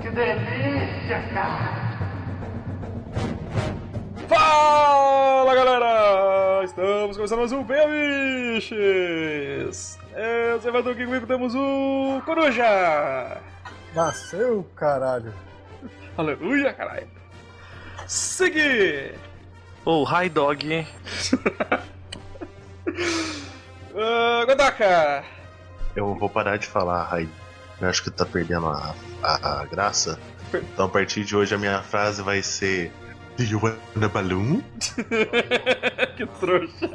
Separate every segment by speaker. Speaker 1: Que delícia, cara!
Speaker 2: Fala galera! Estamos começando mais um Biches! Eu sou o Evandro, aqui comigo temos o Coruja!
Speaker 3: Nasceu, caralho.
Speaker 2: Aleluia, caralho! Segui!
Speaker 4: Ou High Oh, Dog.
Speaker 2: Ah, Godaka!
Speaker 5: Eu vou parar de falar, Raí. Eu acho que tá perdendo a, a- a graça. Então a partir de hoje a minha frase vai ser. Do you want a balloon?
Speaker 2: que trouxa!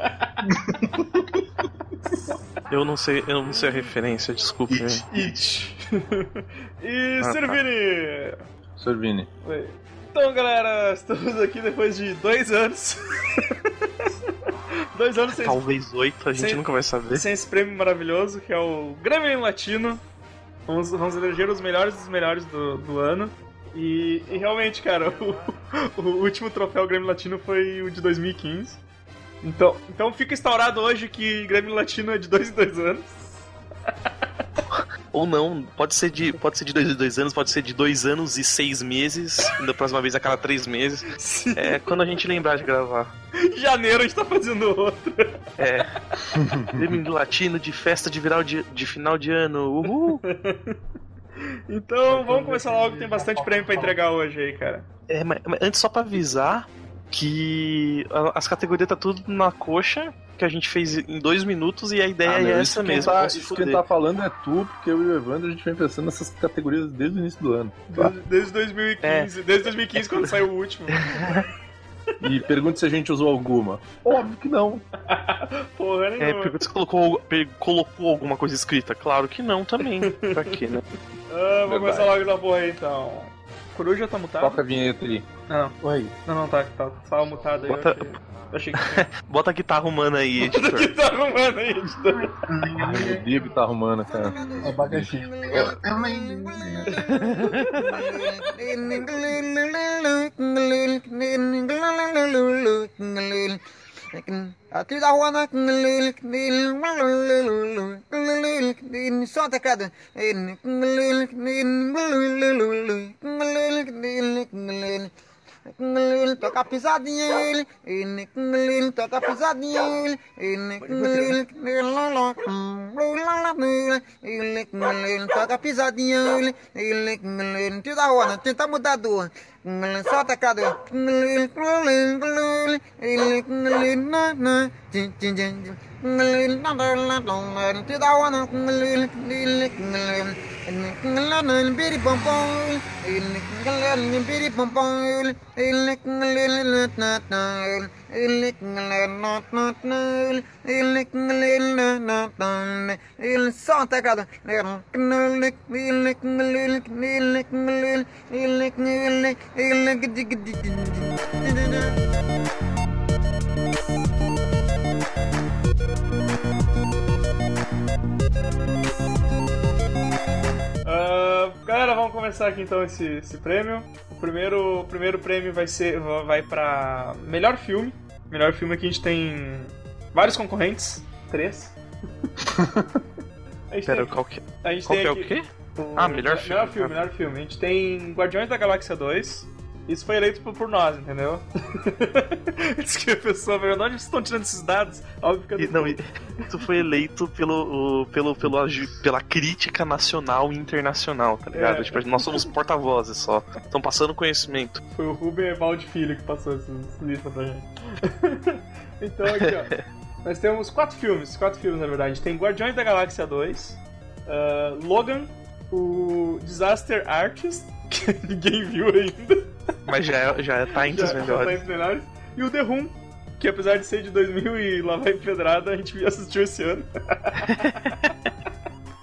Speaker 4: Eu não sei, eu não sei a referência, desculpe.
Speaker 5: It.
Speaker 2: It! e
Speaker 4: Ah, tá.
Speaker 2: Servini!
Speaker 6: Sorvini.
Speaker 2: Oi. Então, galera, estamos aqui depois de dois anos. dois anos sem,
Speaker 4: Talvez oito, a gente
Speaker 2: Sei-
Speaker 4: nunca vai saber.
Speaker 2: sem esse prêmio maravilhoso que é o Grammy Latino. Vamos, vamos eleger os melhores dos melhores do, do ano. E, e realmente, cara, o, o último troféu Grammy Latino foi o de 2015. Então, então fica instaurado hoje que Grammy Latino é de dois em dois anos.
Speaker 4: Ou não, pode ser de pode ser de dois, em dois anos, pode ser de dois anos e seis meses, e da próxima vez a cada três meses.
Speaker 2: Sim.
Speaker 4: É quando a gente lembrar de gravar.
Speaker 2: Em janeiro a gente tá fazendo outro.
Speaker 4: É. Domingo latino de festa de viral de, de final de ano. Uhul!
Speaker 2: Então vamos começar logo, tem bastante prêmio pra entregar hoje aí, cara.
Speaker 4: É, mas, mas antes só pra avisar que a- as categorias tá tudo na coxa, que a gente fez em dois minutos e a ideia
Speaker 6: Ah,
Speaker 4: é
Speaker 6: meu,
Speaker 4: essa
Speaker 6: quem
Speaker 4: mesmo.
Speaker 6: Tá,
Speaker 4: vão se
Speaker 6: isso quem
Speaker 4: fuder.
Speaker 6: tá falando é tu, porque eu e o Evandro a gente vem pensando nessas categorias desde o início do ano.
Speaker 2: Desde, desde 2015, desde 2015 quando saiu o último.
Speaker 6: E pergunta se a gente usou alguma. Óbvio que não.
Speaker 2: Porra
Speaker 4: É,
Speaker 2: nenhuma.
Speaker 4: pergunta se colocou, per- colocou alguma coisa escrita. Claro que não também. pra quê, né?
Speaker 2: Ah, vamos
Speaker 6: Verdade.
Speaker 2: começar logo essa porra aí então. Coruja tá mutado?
Speaker 6: Toca a vinheta ali.
Speaker 2: Não, não.
Speaker 3: Oi.
Speaker 2: não, não, tá, tá, tava mutado aí.
Speaker 4: Bota-
Speaker 2: Eu achei, eu achei que
Speaker 4: Bota a guitarra humana aí, editor.
Speaker 2: tinha. tá arrumando aí, editor.
Speaker 6: Melodia que tá arrumando, cara.
Speaker 7: Oh,
Speaker 3: Abacaxi.
Speaker 7: Atriz da rua na. Só o teclado. Toca pisadinha ele, toca pisadinha ele, toca pisadinha ele, tira da roda, tenta mudar a dor, solta a cadeira, tira da roda, só teclado.
Speaker 2: Ah, galera, vamos começar aqui então esse, esse prêmio. O primeiro, o primeiro prêmio vai ser vai pra melhor filme. Melhor filme que a gente tem vários concorrentes. Três. A gente
Speaker 4: Pera,
Speaker 2: tem,
Speaker 4: qual que,
Speaker 2: a gente
Speaker 4: qual
Speaker 2: tem
Speaker 4: que é
Speaker 2: aqui-
Speaker 4: o quê?
Speaker 2: O-
Speaker 4: Ah, melhor filme.
Speaker 2: Melhor filme, melhor filme. A gente tem Guardiões da Galáxia 2. Isso foi eleito por, por nós, entendeu? Diz que a pessoa, "Meu, de onde vocês estão tirando esses dados? Óbvio que eu
Speaker 4: E, não, e- isso foi eleito pelo, o- pelo, pelo, agi- pela crítica nacional e internacional, tá ligado?
Speaker 2: É.
Speaker 4: Tipo, nós somos porta-vozes só. Estão passando conhecimento.
Speaker 2: Foi o Ruben Evaldi Filho que passou essa lista pra gente. então aqui, ó. Nós temos quatro filmes, quatro filmes na verdade. Tem Guardiões da Galáxia 2, ah, Logan, o Disaster Artist, que ninguém viu ainda.
Speaker 4: Mas já, é- já é- tá entre
Speaker 2: Já-
Speaker 4: os
Speaker 2: já
Speaker 4: melhores.
Speaker 2: tá entre os melhores. E o The Room, que apesar de ser de 2000 e lá vai pedrada, a gente assistiu esse ano.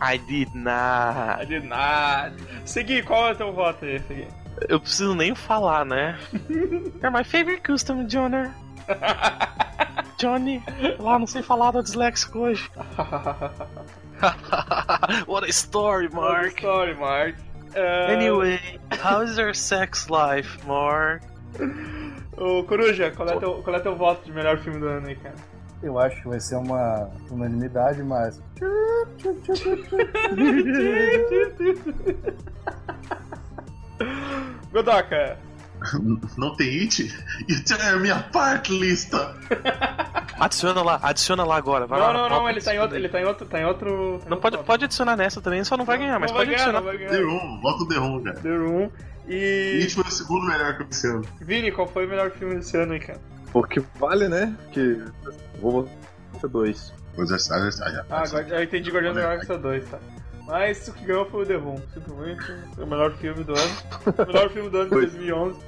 Speaker 4: I did not.
Speaker 2: Ali nada. Segui, qual é o teu voto aí, Segui?
Speaker 4: Eu preciso nem falar, né? You're my favorite custom, Johnner. Johnny, lá não sei falar, tô disléxico hoje. What a story, Mark.
Speaker 2: Sorry, Mark. Ah,
Speaker 4: Anyway, how's your sex life, Mark?
Speaker 2: Ô, Coruja, qual é, teu, qual é teu voto de melhor filme do ano aí, cara?
Speaker 3: Eu acho que vai ser uma unanimidade, mas.
Speaker 2: Godoka,
Speaker 5: Não tem it? It é a minha part lista!
Speaker 4: Adiciona lá, adiciona lá agora. Vai
Speaker 2: não,
Speaker 4: lá,
Speaker 2: não, não,
Speaker 4: bota,
Speaker 2: ele tá em outro. Ele tá em outro. Tá em outro tá em
Speaker 4: Não
Speaker 2: outro
Speaker 4: pode,
Speaker 2: top.
Speaker 4: pode adicionar nessa também, só não vai ganhar, mas
Speaker 2: Não vai
Speaker 4: pode
Speaker 2: ganhar,
Speaker 4: adicionar.
Speaker 2: não vai
Speaker 5: The
Speaker 2: ganhar.
Speaker 5: Room, bota o The Room, cara.
Speaker 2: The Room. E.
Speaker 5: It foi o segundo melhor que eu esse ano.
Speaker 2: Vini, qual foi o melhor filme desse ano, hein, cara?
Speaker 6: Porque vale, né? Porque vou votar dois.
Speaker 5: Pois é, sabe, ah, já
Speaker 2: Ah,
Speaker 5: passa.
Speaker 2: agora eu entendi Guardiões da Galáxia 2, tá. Mas o que ganhou foi o The Room. Sinto muito. Foi o melhor filme do ano. O melhor filme do ano de
Speaker 6: Foi.
Speaker 2: 2011.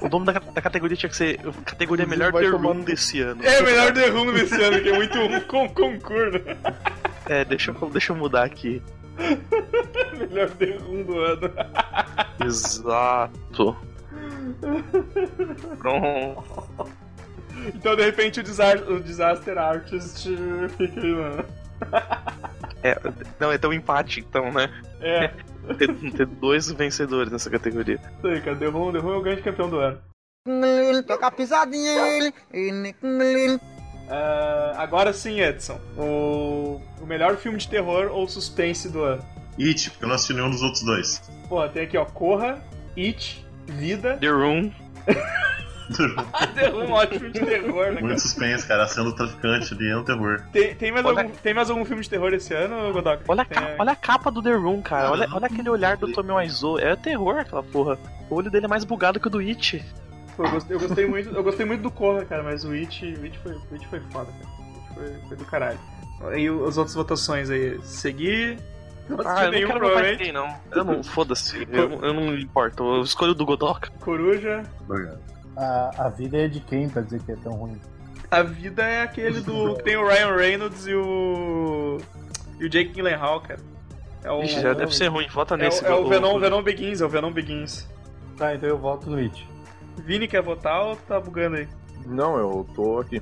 Speaker 4: O nome da, da categoria tinha que ser categoria é
Speaker 6: Inclusive,
Speaker 4: melhor
Speaker 6: vai
Speaker 4: The
Speaker 6: tomar
Speaker 4: Room
Speaker 6: no-
Speaker 4: desse ano.
Speaker 2: É o melhor The Room desse ano, que é muito um con concurso. né?
Speaker 4: É, deixa eu, deixa eu mudar aqui.
Speaker 2: Melhor The Room do ano.
Speaker 4: Exato. Pronto.
Speaker 2: Então, de repente, o, desa- o Disaster Artist fica aí, mano.
Speaker 4: É, não, é tão empate, então, né?
Speaker 2: É,
Speaker 4: Ter, ter dois vencedores nessa categoria.
Speaker 2: isso aí, cara. The Room, The Room é o grande campeão do ano.
Speaker 7: Toca a pisadinha,
Speaker 2: Ah, agora sim, Edson. O... o melhor filme de terror ou suspense do ano?
Speaker 5: It, porque eu não assisti nenhum dos outros dois.
Speaker 2: Porra, tem aqui, ó. Corra, It, Vida.
Speaker 4: The Room.
Speaker 2: The Room, um ótimo filme de terror, né, cara?
Speaker 5: Muito suspense, cara. Sendo traficante ali é um terror.
Speaker 2: Tem, tem mais
Speaker 4: Olha-
Speaker 2: algum, tem mais algum filme de terror esse ano, Godoka?
Speaker 4: Olha a,
Speaker 2: Tem-
Speaker 4: capa, olha a capa do The Room, cara. Olha,
Speaker 5: Caramba.
Speaker 4: olha aquele olhar do Tommy Wiseau. É terror aquela porra. O olho dele é mais bugado que o do It.
Speaker 2: Pô, eu, gostei, eu gostei muito, eu gostei muito do Corra, cara, mas o It, o It, foi, o It foi foda, cara. O It foi, foi do caralho. E o- as outras votações aí? Seguir. Não assisti
Speaker 4: Ah, eu
Speaker 2: nenhum,
Speaker 4: não quero votar
Speaker 2: provavelmente.
Speaker 4: em quem, não. Eu não, foda-se. Eu, não- eu não me importo. Eu escolho o do Godoka.
Speaker 2: Coruja.
Speaker 3: A, a vida é de quem pra dizer que é tão ruim?
Speaker 2: A vida é aquele do. que tem o Ryan Reynolds e o. e o Jake Gyllenhaal, cara. É o.
Speaker 4: Ixi, já deve ser ruim. Vota
Speaker 2: é,
Speaker 4: nesse.
Speaker 2: o, é o
Speaker 4: Go-
Speaker 2: Venom, Venom Begins, é o Venom Begins.
Speaker 3: Tá, então eu volto no It.
Speaker 2: Vini quer votar ou tá bugando aí?
Speaker 6: Não, eu tô aqui.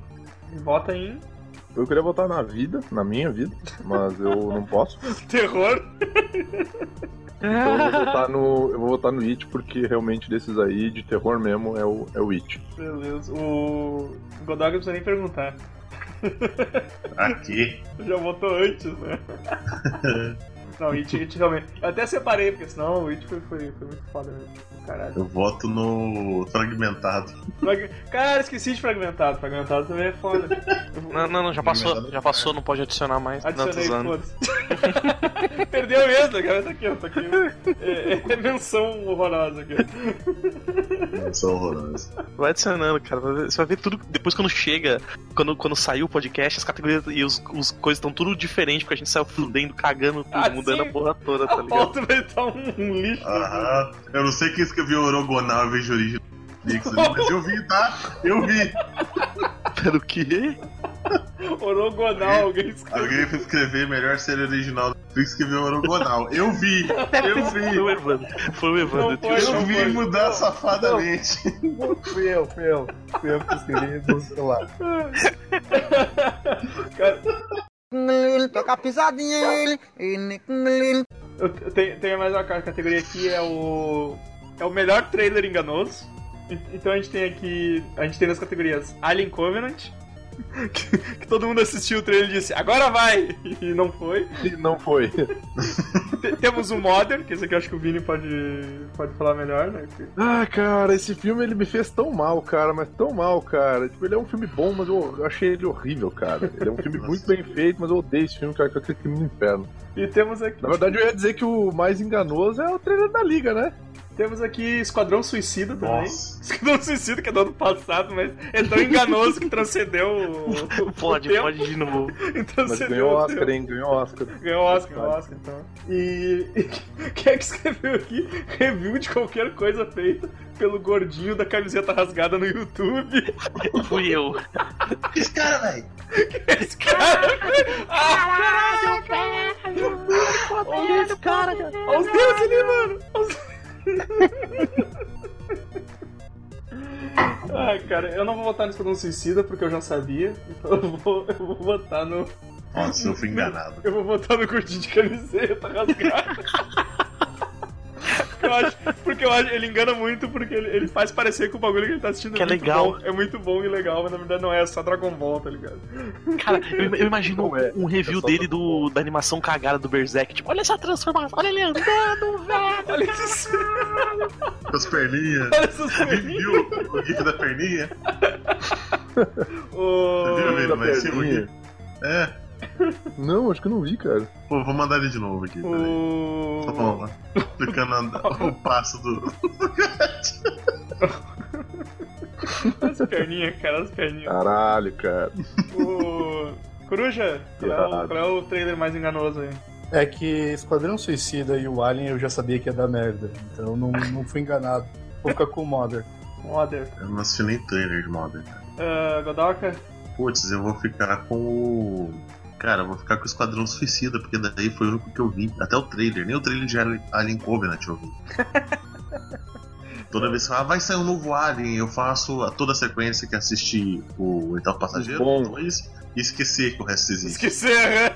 Speaker 2: Vota em.
Speaker 6: Eu queria votar na vida, na minha vida, mas eu não posso.
Speaker 2: Terror?
Speaker 6: Então eu vou votar no, eu vou votar no It, porque realmente desses aí, de terror mesmo, é o, é o It.
Speaker 2: Beleza. O. Godog não precisa nem perguntar.
Speaker 5: Aqui.
Speaker 2: Já votou antes, né? não, o It, It realmente. Eu até separei, porque senão o It foi, foi, foi muito foda mesmo. Caralho.
Speaker 5: Eu voto no Fragmentado.
Speaker 2: Frag- Cara, esqueci de fragmentado. Fragmentado também é foda.
Speaker 4: Não, não, não, já passou, já passou, não pode adicionar mais. Não, tô
Speaker 2: Adicionei,
Speaker 4: zoando.
Speaker 2: foda-se. Perdeu mesmo, cara. Tá aqui, ó. Tá aqui. É, é menção horrorosa aqui.
Speaker 5: Eu sou horroroso.
Speaker 4: Vai adicionando, cara. vai ver- Você vai ver tudo. Depois quando chega, quando, quando saiu o podcast, as categorias e os, os coisas estão tudo diferente, porque a gente saiu fudendo, cagando tudo,
Speaker 2: Ah,
Speaker 4: mudando
Speaker 2: sim.
Speaker 4: a porra toda, tá
Speaker 2: A
Speaker 4: ligado?
Speaker 2: pauta vai estar um, um lixo.
Speaker 5: Aham. Eu não sei quem escreveu Orogonal em vez de origem. Netflix ali, Mas eu vi, tá? Eu vi.
Speaker 4: Pelo quê?
Speaker 2: Orogonal, alguém escreveu.
Speaker 5: Alguém foi escrever melhor série original da Netflix escreveu Orogonal. Eu vi. Eu
Speaker 4: Foi o
Speaker 5: vi.
Speaker 4: Evandro. Foi o Evandro.
Speaker 2: Não foi,
Speaker 4: tio.
Speaker 5: Eu vi mudar safadamente.
Speaker 3: Fui eu, fui eu. Fui eu que escrevi do celular.
Speaker 2: Cara,
Speaker 7: toca a pisadinha,
Speaker 2: eu te- tenho, tenho mais uma ca- categoria aqui, é o. É o melhor trailer enganoso. E- Então a gente tem aqui. A gente tem nas categorias Alien Covenant. Que, que todo mundo assistiu o trailer e disse, agora vai! E não foi.
Speaker 6: E não foi.
Speaker 2: Te- Temos o Modern, que esse aqui eu acho que o Vini pode, pode falar melhor, né?
Speaker 6: Ah, cara, esse filme ele me fez tão mal, cara, mas tão mal, cara. Tipo, ele é um filme bom, mas eu achei ele horrível, cara. Ele é um filme muito bem feito, mas eu odeio esse filme, cara, que é aquele filme do inferno.
Speaker 2: E temos aqui,
Speaker 6: Na verdade, eu ia dizer que o mais enganoso é o trailer da Liga, né?
Speaker 2: temos aqui Esquadrão Suicida também.
Speaker 5: Nossa.
Speaker 2: Esquadrão Suicida, que é do ano passado, mas é tão enganoso que transcendeu o. o
Speaker 4: Pode,
Speaker 2: tempo,
Speaker 4: pode de novo.
Speaker 2: e
Speaker 6: Mas
Speaker 2: transcendeu
Speaker 6: ganhou
Speaker 2: o
Speaker 6: Oscar,
Speaker 2: tempo.
Speaker 6: hein? Ganhou Oscar.
Speaker 2: Ganhou Oscar, ganhou Oscar, então. E, e quem é que escreveu aqui review de qualquer coisa feita pelo gordinho da camiseta rasgada no YouTube?
Speaker 4: Fui eu.
Speaker 5: Esse cara, velho.
Speaker 2: Esse cara. Ah,
Speaker 4: Olha esse cara, cara.
Speaker 2: olha os deuses ali, mano! Olha os- Ah, cara, eu não vou votar no Esquadrão Suicida porque eu já sabia, então eu vou, eu vou votar no.
Speaker 5: Nossa, eu fui enganado.
Speaker 2: Eu vou votar no gordinho de camiseta rasgada. eu acho. Porque eu acho. Ele engana muito, porque ele, ele faz parecer que o bagulho que ele tá assistindo
Speaker 4: Que é
Speaker 2: muito
Speaker 4: legal.
Speaker 2: bom, é muito bom e legal, mas na verdade não é, é só Dragon Ball, tá ligado?
Speaker 4: Cara, eu, eu imagino
Speaker 6: Não é.
Speaker 4: um review
Speaker 6: É só
Speaker 4: dele
Speaker 6: pra-
Speaker 4: do, da animação cagada do Berserk. Tipo, olha essa transformação, olha ele andando, velho.
Speaker 2: Olha isso,
Speaker 5: As perninhas.
Speaker 2: olha essas perninhas.
Speaker 5: Viu o gif da perninha? Você viu
Speaker 2: O,
Speaker 5: ele lá em cima
Speaker 6: perninha.
Speaker 5: aqui? É,
Speaker 6: Não, acho que eu não vi, cara.
Speaker 5: pô, vou mandar ele de novo aqui. peraí.
Speaker 2: o...
Speaker 5: Tá bom, lá. Ficando andando o passo do.
Speaker 2: As perninhas, cara, as perninhas.
Speaker 6: Caralho, cara.
Speaker 2: O... Coruja, qual é, o,
Speaker 6: Errado.
Speaker 2: qual é o trailer mais enganoso aí?
Speaker 8: É que Esquadrão Suicida e o Alien eu já sabia que ia dar merda. Então eu não, não fui enganado. Vou ficar com o Mother.
Speaker 2: Mother.
Speaker 5: Eu não assisti nem trailer de Modern. cara.
Speaker 2: Ah, Godoka?
Speaker 5: Putz, eu vou ficar com o. Cara, eu vou ficar com o Esquadrão Suicida, porque daí foi o único que eu vi. Até o trailer, nem o trailer de Ali- Alien Covenant eu vi. Toda vez que fala, ah, vai sair um novo Alien, eu faço a- toda a sequência que assisti o Oitavo Passageiro,
Speaker 6: Bom.
Speaker 5: dois, e esquecer que o resto existe.
Speaker 2: Esquecer!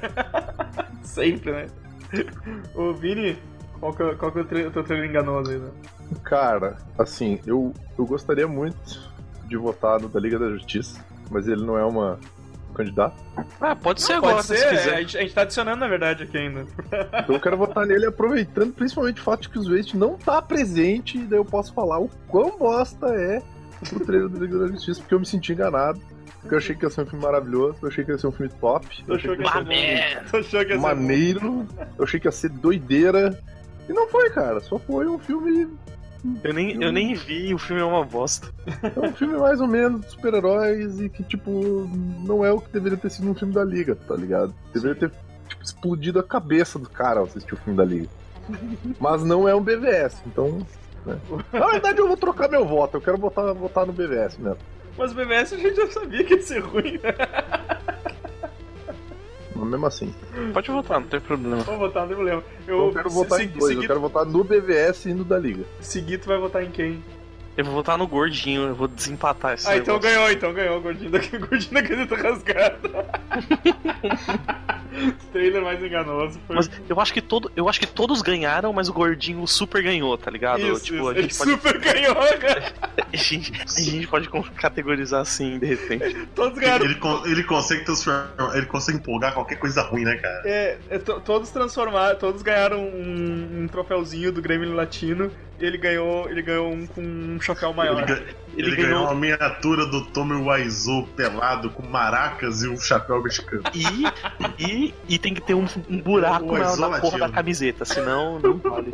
Speaker 2: Sempre, né? O Vini, qual que, é- qual que é o tra- teu trailer enganoso aí, né?
Speaker 6: Cara, assim, eu, eu gostaria muito de votar no da Liga da Justiça, mas ele não é uma candidata.
Speaker 4: Ah, pode ser agora,
Speaker 2: Pode ser,
Speaker 4: se
Speaker 2: é, a,
Speaker 4: quiser.
Speaker 2: gente, a gente tá adicionando na verdade aqui ainda.
Speaker 6: Então eu quero votar nele aproveitando principalmente o fato de que o Zweit não tá presente, e daí eu posso falar o quão bosta é o trailer da Liga da Justiça, porque eu me senti enganado. Porque eu achei que ia ser um filme maravilhoso, eu achei que ia ser um filme top.
Speaker 2: Tô achando que ia ser bom. Tô achando que ia ser bom.
Speaker 6: maneiro. Eu achei que ia ser doideira. E não foi, cara. Só foi um filme.
Speaker 4: Eu nem, eu nem vi, o filme é uma bosta.
Speaker 6: É um filme mais ou menos de super-heróis e que, tipo, não é o que deveria ter sido um filme da Liga, tá ligado? Deveria ter tipo, explodido a cabeça do cara ao assistir o filme da Liga. Mas não é um BVS, então. né? Na verdade, eu vou trocar meu voto. Eu quero votar, votar no BVS mesmo.
Speaker 2: Mas o BBS a gente já sabia que ia ser ruim, né?
Speaker 6: Mas mesmo assim.
Speaker 4: Pode voltar, não tem problema.
Speaker 2: Vou votar, não tem problema.
Speaker 6: Eu, quero votar em dois. Eu
Speaker 2: seguir,
Speaker 6: quero votar no BVS e no da Liga.
Speaker 2: seguir, tu vai votar em quem?
Speaker 4: Eu vou votar no gordinho, eu vou desempatar esse
Speaker 2: Ah, então
Speaker 4: negócio.
Speaker 2: ganhou, então ganhou. Gordinho da, gordinho da caneta rasgada. O trailer mais enganoso foi.
Speaker 4: Mas eu acho que todo, eu acho que todos ganharam, mas o gordinho super ganhou, tá ligado?
Speaker 2: isso,
Speaker 4: tipo,
Speaker 2: isso.
Speaker 4: a
Speaker 2: Ele
Speaker 4: gente pode
Speaker 2: super ganhou, né? cara.
Speaker 4: a gente, a gente pode con- categorizar assim de repente.
Speaker 2: Todos ganharam.
Speaker 5: Ele, con- ele consegue transformar. Ele consegue empolgar qualquer coisa ruim, né, cara?
Speaker 2: É, é, to- todos transformaram, todos ganharam um, um troféuzinho do Grêmio Latino. E ele ganhou, ele ganhou um com um chapéu maior.
Speaker 5: Ele, ga- ele
Speaker 4: Ele
Speaker 5: ganhou...
Speaker 4: ganhou-
Speaker 5: uma miniatura do Tommy Wiseau pelado com maracas e um chapéu mexicano.
Speaker 4: E e, e tem que ter um, um buraco
Speaker 5: Boa,
Speaker 4: na, na
Speaker 5: isolativo.
Speaker 4: porra da camiseta, senão não vale.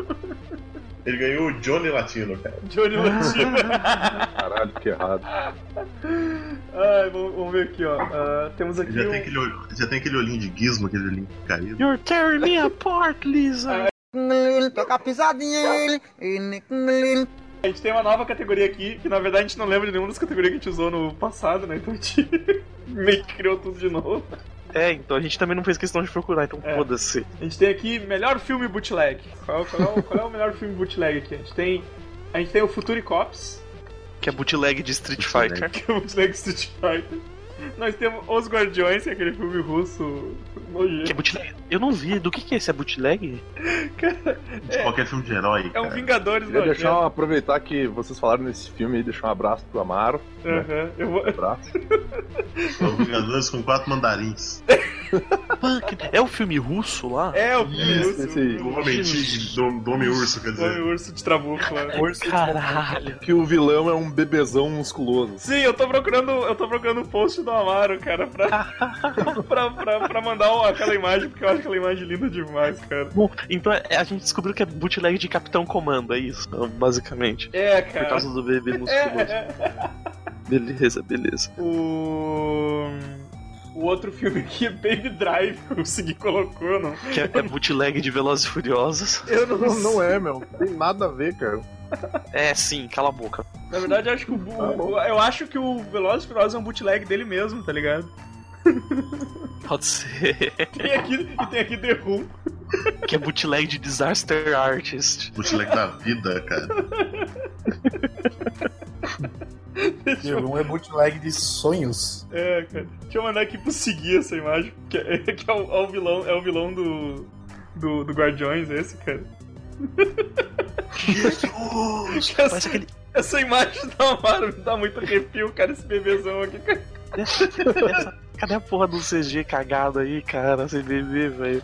Speaker 5: Ele ganhou o Johnny Latino, cara.
Speaker 2: Johnny Latino.
Speaker 6: Caralho, que errado.
Speaker 2: Ai, vamos, vamos ver aqui, ó. Ah, temos aqui
Speaker 5: Já
Speaker 2: um-
Speaker 5: tem, aquele, olho- já tem aquele olhinho de gizmo, aquele olhinho caído.
Speaker 4: You're tearing me apart, Lisa.
Speaker 7: Toca a pisadinha.
Speaker 2: A gente tem uma nova categoria aqui, que na verdade a gente não lembra de nenhuma das categorias que a gente usou no passado, né? Então a gente meio que criou tudo de novo.
Speaker 4: É, então a gente também não fez questão de procurar, então
Speaker 2: É.
Speaker 4: foda-se.
Speaker 2: A gente tem aqui melhor filme bootleg. Qual, é o- qual é o, qual é o melhor filme bootleg aqui? A gente tem. A gente tem o Futuri Cops,
Speaker 4: Que é bootleg de Street
Speaker 5: Bootleg.
Speaker 4: Fighter.
Speaker 2: que é o bootleg Street Fighter. Nós temos Os Guardiões, que é aquele filme russo
Speaker 4: Que é
Speaker 2: nojento.
Speaker 4: bootleg? Eu não vi. Do que que é esse? É bootleg?
Speaker 5: De qualquer filme de herói,
Speaker 2: É um
Speaker 5: cara.
Speaker 2: Vingadores
Speaker 6: Queria
Speaker 2: nojento.
Speaker 6: deixar, aproveitar que vocês falaram nesse filme e deixar um abraço pro Amaro.
Speaker 2: Aham, eu vou-
Speaker 6: Abraço.
Speaker 5: São Vingadores com quatro mandarins.
Speaker 4: Punk. É o filme russo lá?
Speaker 2: É o filme
Speaker 6: Isso,
Speaker 2: russo.
Speaker 6: esse aí.
Speaker 5: Do homem é. tigre, do, do homem urso, quer
Speaker 2: O Homem
Speaker 5: dizer.
Speaker 2: Urso de Trabuco, né?
Speaker 4: Caralho.
Speaker 6: Que o vilão é um bebezão musculoso.
Speaker 2: Sim, eu tô procurando, eu tô procurando o post do Amaro, cara, pra, pra, pra, pra mandar o- aquela imagem, porque eu acho aquela imagem linda demais, cara.
Speaker 4: Bom, então é- a gente descobriu que é bootleg de Capitão Comando, é isso, basicamente.
Speaker 2: É,
Speaker 4: Por
Speaker 2: cara.
Speaker 4: causa do bebê musculoso. Beleza, beleza.
Speaker 2: O. O outro filme aqui é Baby Drive, que o Segui colocou, não.
Speaker 4: Que é, é bootleg de Velozes e Furiosos.
Speaker 2: Eu
Speaker 6: Não, não é, meu. Não tem nada a ver, cara.
Speaker 4: É, sim, cala a boca.
Speaker 2: Na verdade, eu acho que o. bu-
Speaker 6: Tá bom.
Speaker 2: eu acho que o Velozes e Furiosos é um bootleg dele mesmo, tá ligado?
Speaker 4: Pode ser.
Speaker 2: Tem aqui, e tem aqui The Room.
Speaker 4: Que é bootleg de Disaster Artist.
Speaker 5: Bootleg um da vida, cara.
Speaker 8: E um é bootleg de sonhos.
Speaker 2: É, cara. Deixa eu mandar aqui pro seguir essa imagem, que é, que é o, é o vilão, é o vilão do, do, do Guardiões, esse, cara.
Speaker 4: Jesus! Parece aquele.
Speaker 2: Essa imagem da Amaro me dá muito arrepio, cara, esse bebezão aqui. cara.
Speaker 4: Cadê a porra do CG cagado aí, cara? CBB, velho.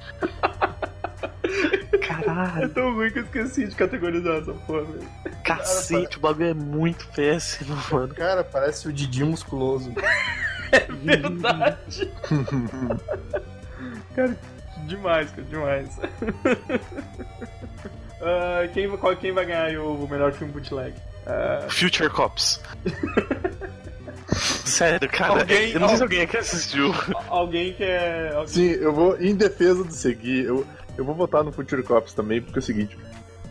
Speaker 2: É
Speaker 4: Caralho,
Speaker 2: tão ruim que eu esqueci de categorizar essa porra, velho.
Speaker 4: cacete, o bagulho é muito péssimo, mano.
Speaker 8: Cara, parece o Didi musculoso.
Speaker 2: Verdade. cara, demais, cara, demais. Ah, quem, qual- quem vai ganhar aí o melhor filme bootleg? Ah,
Speaker 4: Future Cops. Sério, cara,
Speaker 2: Alguém-
Speaker 4: eu não sei se alguém aqui assistiu.
Speaker 2: alguém que é. alguém-
Speaker 6: Sim, eu vou, em defesa do Segui, eu, eu vou votar no Future Cops também, porque é o seguinte.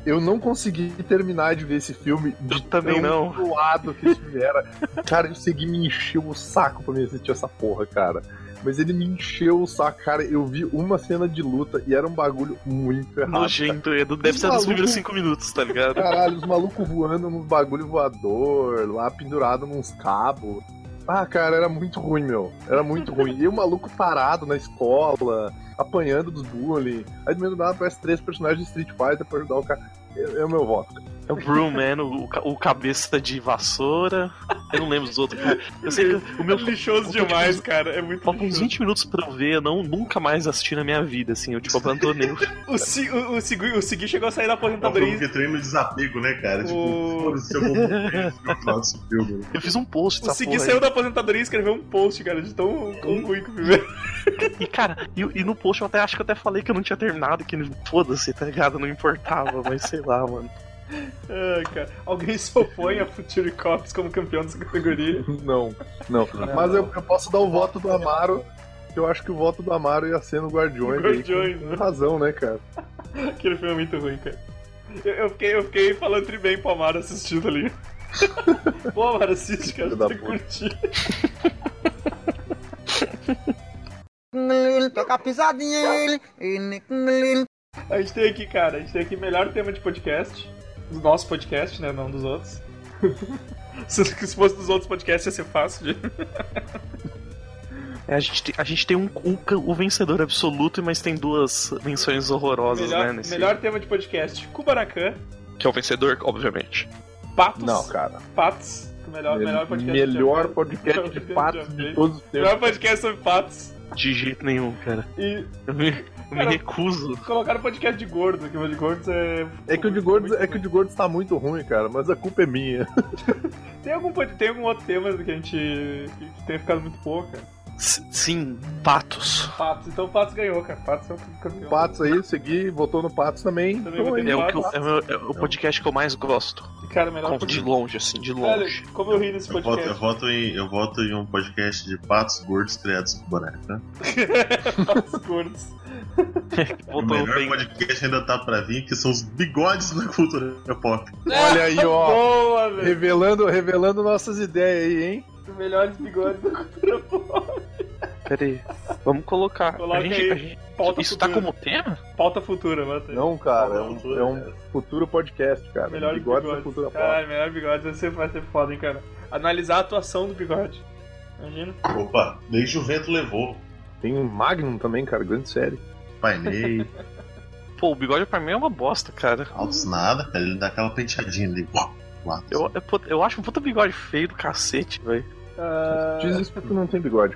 Speaker 6: Eu não consegui terminar de ver esse filme de
Speaker 4: Eu também não.
Speaker 6: do lado que ele era. Cara, o Segui me encheu o saco pra me assistir essa porra, cara. Mas ele me encheu o saco, cara. Eu vi uma cena de luta e era um bagulho muito errado. cara.
Speaker 4: Nojento, Edu. Deve ser nos primeiros 5 minutos, tá ligado?
Speaker 6: Caralho, os malucos voando nos bagulho voador, lá pendurado nos cabos. Ah, cara, era muito ruim, meu. Era muito ruim. E o maluco parado na escola, apanhando dos bullying. Aí do meio do nada aparece três personagens de Street Fighter pra ajudar o cara. É é o meu voto.
Speaker 4: É o Brew Man, o, ca- o cabeça de vassoura. Eu não lembro dos outros. cara. Eu sei que o meu
Speaker 2: Lixoso
Speaker 4: falta, tipo,
Speaker 2: demais, cara. É muito
Speaker 4: Faltam uns
Speaker 2: lixoso.
Speaker 4: 20 minutos pra eu ver, eu não, nunca mais assisti na minha vida, assim. Eu, tipo, abandonei.
Speaker 2: O, Si- o, o, Segui- o Segui chegou a sair da
Speaker 5: É um filme
Speaker 2: aposentadoria.
Speaker 5: que entrou em meu desapego, né, cara?
Speaker 2: O-
Speaker 5: Tipo, foda-se, eu vou ver esse meu final desse filme.
Speaker 4: Eu fiz um post
Speaker 2: O
Speaker 4: dessa
Speaker 2: Segui
Speaker 4: porra aí.
Speaker 2: saiu da aposentadoria e escreveu um post, cara, de tão, tão ruim que o filme é.
Speaker 4: E, cara, e, e no post eu até acho que eu até falei que eu não tinha terminado, que foda-se, tá ligado? Não importava, mas sei lá, mano.
Speaker 2: Ah, cara. Alguém se opõe a Future Cops como campeão dessa categoria.
Speaker 6: Não, não. Mas eu, eu posso dar o voto do Amaro. que Eu acho que o voto do Amaro ia ser no Guardiões. aí,
Speaker 2: Guardiões,
Speaker 6: com
Speaker 2: né?
Speaker 6: razão, né, cara?
Speaker 2: Aquele filme é muito ruim, cara. Eu, eu fiquei, eu fiquei falando tri bem pro Amaro assistir, tá ligado? Pô, Amaro, assiste, cara,
Speaker 6: Filho da
Speaker 2: você tem que
Speaker 6: puta.
Speaker 2: curtir.
Speaker 7: Toca a pisadinha.
Speaker 2: A gente tem aqui, cara, a gente tem aqui melhor tema de podcast. Do nosso podcast, né? Não dos outros. Se se fosse dos outros podcasts ia ser fácil de.
Speaker 4: É, a gente, tem- a gente tem um, um ca- o vencedor absoluto, mas tem duas menções horrorosas,
Speaker 2: Melhor,
Speaker 4: né? Nesse,
Speaker 2: melhor tema de podcast: Kubanacan,
Speaker 4: Que é o vencedor, obviamente.
Speaker 2: Patos.
Speaker 6: Não, cara.
Speaker 2: Patos. É o Melhor, melhor podcast. que
Speaker 6: Melhor
Speaker 2: já-
Speaker 6: podcast de patos de todos os tempos.
Speaker 2: Melhor podcast sobre patos.
Speaker 4: De jeito nenhum, cara.
Speaker 2: E
Speaker 4: Eu me, eu me
Speaker 2: Cara,
Speaker 4: recuso.
Speaker 2: colocaram podcast de gordo, que o de gordos é.
Speaker 6: É que o de gordos, é que o de gordos tá muito ruim, cara, mas a culpa é minha.
Speaker 2: Tem algum, pod- tem algum outro tema que a gente. que, que tenha ficado muito pouco, cara?
Speaker 4: S- Sim, patos.
Speaker 2: Patos. Então o Patos ganhou, cara. Patos é o campeão.
Speaker 6: um Patos aí, segui, votou no Patos também.
Speaker 2: Também
Speaker 6: Então,
Speaker 2: votei
Speaker 6: aí,
Speaker 4: É o, que eu- é o meu- é o podcast que eu mais gosto.
Speaker 2: Cara, é melhor
Speaker 4: Com- de
Speaker 2: podcast.
Speaker 4: longe, assim, de longe.
Speaker 2: Velho, como eu ri nesse
Speaker 5: Eu voto,
Speaker 2: podcast.
Speaker 5: eu, voto em, eu voto em um podcast de patos gordos criados por boneca.
Speaker 2: Patos gordos. é
Speaker 5: O
Speaker 4: Voltou
Speaker 5: melhor
Speaker 4: bem.
Speaker 5: podcast ainda tá pra vir, que são os bigodes na cultura pop.
Speaker 6: olha aí, ó.
Speaker 2: Boa, velho.
Speaker 6: Revelando, revelando nossas ideias aí, hein?
Speaker 2: Melhores bigodes da cultura pop.
Speaker 4: Pera aí. Vamos colocar.
Speaker 2: Coloca
Speaker 4: A gente-
Speaker 2: aí.
Speaker 4: a gente-
Speaker 2: Pauta
Speaker 4: isso tá
Speaker 2: futura.
Speaker 4: como tema?
Speaker 2: Pauta futura, mata.
Speaker 6: Não, cara, é um, é um futuro podcast, cara.
Speaker 2: Melhor
Speaker 6: Bigode
Speaker 2: bigode.
Speaker 6: da cultura pop.
Speaker 2: Caralho, melhor bigode vai ser, vai ser foda, hein, cara. Analisar a atuação do bigode. Imagina.
Speaker 5: Opa, desde o vento levou.
Speaker 6: Tem um Magnum também, cara, grande série.
Speaker 5: Painei,
Speaker 4: Pô, o bigode pra mim é uma bosta, cara.
Speaker 5: altos nada, cara. Ele dá aquela penteadinha ali. uau, uau.
Speaker 4: Eu, eu, pô, eu acho um puta bigode feio do cacete, velho.
Speaker 2: Ah,
Speaker 6: Diz isso porque tu não tem bigode.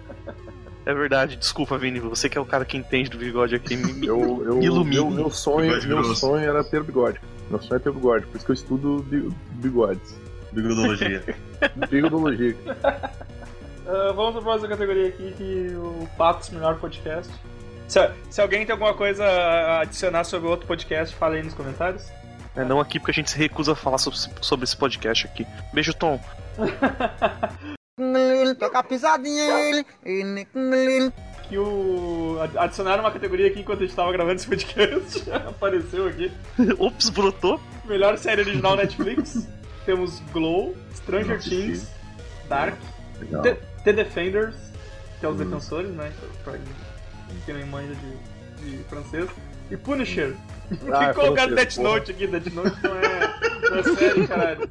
Speaker 4: É verdade, desculpa, Vini. Você que é o cara que entende do bigode aqui. me- me-
Speaker 6: Eu, eu,
Speaker 4: Me ilumine.
Speaker 6: meu, meu sonho,
Speaker 5: Bigode
Speaker 6: meu
Speaker 5: grosso.
Speaker 6: sonho era ter bigode. Meu sonho é ter bigode, por isso que eu estudo bi- bigodes.
Speaker 5: Bigodologia.
Speaker 6: Bigodologia.
Speaker 2: ah, vamos pra próxima categoria aqui, que o Patos Melhor Podcast. Se, se alguém tem alguma coisa a adicionar sobre outro podcast, fala aí nos comentários.
Speaker 4: É, não aqui, porque a gente se recusa a falar sobre, esse- sobre esse podcast aqui. Beijo, Tom.
Speaker 7: Toca a pisadinha.
Speaker 2: Que o. ad- Adicionaram uma categoria aqui enquanto a gente tava gravando esse podcast. Apareceu aqui.
Speaker 4: Ops, brotou.
Speaker 2: Melhor série original Netflix. Temos Glow,
Speaker 5: Não
Speaker 2: Stranger
Speaker 5: assisti.
Speaker 2: Things, Dark,
Speaker 5: Legal.
Speaker 2: The, The Defenders, que é
Speaker 6: Hum.
Speaker 2: os defensores, né? Pra quem não manja de, de francês. E Punisher. Por que
Speaker 6: Ah,
Speaker 2: colocaram
Speaker 6: francês,
Speaker 2: Death
Speaker 6: porra.
Speaker 2: Note aqui? Death Note não é, não é série, caralho.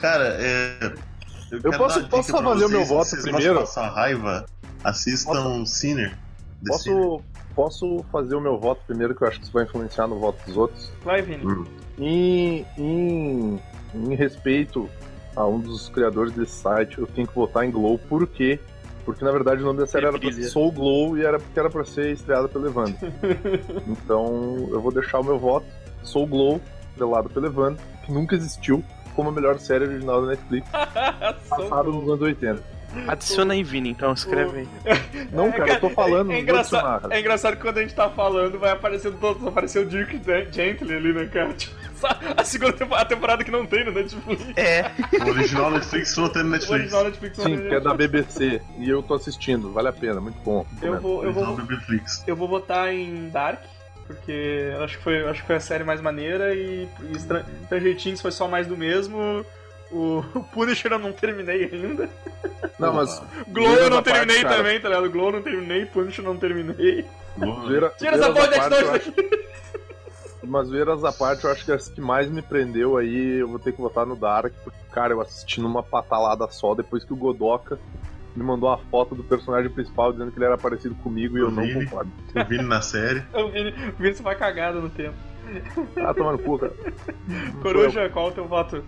Speaker 5: Cara, é.
Speaker 6: Eu
Speaker 5: quero
Speaker 6: posso-
Speaker 5: dar uma
Speaker 6: posso
Speaker 5: dica
Speaker 6: só
Speaker 5: pra
Speaker 6: fazer
Speaker 5: vocês,
Speaker 6: o meu
Speaker 5: se
Speaker 6: voto
Speaker 5: vocês
Speaker 6: primeiro?
Speaker 5: gostam de passar raiva, assistam Sinner. The Sinner.
Speaker 6: Posso, Posso fazer o meu voto primeiro, que eu acho que isso vai influenciar no voto dos outros?
Speaker 2: Vai, Vini.
Speaker 6: Em, em, em respeito a um dos criadores desse site, eu tenho que votar em Glow, por quê? Porque na verdade o nome da série era pra ser
Speaker 4: Brilha.
Speaker 6: Soul Glow e era porque era pra ser estreada pelo Evandro. então eu vou deixar o meu voto. Soul Glow, estrelado pelo Evandro, que nunca existiu, como a melhor série original da Netflix, passada nos anos 80.
Speaker 4: Adiciona aí, Vini, então, escreve aí.
Speaker 6: Não, cara, eu tô falando,
Speaker 2: É,
Speaker 6: não vou adicionar,
Speaker 2: engraçado,
Speaker 6: cara.
Speaker 2: é engraçado que quando a gente tá falando, vai aparecendo todos. Apareceu o Dirk Dan- Gently ali, né, cara? Tipo, sa- a segunda temporada, a temporada que não tem no Netflix.
Speaker 4: É.
Speaker 5: O original Netflix não tem no
Speaker 2: O
Speaker 5: Netflix.
Speaker 2: original Netflix não
Speaker 6: É, Sim,
Speaker 2: tem.
Speaker 6: que é da BBC. E eu tô assistindo, vale a pena, muito bom.
Speaker 2: Eu vou, eu
Speaker 5: Original
Speaker 2: vou,
Speaker 5: do Netflix.
Speaker 2: eu vou votar em Dark, porque eu acho que foi, eu acho que foi a série mais maneira e, e Stran- Stranger Things foi só mais do mesmo. O, o Punisher eu não terminei ainda.
Speaker 6: Não, mas
Speaker 2: Ah. Glow eu
Speaker 6: Zoeira
Speaker 2: não
Speaker 6: da parte,
Speaker 2: terminei
Speaker 6: cara.
Speaker 2: também, tá ligado? Glow eu não terminei, Punisher eu não terminei.
Speaker 5: Boa.
Speaker 6: zoeira-
Speaker 2: Tira essa
Speaker 6: zoeiras
Speaker 2: porra
Speaker 6: à
Speaker 2: de
Speaker 6: parte, eu
Speaker 2: Death
Speaker 6: acho- Mas zoeiras à parte, eu acho que as que mais me prendeu aí, eu vou ter que votar no Dark, porque, cara, eu assisti numa patalada só, depois que o Godoka me mandou a foto do personagem principal dizendo que ele era parecido comigo e eu não
Speaker 5: Inclusive.
Speaker 6: concordo.
Speaker 5: Eu vi ele na série.
Speaker 2: O Vini, o Vini só vai cagada no tempo.
Speaker 6: Ah, tomando cu, cara.
Speaker 2: Coruja, qual é o teu voto?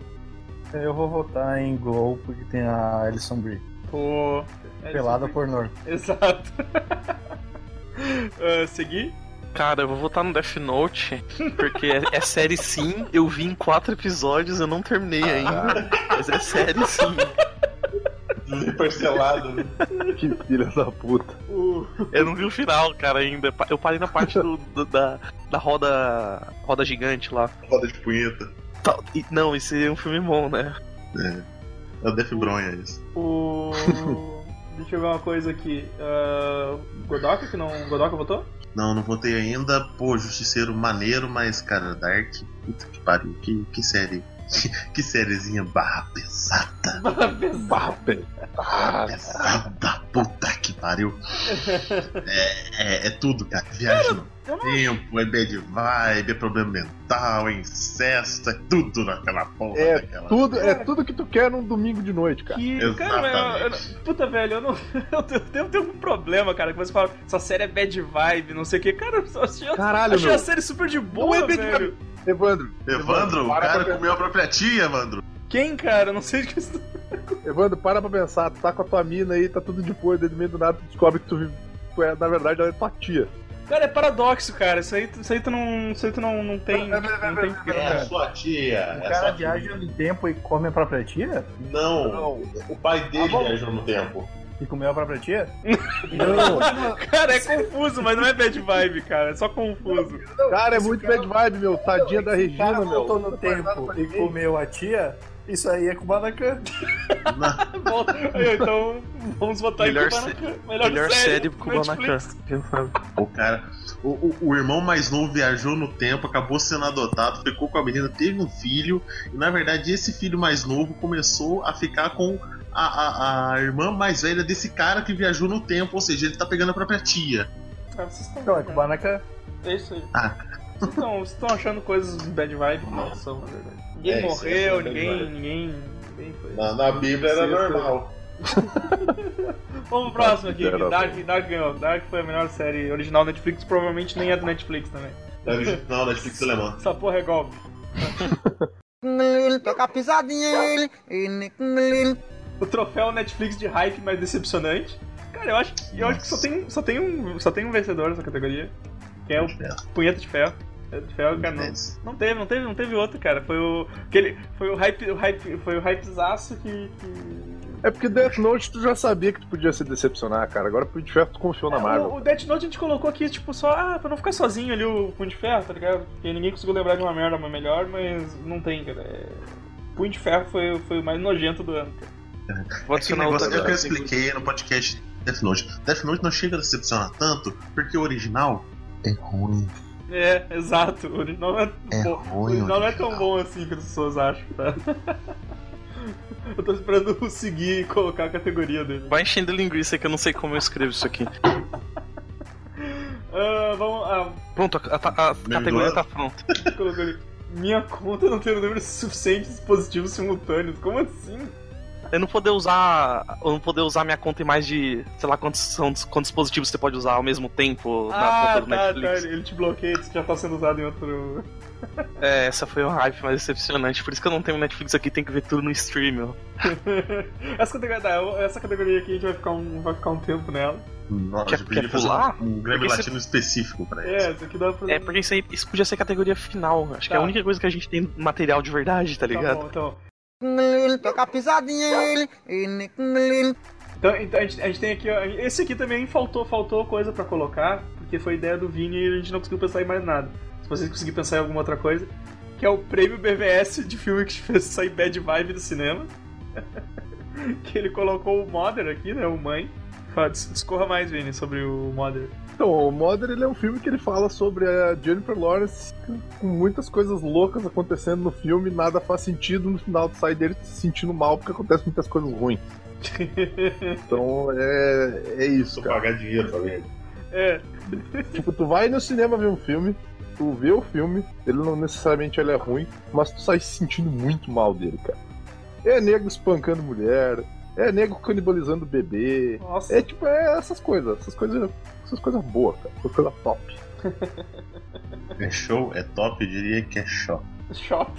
Speaker 8: Eu vou votar em Glow porque tem a Alison Brie.
Speaker 2: Pô. é,
Speaker 8: Pelada
Speaker 2: isso-
Speaker 8: pornô.
Speaker 2: Exato. Ah, seguir?
Speaker 4: Cara, eu vou votar no Death Note, porque é, é série sim, eu vi em quatro episódios, eu não terminei ainda.
Speaker 2: Ah.
Speaker 4: Mas é série sim.
Speaker 5: Parcelado.
Speaker 6: Que filha da puta.
Speaker 2: O...
Speaker 4: Eu não vi o final, cara, ainda. Pa- Eu parei na parte do, do- da, da roda. roda gigante lá.
Speaker 5: Roda de punheta.
Speaker 4: Tá, e- Não, esse é um filme bom, né?
Speaker 5: É o Def Bronha, é isso.
Speaker 2: O. Deixa eu ver uma coisa aqui. Ah, Godoka que não. Godoka votou?
Speaker 5: Não, não votei ainda. Pô, Justiceiro maneiro, mas, cara, Dark. Puta que pariu. Que, que série. Que sériezinha barra pesada.
Speaker 6: Pape. Ah,
Speaker 5: Pesada. Puta que pariu. É, é, é tudo, cara. Viagem no tempo, é bad vibe, é problema mental, é incesto, é tudo naquela porra
Speaker 6: É
Speaker 5: daquela.
Speaker 6: Tudo, é tudo que tu quer num domingo de noite, cara.
Speaker 2: Que. Cara, eu-
Speaker 5: Exatamente.
Speaker 2: eu- puta velho, eu não. Eu devo ter algum problema, cara. Que você fala, essa série é bad vibe, não sei o que. Cara, eu só achei,
Speaker 6: Caralho,
Speaker 2: achei a
Speaker 6: meu.
Speaker 2: série super de boa,
Speaker 6: é bad
Speaker 2: velho.
Speaker 6: Evandro,
Speaker 5: Evandro, o
Speaker 6: Para
Speaker 5: cara
Speaker 6: pra
Speaker 5: comeu a própria tia, Evandro.
Speaker 2: Quem, cara? Eu Não sei de que tá- isso.
Speaker 6: Evandro, para pra pensar. Tu tá com a tua mina aí, tá tudo de boa, daí do meio do nada tu descobre que tu vive. tu é- Na verdade, ela é tua tia.
Speaker 2: Cara, é paradoxo, cara. Isso aí, tu- isso aí tu não. Isso aí tu não, não tem. Não tem
Speaker 6: É.
Speaker 2: porquê, cara.
Speaker 5: É sua tia.
Speaker 8: O cara viaja no tempo e come a própria tia?
Speaker 5: Não, o pai dele
Speaker 6: Tá
Speaker 5: viajou no tempo.
Speaker 8: E comeu a própria tia?
Speaker 6: Não,
Speaker 2: Cara, é confuso, mas não é bad vibe, cara. É só confuso.
Speaker 6: Cara, é
Speaker 8: Esse
Speaker 6: muito
Speaker 8: cara-
Speaker 6: bad vibe, meu. Tadinha da
Speaker 8: O cara
Speaker 6: Regina, meu.
Speaker 8: voltou no tempo e comeu a tia? Isso aí é Kubanacan.
Speaker 2: Bom, aí, então, vamos votar
Speaker 4: Melhor
Speaker 2: em Kubanacan. Melhor,
Speaker 4: Melhor série do Kubanacan.
Speaker 2: Netflix.
Speaker 5: O cara. O, o, o irmão mais novo viajou no tempo, acabou sendo adotado, ficou com a menina, teve um filho, e na verdade esse filho mais novo começou a ficar com a, a, a irmã mais velha desse cara que viajou no tempo, ou seja, ele tá pegando a própria tia.
Speaker 2: Cara, vocês estão.
Speaker 8: Então é Kubanacan.
Speaker 2: É isso aí.
Speaker 5: Ah.
Speaker 2: Vocês estão- vocês estão achando coisas bad vibe que não são, na verdade. Ninguém
Speaker 5: É, isso,
Speaker 2: morreu,
Speaker 5: isso é bad
Speaker 2: ninguém,
Speaker 5: vibe.
Speaker 2: ninguém. Ninguém foi.
Speaker 5: na Bíblia
Speaker 6: era normal.
Speaker 2: Vamos pro próximo aqui.
Speaker 6: Era
Speaker 2: Dark, Dark ganhou. Dark foi a melhor série original Netflix, provavelmente nem é do Netflix também.
Speaker 5: Na original Netflix alemã.
Speaker 2: Essa porra é golpe.
Speaker 7: Toca a pisadinha.
Speaker 2: O troféu Netflix de hype mais decepcionante. Cara, eu acho, que- eu acho que só tem, só, tem um, só tem um vencedor nessa categoria. Que é o Punheta de Ferro. Punheta de Ferro,
Speaker 5: é
Speaker 2: cara, não, Não teve, não teve, não teve outro, cara. Foi o. Aquele, foi o hype. O hype foi o hypezaço que. que-
Speaker 6: É porque Death Note tu já sabia que tu podia se decepcionar, cara. Agora pro de ferro tu confiou
Speaker 8: É,
Speaker 6: na
Speaker 2: O,
Speaker 6: Marvel.
Speaker 2: É, o Death Note a gente colocou aqui, tipo, só. Ah, pra não ficar sozinho ali o Punho de Ferro, tá ligado? Porque ninguém conseguiu lembrar de uma merda mas melhor, mas não tem, cara. É... Punho de Ferro foi, foi o mais nojento do ano, cara.
Speaker 4: Vou
Speaker 5: É que
Speaker 4: adicionar
Speaker 5: negócio
Speaker 4: outra
Speaker 5: que eu
Speaker 4: coisa.
Speaker 5: expliquei no podcast Death Note. Death Note não chega a decepcionar tanto, porque o original é ruim.
Speaker 2: É, exato. O original não é,
Speaker 5: É
Speaker 2: bom.
Speaker 5: ruim,
Speaker 2: o original não é tão
Speaker 5: original.
Speaker 2: bom assim que as pessoas acham, tá? Eu tô esperando o seguir e colocar a categoria dele.
Speaker 4: Vai enchendo linguiça que eu não sei como eu escrevo isso aqui.
Speaker 2: Ah, vamos. Ah,
Speaker 4: Pronto, a, a- a categoria tá pronta.
Speaker 2: colocou ali. Minha conta não tem o número suficiente de dispositivos simultâneos. Como assim?
Speaker 4: Eu não poder usar. Eu não poder usar minha conta em mais de. sei lá quantos, são, quantos dispositivos você pode usar ao mesmo tempo na
Speaker 2: Ah,
Speaker 4: conta
Speaker 2: tá,
Speaker 4: do Netflix.
Speaker 2: tá, ele te bloqueia, isso já tá sendo usado em outro.
Speaker 4: É, essa foi uma hype mais decepcionante. Por isso que eu não tenho Netflix aqui, tem que ver tudo no stream, ó.
Speaker 2: essa, categoria, tá, eu- essa categoria aqui a gente vai ficar um, vai ficar um tempo nela.
Speaker 5: Nossa,
Speaker 4: Quer-
Speaker 5: eu queria
Speaker 4: quer
Speaker 5: fazer
Speaker 4: pular?
Speaker 5: um, um Grammy
Speaker 4: Porque
Speaker 5: Latino específico pra
Speaker 2: É,
Speaker 5: isso.
Speaker 2: isso aqui dá pra.
Speaker 4: É, porque isso, aí, isso podia ser categoria final. Acho que é a
Speaker 2: Tá.
Speaker 4: única coisa que a gente tem material de verdade,
Speaker 2: tá
Speaker 4: tá ligado?
Speaker 2: bom, então.
Speaker 7: Toca pisadinha.
Speaker 2: Então, então, a, gente, a gente tem aqui, ó, esse aqui também faltou, faltou coisa pra colocar, porque foi ideia do Vini e a gente não conseguiu pensar em mais nada. Se vocês conseguirem pensar em alguma outra coisa, que é o prêmio BVS de filme que te fez sair bad vibe do cinema. que ele colocou o Mother aqui, né, o Mãe. Fala, dis- Discorra mais, Vini, sobre o Mother.
Speaker 6: Então, o Mother ele é um filme que ele fala sobre a Jennifer Lawrence com muitas coisas loucas acontecendo no filme, nada faz sentido, no final tu sai dele se sentindo mal porque acontecem muitas coisas ruins. Então é, é
Speaker 5: Preciso
Speaker 6: isso, cara.
Speaker 5: pagar dinheiro pra ver.
Speaker 2: É,
Speaker 6: Tipo, tu vai no cinema ver um filme, tu vê o filme, ele não necessariamente ele é ruim, mas tu sai se sentindo muito mal dele, cara. É nego espancando mulher, é nego canibalizando bebê,
Speaker 2: nossa.
Speaker 6: é tipo, é essas coisas, essas coisas, essas coisas boas, cara, essas coisas top.
Speaker 5: É show, é top, eu diria que é show.
Speaker 2: Shop.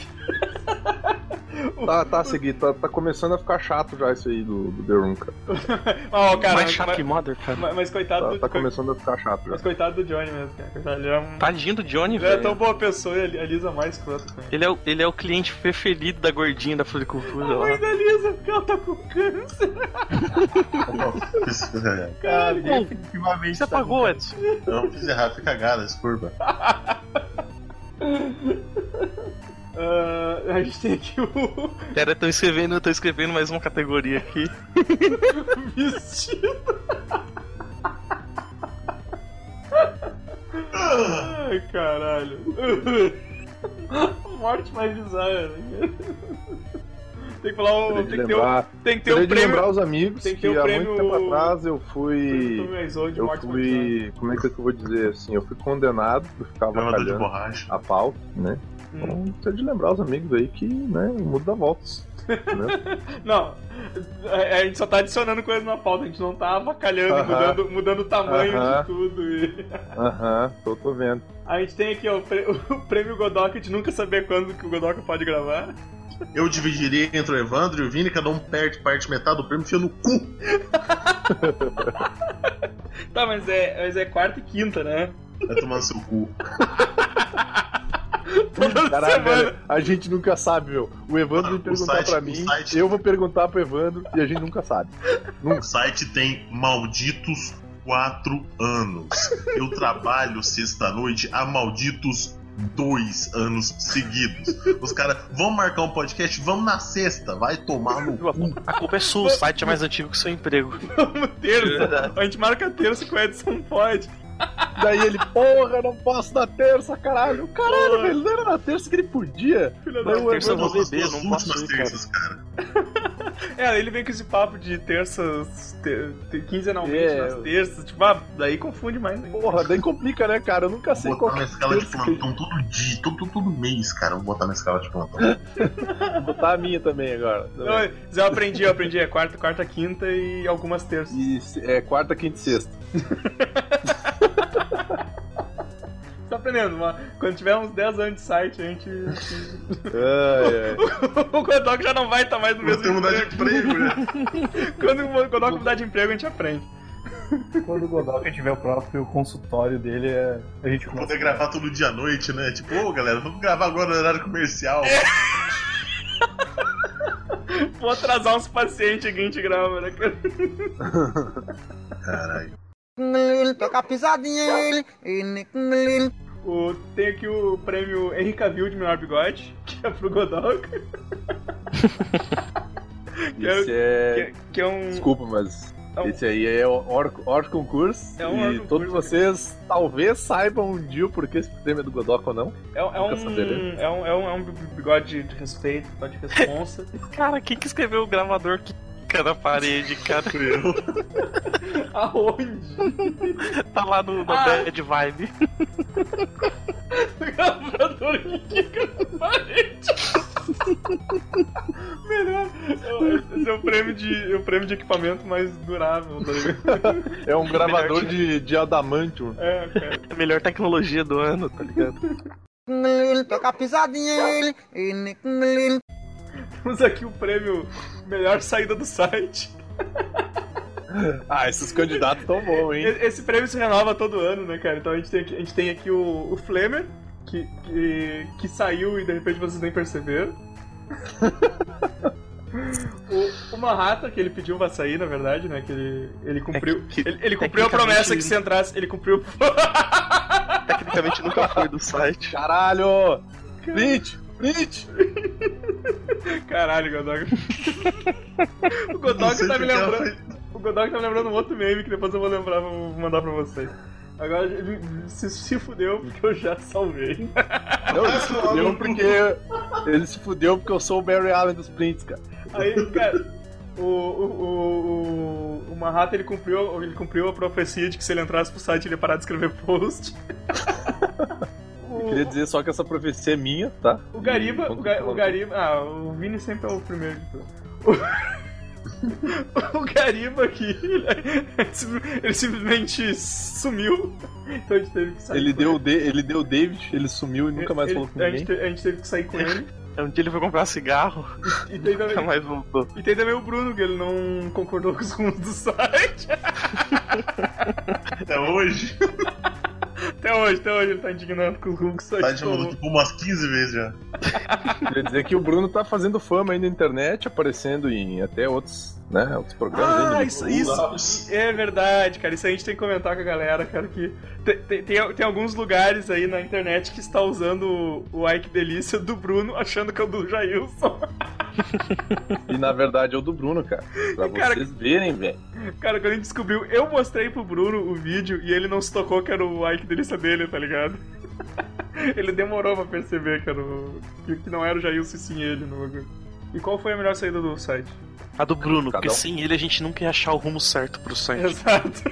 Speaker 6: Tá, tá, segui, tá, tá começando a ficar chato já isso aí do, do The Room, cara.
Speaker 2: Ó, cara,
Speaker 4: mais
Speaker 2: mas,
Speaker 4: chato que Mother, cara.
Speaker 2: mas- mas coitado
Speaker 6: Tá,
Speaker 2: do
Speaker 6: tá começando a ficar chato já.
Speaker 2: mas coitado do Johnny mesmo, cara. Coitado, Ele é, um,
Speaker 4: Tadinho do Tá Johnny,
Speaker 2: ele é
Speaker 4: velho.
Speaker 2: tão boa pessoa e a a Lisa é mais escrota também.
Speaker 4: Ele é, o, ele é o cliente preferido da gordinha da floricultura
Speaker 6: é
Speaker 2: A
Speaker 4: lá.
Speaker 2: mãe da Lisa, porque ela tá com câncer.
Speaker 5: É,
Speaker 2: Caralho,
Speaker 8: Definitivamente
Speaker 4: Você
Speaker 8: tá
Speaker 4: apagou, Edson.
Speaker 5: Não, fiz errado, fui cagada, desculpa.
Speaker 2: Ah, a gente tem aqui o
Speaker 4: Pera, eu tô escrevendo, eu tô escrevendo mais uma categoria aqui.
Speaker 2: vestido. Ai, caralho. Morte mais bizarra, né? Tem que falar o.
Speaker 6: Queria
Speaker 2: Tem que
Speaker 6: de
Speaker 2: ter o,
Speaker 6: lembrar,
Speaker 2: tem que ter
Speaker 6: queria
Speaker 2: o
Speaker 6: de
Speaker 2: prêmio.
Speaker 6: lembrar os amigos
Speaker 2: tem que
Speaker 6: que,
Speaker 2: ter o
Speaker 6: há
Speaker 2: prêmio-
Speaker 6: muito tempo atrás eu
Speaker 2: prêmio
Speaker 6: fui.
Speaker 2: Tommy Wiseau de
Speaker 6: Eu
Speaker 2: morte mais bizarra.
Speaker 6: fui. Como é que eu vou dizer assim? Eu fui condenado por ficar
Speaker 5: Gravador de
Speaker 6: avacalhando
Speaker 5: borracha.
Speaker 6: a pau, né?
Speaker 2: Hum.
Speaker 6: Então precisa de lembrar os amigos aí que, né, o mundo dá voltas. Né?
Speaker 2: Não, a a gente só tá adicionando coisa na pauta, a gente não tá avacalhando, e
Speaker 6: Aham.
Speaker 2: mudando, mudando o tamanho
Speaker 6: Aham.
Speaker 2: de tudo. e-
Speaker 6: Aham, tô, tô vendo.
Speaker 2: A gente tem aqui ó, o, prê- o prêmio Godok de nunca saber quando que o Godok pode gravar.
Speaker 5: Eu dividiria entre o Evandro e o Vini, cada um perde parte metade do prêmio, fio no cu.
Speaker 2: Tá, mas é, mas é quarta e quinta, né?
Speaker 5: Vai tomar no seu cu.
Speaker 2: Toda
Speaker 6: Caralho,
Speaker 2: semana.
Speaker 6: velho, a gente nunca sabe, meu. O
Speaker 5: Cara, Ah, o
Speaker 6: Evandro vai perguntar
Speaker 5: site-
Speaker 6: pra
Speaker 5: o
Speaker 6: mim,
Speaker 5: site-
Speaker 6: eu vou perguntar pro Evandro e a gente nunca sabe.
Speaker 5: O site tem malditos quatro anos. Eu trabalho sexta-noite há malditos dois anos seguidos. Os caras, vamos marcar um podcast? Vamos na sexta, vai tomar no cu.
Speaker 4: A culpa é sua, o site é mais antigo que o seu emprego.
Speaker 2: Terça. A gente marca terça com o Edson pode.
Speaker 6: Daí ele, porra, não posso na terça, caralho. Caralho, velho, não era na terça que ele podia.
Speaker 2: Filha da
Speaker 6: Daí o
Speaker 4: terça eu
Speaker 6: Evandro,
Speaker 4: vou beber,
Speaker 5: As
Speaker 4: não
Speaker 5: duas
Speaker 4: posso
Speaker 5: últimas
Speaker 4: ir, cara.
Speaker 5: terças, cara.
Speaker 2: É, ele vem com esse papo de terças, te, te, quinzenalmente
Speaker 6: É.
Speaker 2: nas terças, tipo, ah, daí confunde mais ainda.
Speaker 6: porra, daí complica, né, cara? Eu nunca sei
Speaker 5: Vou
Speaker 6: qual
Speaker 5: botar
Speaker 6: que
Speaker 5: na
Speaker 6: é
Speaker 5: escala de
Speaker 6: terça que
Speaker 5: plantão todo dia, todo, todo mês, cara. Vou botar na escala de plantão.
Speaker 6: eu vou botar a minha também agora.
Speaker 2: Não, mas eu aprendi, eu aprendi. É quarta, quarta, quinta e algumas terças.
Speaker 6: E se- é quarta, quinta e sexta.
Speaker 2: Tá aprendendo, mas quando tiver uns 10 anos de site, a gente.
Speaker 6: Ai, ai.
Speaker 2: o Godok já não vai estar mais no
Speaker 5: Vou
Speaker 2: mesmo
Speaker 5: ter mudar de
Speaker 2: emprego.
Speaker 5: emprego, né?
Speaker 2: Quando o Godok mudar de emprego, a gente aprende.
Speaker 8: Quando o Godoka tiver o próprio consultório dele, é- a gente
Speaker 5: Vou poder gravar todo dia à noite, né? Tipo, ô galera, vamos gravar agora no horário comercial.
Speaker 2: É, Vou atrasar uns pacientes aqui, a gente grava, né, cara?
Speaker 5: Caralho.
Speaker 7: Toca pisadinha.
Speaker 2: O, tem aqui o prêmio Henry Cavill de melhor bigode, que é pro Godok,
Speaker 6: Esse é.
Speaker 2: que, que é um.
Speaker 6: Desculpa, mas.
Speaker 2: É um-
Speaker 6: Esse aí é Or, or Concurso.
Speaker 2: É um
Speaker 6: e
Speaker 2: Or
Speaker 6: todos
Speaker 2: Concurso,
Speaker 6: vocês talvez saibam um dia o porquê esse prêmio é do Godoc ou não.
Speaker 2: É, é um,
Speaker 6: Nunca saberei.
Speaker 2: é, um, é, um, é um bigode de respeito, bigode de responsa.
Speaker 4: Cara, quem que escreveu o gravador que fica na parede, cara?
Speaker 2: Aonde?
Speaker 4: Tá lá no, no
Speaker 2: Ah.
Speaker 4: Bad Vibe.
Speaker 2: O gravador que fica na parede. Melhor. Eu, eu, é o prêmio de, o prêmio de equipamento mais durável, tá ligado?
Speaker 6: É um gravador de, de adamantium.
Speaker 2: É, cara.
Speaker 4: A melhor tecnologia do ano, tá ligado?
Speaker 7: Toca a pisadinha,
Speaker 2: Temos aqui o prêmio melhor saída do site.
Speaker 6: Ah, esses candidatos estão bons,
Speaker 2: E-
Speaker 6: hein?
Speaker 2: Esse prêmio se renova todo ano, né, cara? Então a gente tem aqui, a gente tem aqui o, o Flemer, que, que, que saiu e de repente vocês nem perceberam. o, o Manhattan, que ele pediu pra sair, na verdade, né? Que ele, ele cumpriu.
Speaker 4: que-
Speaker 2: ele, ele cumpriu a
Speaker 4: tecnicamente-
Speaker 2: promessa que se entrasse. Ele cumpriu.
Speaker 4: Tecnicamente nunca foi do site.
Speaker 6: Caralho! Print! Print!
Speaker 2: Caralho, Godog. o
Speaker 5: Não
Speaker 2: Godog
Speaker 5: sei
Speaker 2: tá me
Speaker 5: porque ela
Speaker 2: lembrando.
Speaker 5: foi-
Speaker 2: O Godog tá me lembrando um outro meme que depois eu vou lembrar, vou mandar pra vocês. Agora ele se, se fudeu porque eu já salvei.
Speaker 6: Não, ele se fudeu porque. Ele se fudeu porque eu sou o Barry Allen dos prints, cara.
Speaker 2: Aí, cara, o, o, o, o, o Manhattan ele cumpriu, ele cumpriu a profecia de que se ele entrasse pro site ele ia parar de escrever post.
Speaker 6: Eu queria dizer só que essa profecia é minha, tá?
Speaker 2: O Gariba,
Speaker 6: E
Speaker 2: o, Ga-
Speaker 6: quando-
Speaker 2: o Gariba, ah, o Vini sempre é o primeiro de tudo. O, o Gariba aqui, ele, ele simplesmente sumiu, então a gente teve que sair
Speaker 6: Ele
Speaker 2: com
Speaker 6: deu, o Da- ele deu o David, ele sumiu e nunca mais
Speaker 2: Ele-
Speaker 6: falou com
Speaker 2: a gente
Speaker 6: ninguém.
Speaker 2: te- A gente, teve que sair com ele.
Speaker 4: É Um dia ele foi comprar cigarro,
Speaker 2: E tem,
Speaker 4: nunca
Speaker 2: também,
Speaker 4: mais voltou.
Speaker 2: e tem também o Bruno, que ele não concordou com os rumos do site.
Speaker 5: Até É hoje.
Speaker 2: Até hoje, até hoje ele tá indignado com os rumos que o site
Speaker 5: Tá te mandou
Speaker 2: tomou.
Speaker 5: tipo umas 15 vezes já.
Speaker 6: Queria dizer que o Bruno tá fazendo fama aí na internet, aparecendo em até outros, né, outros programas. aí
Speaker 2: Ah,
Speaker 6: no
Speaker 2: isso,
Speaker 6: YouTube.
Speaker 2: isso é verdade, cara. Isso aí a gente tem que comentar com a galera, cara, que tem, tem, tem, tem alguns lugares aí na internet que está usando o, o Ike Delícia do Bruno, achando que é o do Jailson.
Speaker 6: E na verdade é o do Bruno, cara. Pra
Speaker 2: Cara,
Speaker 6: vocês verem, velho.
Speaker 2: Cara, quando a gente descobriu, eu mostrei pro Bruno o vídeo e ele não se tocou que era o Ike Delícia dele, tá ligado? ele demorou pra perceber que, era o, que, que não era o Jailson e sim ele no bagulho. E qual foi a melhor saída do site?
Speaker 4: A do Bruno,
Speaker 6: Cada
Speaker 4: porque
Speaker 6: um.
Speaker 4: sem ele a gente nunca ia achar o rumo certo pro site.
Speaker 2: Exato.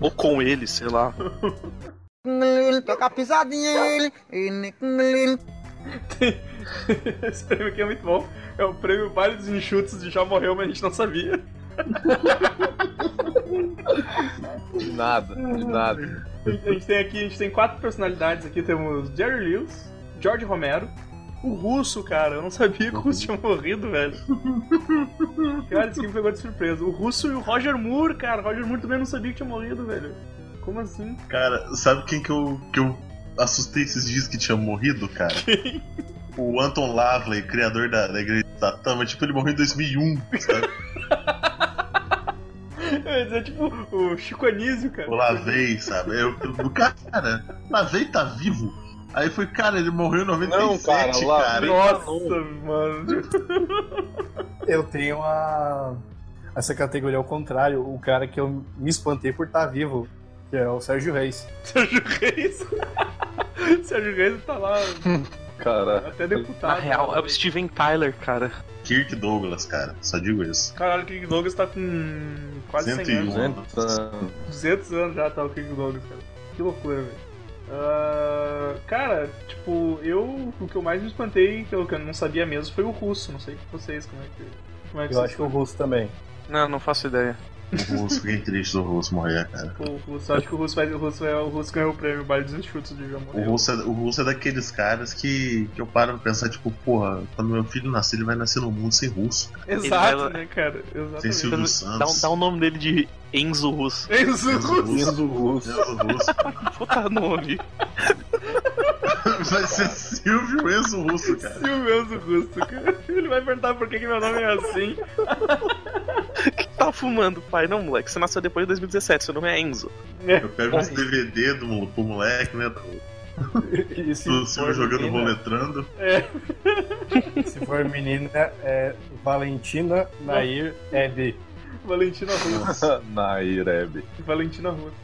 Speaker 4: Ou com ele, sei lá.
Speaker 7: toca a pisadinha,
Speaker 2: Esse prêmio aqui é muito bom. É o prêmio Vale dos Enxutos de Já Morreu, mas a gente não sabia.
Speaker 6: De nada, de nada.
Speaker 2: A gente tem aqui, a gente tem quatro personalidades aqui. Temos Jerry Lewis, George Romero, o Russo, cara. Eu não sabia que o Russo tinha morrido, velho. Cara, isso aqui me pegou de surpresa. O Russo e o Roger Moore, cara. O Roger Moore também não sabia que tinha morrido, velho. Como assim?
Speaker 5: Cara, sabe quem que eu, que eu assustei esses dias que tinha morrido, cara? O Anton Lavley, criador da, da igreja de Satã, mas tipo, ele morreu em 2001, sabe?
Speaker 2: Eu ia dizer, tipo, o Chico Anísio, cara.
Speaker 5: Eu lavei, sabe? Eu, eu- cara, lavei tá vivo. Aí foi, cara, ele morreu em 97,
Speaker 6: Não, cara,
Speaker 5: cara.
Speaker 2: Nossa, mano.
Speaker 8: Eu tenho a. Essa categoria ao contrário, o cara que eu me espantei por estar vivo, que é o Sérgio Reis.
Speaker 2: Sérgio Reis. Sérgio Reis tá lá,
Speaker 6: Cara,
Speaker 2: até deputado.
Speaker 4: Na real, é o Steven Tyler, cara.
Speaker 5: Kirk Douglas, cara, só digo isso.
Speaker 2: Caralho, o King Douglas tá com quase 100 anos.
Speaker 5: 101.
Speaker 2: né?
Speaker 6: 200 anos.
Speaker 2: 200 anos já tá o King Douglas, cara. Que loucura, velho. Ah, cara, tipo, eu. O que eu mais me espantei, que eu, que eu não sabia mesmo, foi o russo. Não sei com vocês como é que. Como é que
Speaker 8: Eu acho que o Russo também.
Speaker 4: Não, não faço ideia.
Speaker 5: O Russo, fiquei triste do Russo morrer, cara.
Speaker 2: o russo. Eu acho que o russo, vai, o russo, vai, o russo ganhou o prêmio Baile dos Enxutos de Jamor.
Speaker 5: O Russo, é, o Russo é daqueles caras que, que eu paro pra pensar, tipo, porra, quando meu filho nascer, ele vai nascer num mundo sem russo, cara.
Speaker 2: Exato,
Speaker 4: Ele vai-
Speaker 2: né, cara?
Speaker 5: sem
Speaker 2: Exatamente.
Speaker 5: Silvio
Speaker 4: Dá, um,
Speaker 5: Santos.
Speaker 4: dá o nome dele de Enzo Russo.
Speaker 2: É isso,
Speaker 5: Deus do
Speaker 2: russo.
Speaker 5: Russo.
Speaker 6: Enzo Russo.
Speaker 5: Deus do Russo.
Speaker 4: Puta nome.
Speaker 5: Vai ser Silvio Enzo Russo, cara.
Speaker 2: Silvio Russo, cara. Ele vai perguntar por que, que meu nome é assim.
Speaker 4: Que tá fumando, pai? Não, moleque, você nasceu depois de 2017, seu nome é Enzo.
Speaker 5: Eu pego esse DVD do, mo- pro moleque, né? Do,
Speaker 8: Esse
Speaker 5: do Silvio jogando roletrando.
Speaker 8: Se for menina, é Valentina Nair Ed.
Speaker 2: Valentina Russo.
Speaker 6: Naireb.
Speaker 2: Valentina Russo.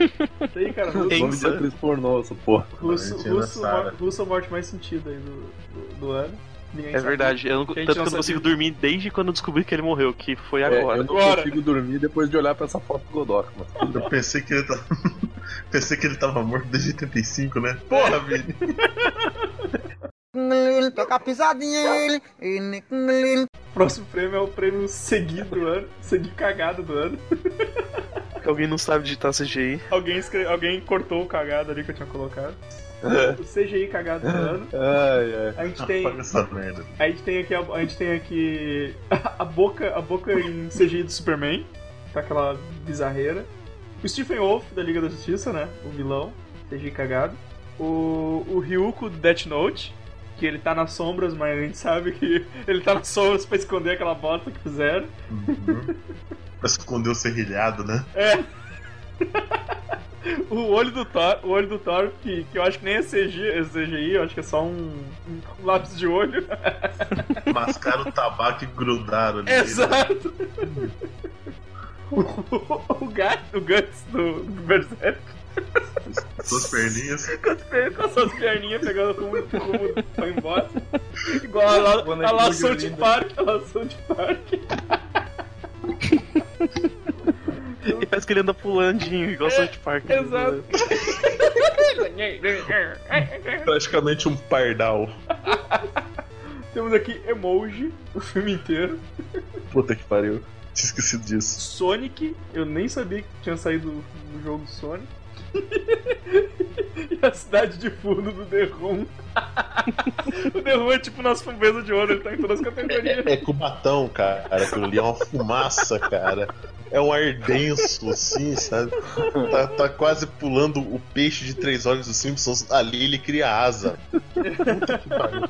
Speaker 2: Isso aí, cara. Russo,
Speaker 6: Nome de
Speaker 4: Enzo.
Speaker 6: atriz pornô, essa porra.
Speaker 2: Russo,
Speaker 5: Valentina
Speaker 2: russo,
Speaker 5: Sara.
Speaker 2: mor- russo é o morte mais sentido aí do, do, do ano. Ninguém
Speaker 4: É
Speaker 2: sabe.
Speaker 4: verdade. Eu não,
Speaker 2: Gente,
Speaker 4: tanto que eu
Speaker 2: não
Speaker 4: não
Speaker 2: sabia.
Speaker 4: consigo dormir desde quando eu descobri que ele morreu, que foi
Speaker 6: É,
Speaker 4: agora.
Speaker 6: eu não
Speaker 2: Agora.
Speaker 6: consigo dormir depois de olhar pra essa foto do Godoc, mano.
Speaker 5: Eu pensei que ele tá- tava. pensei que ele tava morto desde 85, né? Porra, Vini!
Speaker 7: ele toca a pisadinha, ele, ele, ele.
Speaker 2: Próximo prêmio é o prêmio seguir do ano, seguir cagado do ano.
Speaker 4: Que alguém não sabe digitar CGI.
Speaker 2: Alguém, escre... Alguém cortou o cagado ali que eu tinha colocado. O CGI cagado do ano.
Speaker 6: Ai, ai.
Speaker 2: A gente tem,
Speaker 5: É. Apaga essa merda.
Speaker 2: a gente tem aqui, a, a gente tem aqui a, a boca, a boca em CGI do Superman, tá aquela bizarreira. O Stephen Wolf da Liga da Justiça, né? O vilão, CGI cagado. O, o Ryuko do Death Note, que ele tá nas sombras, mas a gente sabe que ele tá nas sombras pra esconder aquela bosta que fizeram.
Speaker 5: Uhum. Pra esconder o serrilhado, né?
Speaker 2: O olho do Thor, o olho do Thor que, que eu acho que nem é CGI, é CGI, eu acho que é só um, um lápis de olho.
Speaker 5: Mascaram o tabaco e grudaram né? ali.
Speaker 2: Exato! o, o, o Guts, o Guts do, do Berserk
Speaker 5: Suas perninhas.
Speaker 2: veio com as suas perninhas pegando rumo e rumo foi embora. Igual a, La- a La South Park, a La South Park.
Speaker 4: E parece que ele anda pulandinho, igual o South Park. né?
Speaker 2: Exato.
Speaker 5: Praticamente um pardal.
Speaker 2: Temos aqui Emoji, o filme inteiro.
Speaker 5: Puta que pariu. Tinha esquecido disso.
Speaker 2: Sonic, eu nem sabia que tinha saído o jogo Sonic. e a cidade de fundo do The Room. o The Room é tipo nosso fumbeza de ouro, ele tá em todas as categorias.
Speaker 5: É cubatão, cara. Aquilo ali é uma fumaça, cara. É um ar denso, assim, sabe? Tá, tá quase pulando o peixe de três olhos dos Simpsons. Ali ele cria asa. Puta que pariu.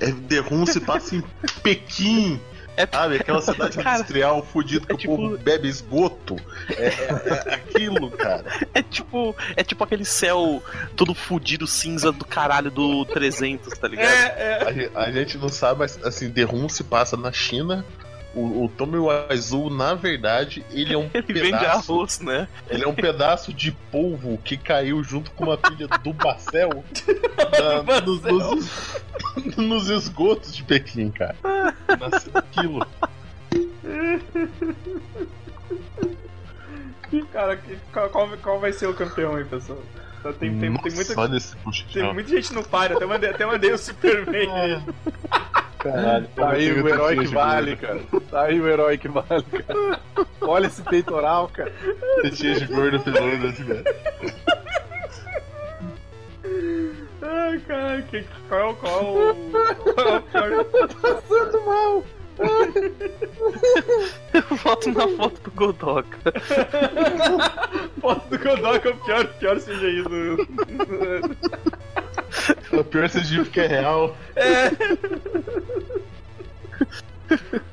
Speaker 5: É, The Room se passa em Pequim.
Speaker 4: É-
Speaker 5: Sabe, aquela cidade
Speaker 4: Cara,
Speaker 5: industrial fudida que
Speaker 4: é tipo-
Speaker 5: o povo bebe esgoto. É, é- é aquilo, cara.
Speaker 4: É tipo, é tipo aquele céu todo fudido cinza do caralho do 300, tá ligado?
Speaker 2: É, é.
Speaker 5: A, ge- a gente não sabe, mas assim, The Room se passa na China. O, o Tommy Wiseau, na verdade, ele é um
Speaker 4: Ele
Speaker 5: pedaço
Speaker 4: vende arroz, né?
Speaker 5: Ele é um pedaço de polvo que caiu junto com uma pilha do Bacel,
Speaker 2: Tá
Speaker 5: da- nos, nos- nos esgotos de Pequim, cara. Nasceu aquilo.
Speaker 2: Cara, que- qual, qual- qual vai ser o campeão aí, pessoal? Tá, Tem, tem,
Speaker 5: Nossa,
Speaker 2: tem, muita,
Speaker 5: olha esse puxa
Speaker 2: tem muita gente no páreo, até mandei, até mandei o Superman.
Speaker 6: Caralho, tá aí o herói que vale, cara. Tá aí o herói que vale, cara. Olha esse peitoral, cara.
Speaker 5: Tetinha de gordo pelando assim, velho.
Speaker 2: Ai, cara, que, qual, qual, qual é o pior
Speaker 6: Passando mal.
Speaker 4: Eu volto na foto do Godoka.
Speaker 2: foto do Godok? É o pior, pior CGI do,
Speaker 5: O pior sigilo que é real.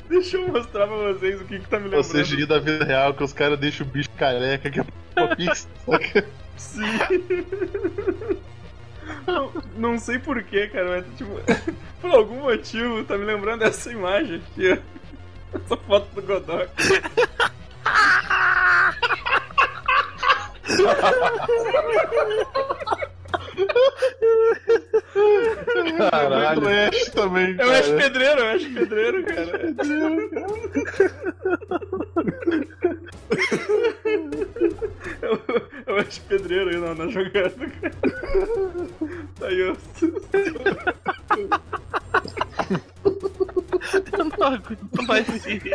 Speaker 2: Deixa eu mostrar pra vocês o que, que tá me
Speaker 5: É O
Speaker 2: lembrando.
Speaker 5: CGI da vida real, que os caras deixam o bicho careca, que é uma pizza.
Speaker 2: Sim. não, não sei porquê, cara, mas tipo, por algum motivo tá me lembrando dessa imagem aqui, ó. Essa foto do Godok.
Speaker 5: Caralho. O Ash também,
Speaker 2: Eu
Speaker 5: cara.
Speaker 2: acho é- pedreiro, eu acho pedreiro, cara. Eu, eu acho pedreiro aí na, na jogada, cara. Tá aí, ó.
Speaker 4: Eu não aguento mais isso.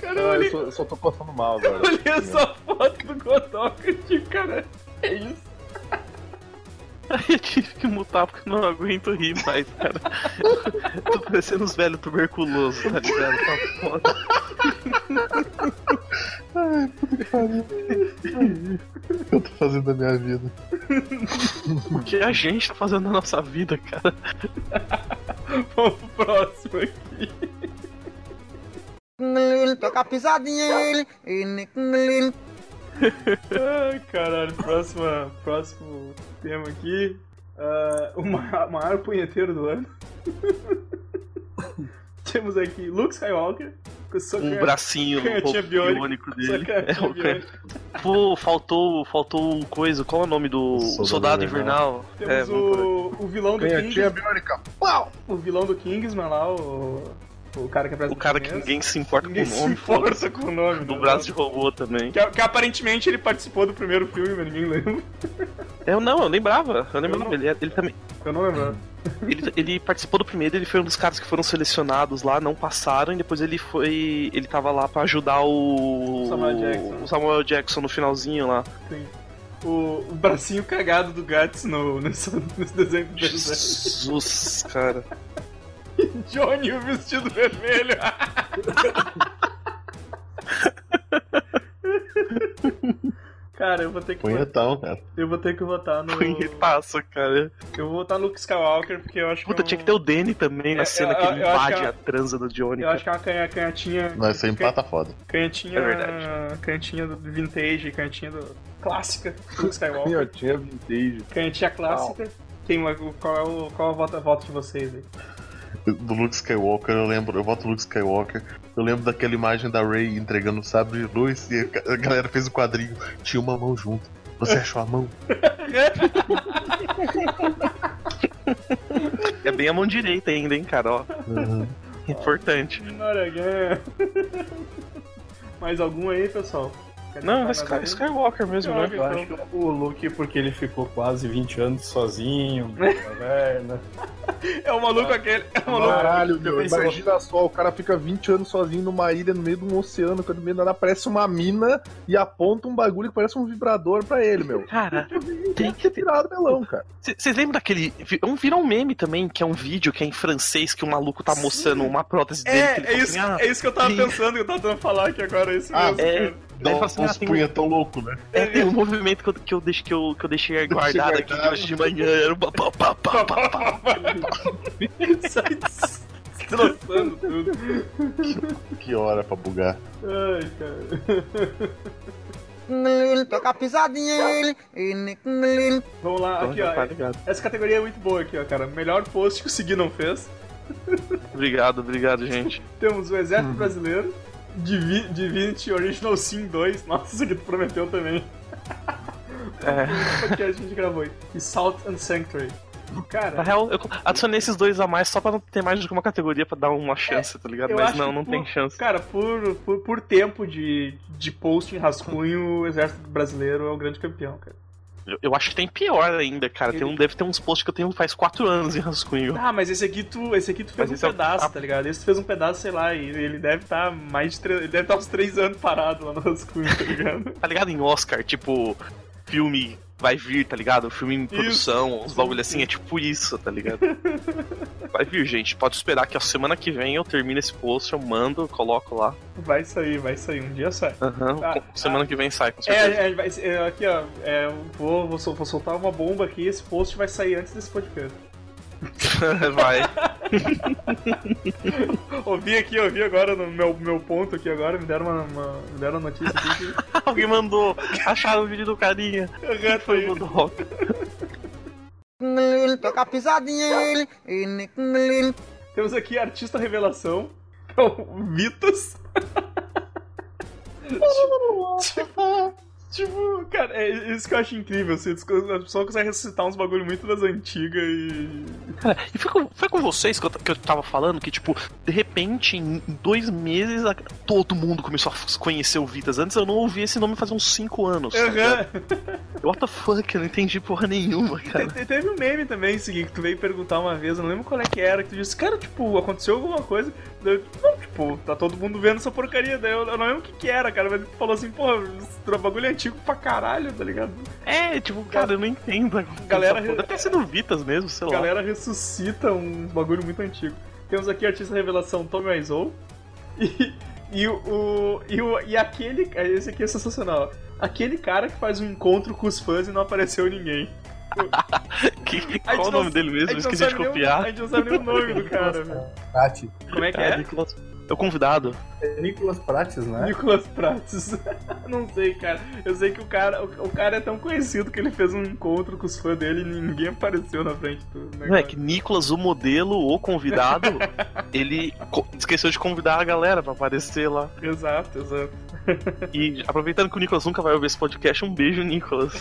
Speaker 2: Cara, eu
Speaker 6: Ah,
Speaker 2: olhei,
Speaker 6: eu só, só tô passando mal agora.
Speaker 5: Tá
Speaker 2: olhei essa foto do Godok, tipo, cara, é isso.
Speaker 4: Aí eu tive que mutar porque eu não aguento rir mais, cara. Tô parecendo uns velhos tuberculosos, tá ligado? Tá foda.
Speaker 5: O que eu tô fazendo da minha vida?
Speaker 4: O que a gente tá fazendo na nossa vida, cara?
Speaker 2: Vamos pro próximo aqui.
Speaker 7: Ele toca a pisadinha, ele, ele, ele.
Speaker 2: Ai, caralho, próxima, próximo tema aqui. Ah, o ma- maior punheteiro do ano. Temos aqui Luke Skywalker, com sua
Speaker 4: Um
Speaker 2: canha-
Speaker 4: bracinho um
Speaker 2: canhotinha
Speaker 4: pouco
Speaker 2: biônica,
Speaker 4: biônico
Speaker 2: sua
Speaker 4: dele.
Speaker 2: canhotinha
Speaker 4: É, o cara-
Speaker 2: biônica.
Speaker 4: Pô, faltou, faltou o coisa. Qual é o nome do
Speaker 5: Soldado
Speaker 4: Soldado,
Speaker 5: Invernal.
Speaker 4: Invernal?
Speaker 2: Temos
Speaker 4: É, vamos por aí.
Speaker 2: o, o vilão do Kingsman.
Speaker 6: Canhotinha biônica.
Speaker 2: O vilão do Kingsman lá, o. O cara que aparece
Speaker 4: O cara que ninguém se importa
Speaker 2: ninguém
Speaker 4: com o
Speaker 2: se
Speaker 4: nome, foda-se.
Speaker 2: importa com o nome.
Speaker 4: Do
Speaker 2: né?
Speaker 4: braço de robô também.
Speaker 2: Que, que aparentemente ele participou do primeiro filme, mas ninguém lembra.
Speaker 4: Eu não, eu lembrava. Eu lembrava.
Speaker 2: não.
Speaker 4: Ele, é- ele também.
Speaker 2: Eu não lembro.
Speaker 4: Ele, ele participou do primeiro, ele foi um dos caras que foram selecionados lá, não passaram, e depois ele foi. Ele tava lá pra ajudar o.
Speaker 2: Samuel Jackson.
Speaker 4: O Samuel Jackson no finalzinho lá.
Speaker 2: O, o bracinho cagado do Guts no, nesse, nesse desenho do Bezerra.
Speaker 4: Jesus, cara.
Speaker 2: Johnny, o vestido vermelho. Cara, eu vou ter que
Speaker 5: Punhetão, cara.
Speaker 2: eu vou ter que votar no
Speaker 4: Punhetaço, um cara.
Speaker 2: eu vou votar no Luke Skywalker porque eu acho que
Speaker 4: Puta,
Speaker 2: é um-
Speaker 4: tinha que ter o Danny também na
Speaker 2: É,
Speaker 4: cena
Speaker 2: eu-
Speaker 4: que ele
Speaker 2: eu acho que
Speaker 4: invade
Speaker 2: é-
Speaker 4: a transa do Johnny.
Speaker 2: eu acho que é uma canha- canhatinha
Speaker 5: Nós sem
Speaker 2: can-
Speaker 5: empata foda.
Speaker 2: canhatinha
Speaker 4: É verdade.
Speaker 2: canhatinha do vintage, canhatinha do clássica do Luke
Speaker 6: Sim,
Speaker 2: Skywalker,
Speaker 6: ó, tinha vintage.
Speaker 2: canhatinha clássica. Quem o- qual é o qual é o voto, voto de vocês aí?
Speaker 5: Do Luke Skywalker, eu lembro. Eu voto Luke Skywalker. Eu lembro daquela imagem da Rey entregando o sabre de luz e a ca- a galera fez o quadrinho. Tinha uma mão junto. Você achou a mão?
Speaker 4: cara. É bem a mão direita ainda, hein, cara, ó. Importante.
Speaker 2: Noragan. Mais algum aí, pessoal? Quer
Speaker 4: Não, vai
Speaker 2: tentar
Speaker 4: Sky,
Speaker 2: mais algum?
Speaker 4: Skywalker mesmo, né?
Speaker 8: Eu acho que o Luke, porque ele ficou quase 20 anos sozinho, na caverna.
Speaker 2: É o maluco aquele. É o maluco.
Speaker 6: Caralho, meu,
Speaker 8: pensou?
Speaker 6: imagina só, o cara fica 20 anos sozinho numa ilha no meio de um oceano, que no meio do nada aparece uma mina e aponta um bagulho que parece um vibrador pra ele, meu.
Speaker 4: Cara, tem que
Speaker 6: Tinha
Speaker 4: ter.
Speaker 6: tirado o melão, cara.
Speaker 4: C- Vocês lembram daquele. vi- Um, virou um meme também, que é um vídeo que é em francês que o maluco tá mostrando uma prótese dele. que ele
Speaker 2: É, é
Speaker 4: fala
Speaker 2: isso,
Speaker 4: assim, ah,
Speaker 2: é isso que eu tava
Speaker 4: sim.
Speaker 2: pensando, que eu tava tentando falar aqui agora, é isso
Speaker 5: Ah,
Speaker 2: mesmo.
Speaker 4: é.
Speaker 2: cara.
Speaker 5: Dá
Speaker 4: Daí fala
Speaker 5: um-
Speaker 4: assim, ah,
Speaker 5: uns
Speaker 4: tem um-
Speaker 5: punhetão louco, né?
Speaker 4: É, tem um movimento que eu, que eu, deixo, que eu, que eu deixei guardado aqui de hoje de manhã. Era um pá, pá, pá, pá, pá, pá. é.
Speaker 2: Sai destroçando tudo.
Speaker 5: Que hora pra bugar.
Speaker 2: Ai, cara.
Speaker 7: Toca a pisadinha.
Speaker 2: Vamos lá, aqui,
Speaker 4: Tá
Speaker 2: ó.
Speaker 4: ligado.
Speaker 2: Essa categoria é muito boa aqui, ó, cara. Melhor post que o Segui não fez.
Speaker 4: Obrigado, obrigado, gente.
Speaker 2: Temos o
Speaker 4: Uhum.
Speaker 2: Exército Brasileiro, Divi Divinity Original Sin 2. Nossa, isso aqui tu prometeu também.
Speaker 4: É,
Speaker 2: O podcast que a gente gravou aí. E Salt and Sanctuary.
Speaker 4: na
Speaker 2: Cara,
Speaker 4: real, eu adicionei esses dois a mais só pra não ter mais do que uma categoria pra dar uma chance, tá ligado?
Speaker 2: eu
Speaker 4: Mas
Speaker 2: acho
Speaker 4: não,
Speaker 2: que
Speaker 4: não
Speaker 2: por-
Speaker 4: tem chance.
Speaker 2: Cara, por, por, por tempo de, de post em rascunho, o Exército Brasileiro é o grande campeão, cara.
Speaker 4: Eu, eu acho que tem pior ainda, cara. Tem um, deve ter uns posts que eu tenho faz quatro anos em rascunho.
Speaker 2: Ah, mas esse aqui tu, esse aqui tu fez
Speaker 4: Mas esse
Speaker 2: um
Speaker 4: é o-
Speaker 2: pedaço,
Speaker 4: ah.
Speaker 2: tá ligado? Esse tu fez um pedaço, sei lá, e ele deve estar tá mais de tre- ele deve estar uns três anos parado lá no rascunho, tá ligado?
Speaker 4: Tá ligado em Oscar, tipo, filme vai vir, tá ligado? Filme em produção, uns bagulho assim, é tipo isso, tá ligado? Vai vir, gente. Pode esperar que a semana que vem eu termino esse post, eu mando, eu coloco lá.
Speaker 2: Vai sair, vai sair, um dia sai.
Speaker 4: Aham.
Speaker 2: Ah,
Speaker 4: com- semana que vem sai, com
Speaker 2: É,
Speaker 4: certeza.
Speaker 2: é, vai- é, aqui ó, é, eu vou, vou, sol- vou soltar uma bomba aqui, esse post vai sair antes desse podcast.
Speaker 4: vai.
Speaker 2: Ouvi aqui, ouvi agora no meu, meu ponto aqui agora, me deram uma, uma- me deram uma notícia aqui que...
Speaker 4: Alguém mandou. Acharam o vídeo do carinha.
Speaker 2: Aham,
Speaker 4: Foi
Speaker 2: foi-
Speaker 4: o Rock.
Speaker 7: Toca a pisadinha.
Speaker 2: Temos aqui artista revelação, que é o Vitas. tipo, tipo, cara, é isso que eu acho incrível. Assim, a pessoa consegue ressuscitar uns bagulho muito das antigas e.
Speaker 4: E foi com, foi com vocês que eu, t- que eu tava falando que, tipo, de repente, em em dois meses, a- todo mundo começou a f- conhecer o Vitas. Antes eu não ouvi esse nome faz uns cinco anos.
Speaker 2: Uhum.
Speaker 4: tá ligado?
Speaker 2: Aham.
Speaker 4: What the fuck? Eu não entendi porra nenhuma, cara.
Speaker 2: Te- Teve um meme também, seguinte, que tu veio perguntar uma vez, eu não lembro qual é que era, que tu disse, cara, tipo, aconteceu alguma coisa. Daí eu, não, tipo, tá todo mundo vendo essa porcaria. Daí eu, eu não lembro o que, que era, cara, mas tu falou assim, porra, esse bagulho é antigo pra caralho, tá ligado?
Speaker 4: É, tipo, cara, eu não entendo.
Speaker 2: Galera-
Speaker 4: Galera, deve ter sido Vitas mesmo, sei
Speaker 2: A
Speaker 4: lá.
Speaker 2: galera ressuscita um bagulho muito antigo. Temos aqui a artista revelação Tommy Wiseau. E, e o, e o- e aquele. Esse aqui é sensacional. Aquele cara que faz um encontro com os fãs e não apareceu ninguém.
Speaker 4: Que-
Speaker 2: A gente
Speaker 4: qual o
Speaker 2: não-
Speaker 4: nome dele mesmo? Eu
Speaker 2: não
Speaker 4: Esqueci de
Speaker 2: sabe nem o- a
Speaker 4: copiar.
Speaker 2: gente não sabe nem o nome do cara, velho.
Speaker 8: Prati.
Speaker 2: Como é que
Speaker 4: É,
Speaker 2: é?
Speaker 4: Nicolas- é o convidado.
Speaker 8: É Nicolas Prates, né?
Speaker 2: Nicolas Prates. não sei, cara. Eu sei que o cara, o, o cara é tão conhecido que ele fez um encontro com os fãs dele e ninguém apareceu na frente do
Speaker 4: Não é
Speaker 2: negócio.
Speaker 4: que Nicolas, o modelo, o convidado, ele co- esqueceu de convidar a galera pra aparecer lá.
Speaker 2: Exato, exato.
Speaker 4: E aproveitando que o Nicolas nunca vai ouvir esse podcast, um beijo, Nicolas.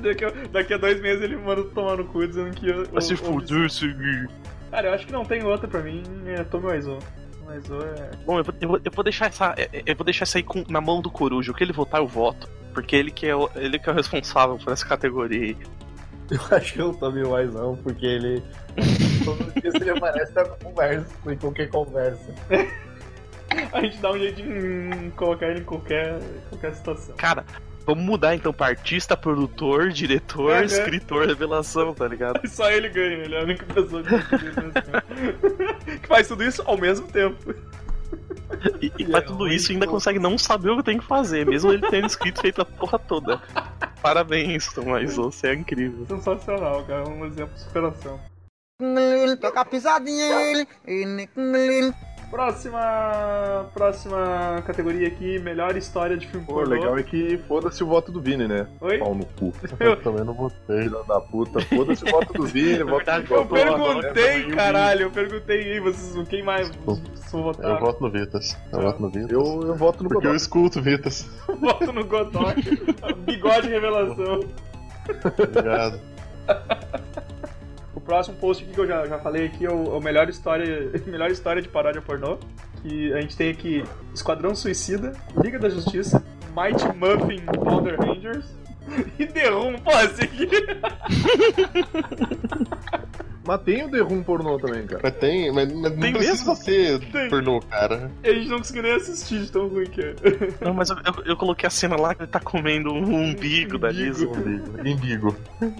Speaker 2: Daqui a, daqui a dois meses ele manda tomar no cu dizendo que. eu-
Speaker 4: Vai se
Speaker 2: eu- eu-
Speaker 4: fuder, seguir.
Speaker 2: Cara, eu acho que não tem outra pra mim, é Tommy Wiseau. personalizou é.
Speaker 4: Bom, eu vou, eu vou- eu vou deixar essa. é, eu- Eu vou deixar isso aí com- na mão do coruja. O que ele votar, eu voto. Porque ele que é o, ele que é o responsável por essa categoria aí.
Speaker 8: Eu acho que eu tomei mais não, tá porque ele. Todo dia ele aparece na conversa, em qualquer conversa.
Speaker 2: A gente dá um jeito de hum, colocar ele em qualquer, qualquer situação.
Speaker 4: Cara, vamos mudar então pra artista, produtor, diretor,
Speaker 2: Aham.
Speaker 4: escritor, revelação, tá ligado?
Speaker 2: E só ele ganha, ele é a única pessoa que faz isso mesmo. que faz tudo isso ao mesmo tempo.
Speaker 4: E, e
Speaker 2: É
Speaker 4: faz tudo isso e ainda consegue não saber o que tem que fazer, mesmo ele tendo escrito feito a porra toda. Parabéns, Tomás, você é incrível.
Speaker 2: Sensacional, cara. Um exemplo de superação.
Speaker 7: Toca a pisadinha,
Speaker 2: Próxima. Próxima categoria aqui, melhor história de filme
Speaker 6: Pô, o
Speaker 2: pornô.
Speaker 6: legal é que foda-se o voto do Vini, né?
Speaker 2: Oi?
Speaker 6: Pau no cu. Eu também não votei. Filha da puta, foda-se o voto do Vini, voto
Speaker 4: verdade,
Speaker 6: do né?
Speaker 2: Eu
Speaker 4: Votou agora,
Speaker 2: perguntei,
Speaker 6: também,
Speaker 2: caralho, eu perguntei aí, vocês quem mais sou
Speaker 5: Eu
Speaker 2: votar?
Speaker 5: voto no Vitas. Eu voto no Vitas.
Speaker 6: Eu, eu voto no
Speaker 5: Porque eu
Speaker 6: Godoy.
Speaker 5: escuto Vitas.
Speaker 2: Voto no Godot. Bigode revelação.
Speaker 5: Obrigado.
Speaker 2: O próximo post aqui que eu já, já falei aqui é o, o melhor história melhor história de paródia pornô. Que a gente tem aqui Esquadrão Suicida, Liga da Justiça, Mighty Muffin Powder Rangers e Derrum. Pô, esse aqui.
Speaker 6: Mas tem o derrum pornô também, cara.
Speaker 5: Mas tem, mas, mas
Speaker 4: Tem
Speaker 5: não precisa
Speaker 4: mesmo?
Speaker 5: ser
Speaker 2: Tem.
Speaker 5: pornô, cara.
Speaker 2: A gente não conseguiu nem assistir de tão ruim que é.
Speaker 4: Não, mas eu, eu- eu coloquei a cena lá que ele tá comendo um umbigo da Lisa.
Speaker 5: Indigo.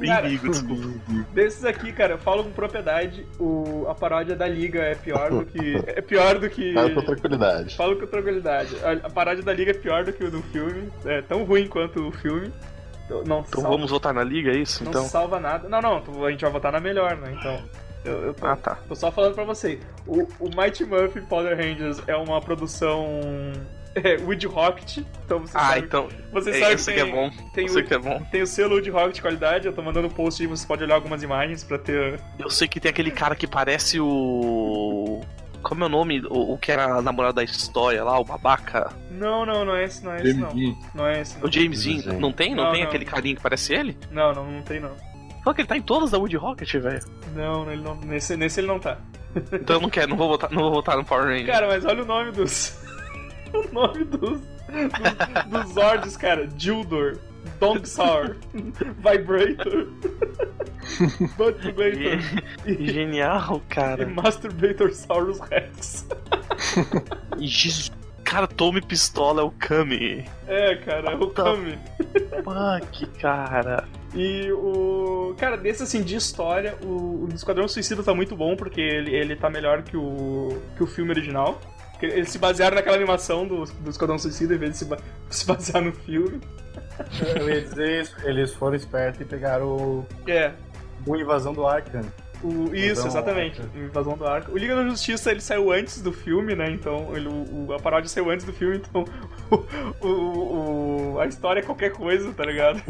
Speaker 2: Cara,
Speaker 4: Umbigo, desculpa.
Speaker 2: Desses aqui, cara, eu falo com propriedade, o, a paródia da Liga é pior do que. É pior do que.
Speaker 5: Cara, com tranquilidade.
Speaker 2: Falo com tranquilidade. A, a paródia da Liga é pior do que o do filme. É tão ruim quanto o filme. Então, Não,
Speaker 4: Então
Speaker 2: salva-
Speaker 4: vamos voltar na liga, é isso?
Speaker 2: não
Speaker 4: Então.
Speaker 2: salva nada. Não, não, tu- a gente vai votar na melhor, né? Então. Eu, eu tô,
Speaker 4: Ah, tá.
Speaker 2: tô só falando pra você. O, o Mighty Muffin Powder Rangers é uma produção. É, Wood Rocket. Então você
Speaker 4: Ah,
Speaker 2: sabe,
Speaker 4: então.
Speaker 2: você
Speaker 4: é,
Speaker 2: sabe
Speaker 4: eu sei que
Speaker 2: tem-
Speaker 4: é bom.
Speaker 2: Tem,
Speaker 4: Eu sei
Speaker 2: o,
Speaker 4: que é bom.
Speaker 2: tem o selo Wood Rocket de qualidade. Eu tô mandando um post aí, você pode olhar algumas imagens pra ter.
Speaker 4: Eu sei que tem aquele cara que parece o. Como é o nome? O, o que era a namorada da história lá, o babaca.
Speaker 2: Não, não, não é esse, não é esse,
Speaker 6: James
Speaker 2: não.
Speaker 6: Dean.
Speaker 2: Não é esse, não.
Speaker 4: O James Dean.
Speaker 5: Sim.
Speaker 4: Não tem? Não,
Speaker 2: Não,
Speaker 4: tem
Speaker 2: não.
Speaker 4: aquele carinha que parece ele?
Speaker 2: Não, não, não tem, não.
Speaker 4: Só que ele tá em todas da Wood Rocket, velho.
Speaker 2: Não, ele não nesse, nesse ele não tá.
Speaker 4: Então eu não quero, não vou votar, não vou votar no Power Ranger.
Speaker 2: Cara, mas olha o nome dos. o nome dos. Dos, dos Zords, cara. Dildor, Donksaur, Vibrator, Butterbator
Speaker 4: Genial,
Speaker 2: e
Speaker 4: cara.
Speaker 2: Masturbator Saurus Rex.
Speaker 4: Jesus. Cara, tome pistola é o Kami.
Speaker 2: É, cara, é o
Speaker 4: Puta.
Speaker 2: Kami.
Speaker 4: Fuck, cara.
Speaker 2: E o. Cara, desse assim de história, o, o Esquadrão Suicida tá muito bom, porque ele, ele tá melhor que o, que o filme original. Porque Eles se basearam naquela animação do, do Esquadrão Suicida em vez de se, ba- se basear no filme.
Speaker 8: Eu ia dizer isso, eles foram espertos e pegaram
Speaker 2: É,
Speaker 8: uma invasão do Arkham.
Speaker 2: O- isso,
Speaker 8: Invasão
Speaker 2: exatamente.
Speaker 8: Arca.
Speaker 2: Invasão do Arco. O Liga da Justiça ele saiu antes do filme, né? Então ele, o, o- a paródia saiu antes do filme, então o, o- o- a história é qualquer coisa, tá ligado?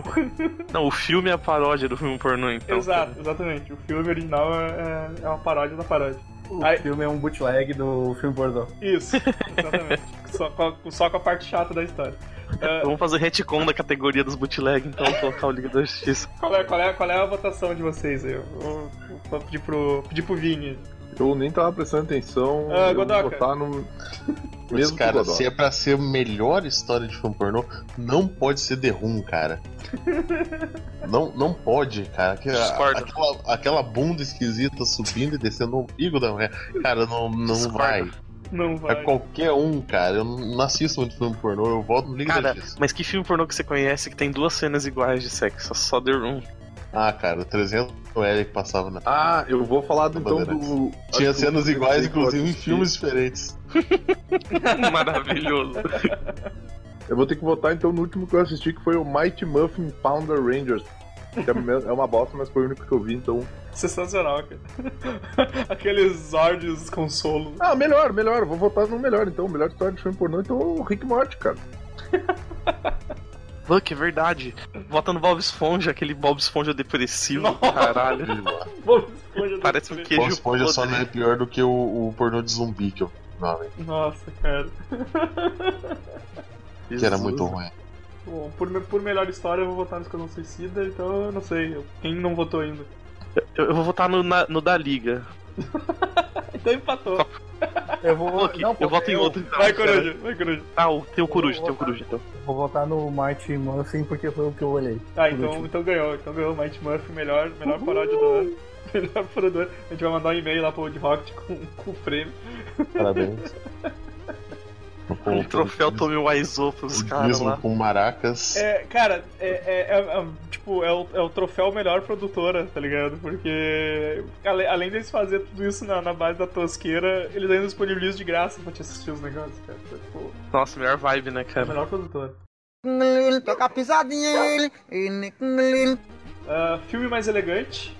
Speaker 4: Não, o filme é a paródia do filme pornô, então.
Speaker 2: Exato, exatamente. O filme original é, é uma paródia da paródia.
Speaker 8: O
Speaker 2: Ai.
Speaker 8: filme é um bootleg do filme Bordão.
Speaker 2: Isso, exatamente. só, com a, só com a parte chata da história. Ah,
Speaker 4: Vamos fazer retcon da categoria dos bootleg, então, colocar o Liga da Justiça.
Speaker 2: qual, é, qual, é, qual é a votação de vocês aí? Eu vou- vou pedir pro, pedir pro Vini.
Speaker 6: Eu nem tava prestando atenção.
Speaker 2: Ah,
Speaker 6: eu vou
Speaker 2: Godoka.
Speaker 6: votar no.
Speaker 5: Mas,
Speaker 6: Mesmo
Speaker 5: cara,
Speaker 6: que o
Speaker 5: se
Speaker 6: Godoka.
Speaker 5: é pra ser a melhor história de filme pornô, não pode ser The Room, cara. não, não pode, cara. Aquela,
Speaker 4: Discordo.
Speaker 5: aquela, aquela bunda esquisita subindo e descendo o umbigo da mulher. Cara, não, não
Speaker 4: Discordo.
Speaker 5: vai.
Speaker 2: Não
Speaker 5: Pra
Speaker 4: É
Speaker 2: vai.
Speaker 5: qualquer um, cara. Eu não assisto muito filme pornô, eu volto no Liga
Speaker 4: Cara,
Speaker 5: da Justiça.
Speaker 4: mas que filme pornô que você conhece que tem duas cenas iguais de sexo? Só The Room.
Speaker 5: Ah, cara, 300 L que passava na.
Speaker 6: Ah, eu vou falar do, então do.
Speaker 5: Bandeirantes. Tinha
Speaker 6: acho que
Speaker 5: cenas
Speaker 6: eu-
Speaker 5: iguais,
Speaker 6: eu-
Speaker 5: inclusive em filmes diferentes.
Speaker 4: Maravilhoso.
Speaker 6: Eu vou ter que votar então no último que eu assisti, que foi o Mighty Muffin Pounder Rangers. Que é me- é uma bosta, mas foi o único que eu vi, então.
Speaker 2: Sensacional, cara. Aqueles Zords consolo.
Speaker 6: Ah, melhor, melhor. Vou votar no melhor, então. Melhor história de filme pornô, então o Rick Morty, cara.
Speaker 4: Fuck, é verdade. Vota no Bob Esponja, aquele Bob Esponja depressivo, caralho. Parece um queijo
Speaker 5: Bob Esponja só
Speaker 4: podre.
Speaker 5: não é pior do que o, o pornô de zumbi que eu não, velho,
Speaker 2: Nossa, cara.
Speaker 5: que era muito ruim.
Speaker 2: Bom, por, me- por melhor história eu vou votar no Esquadrão Suicida, então eu não sei. eu- Quem não votou ainda?
Speaker 4: Eu, eu vou votar no, na- no da Liga.
Speaker 2: Então empatou.
Speaker 8: Eu vou.
Speaker 4: Aqui,
Speaker 8: Não,
Speaker 4: eu voto em
Speaker 8: eu
Speaker 4: outro. então.
Speaker 2: Vai, Coruja, vai, Coruja.
Speaker 4: Ah, o- tem o Coruja,
Speaker 8: vou
Speaker 4: tem o
Speaker 8: votar.
Speaker 4: Coruja, então.
Speaker 8: Vou votar no Martin Muffin porque foi o que eu olhei.
Speaker 2: Ah,
Speaker 8: Por
Speaker 2: então,
Speaker 8: último.
Speaker 2: então ganhou. Então ganhou o Mighty Murphy, melhor, melhor paródia do ano. Melhor paródia do ano. A gente vai mandar um e-mail lá pro Old Rocket com, com o prêmio.
Speaker 6: Parabéns.
Speaker 4: Com o troféu Tommy Wiseau pros caras
Speaker 5: Mesmo
Speaker 4: lá.
Speaker 5: com maracas.
Speaker 2: É, cara, é, é- é- é, tipo, é o, é o troféu melhor produtora, tá ligado? Porque ale- além deles fazer tudo isso na, na base da tosqueira, eles ainda disponibilizam de graça pra te assistir os negócios, cara. Então, tipo,
Speaker 4: Nossa, melhor vibe, né,
Speaker 2: é a
Speaker 4: cara?
Speaker 2: melhor produtora.
Speaker 7: Toca a pisadinha.
Speaker 2: Ah, filme mais elegante.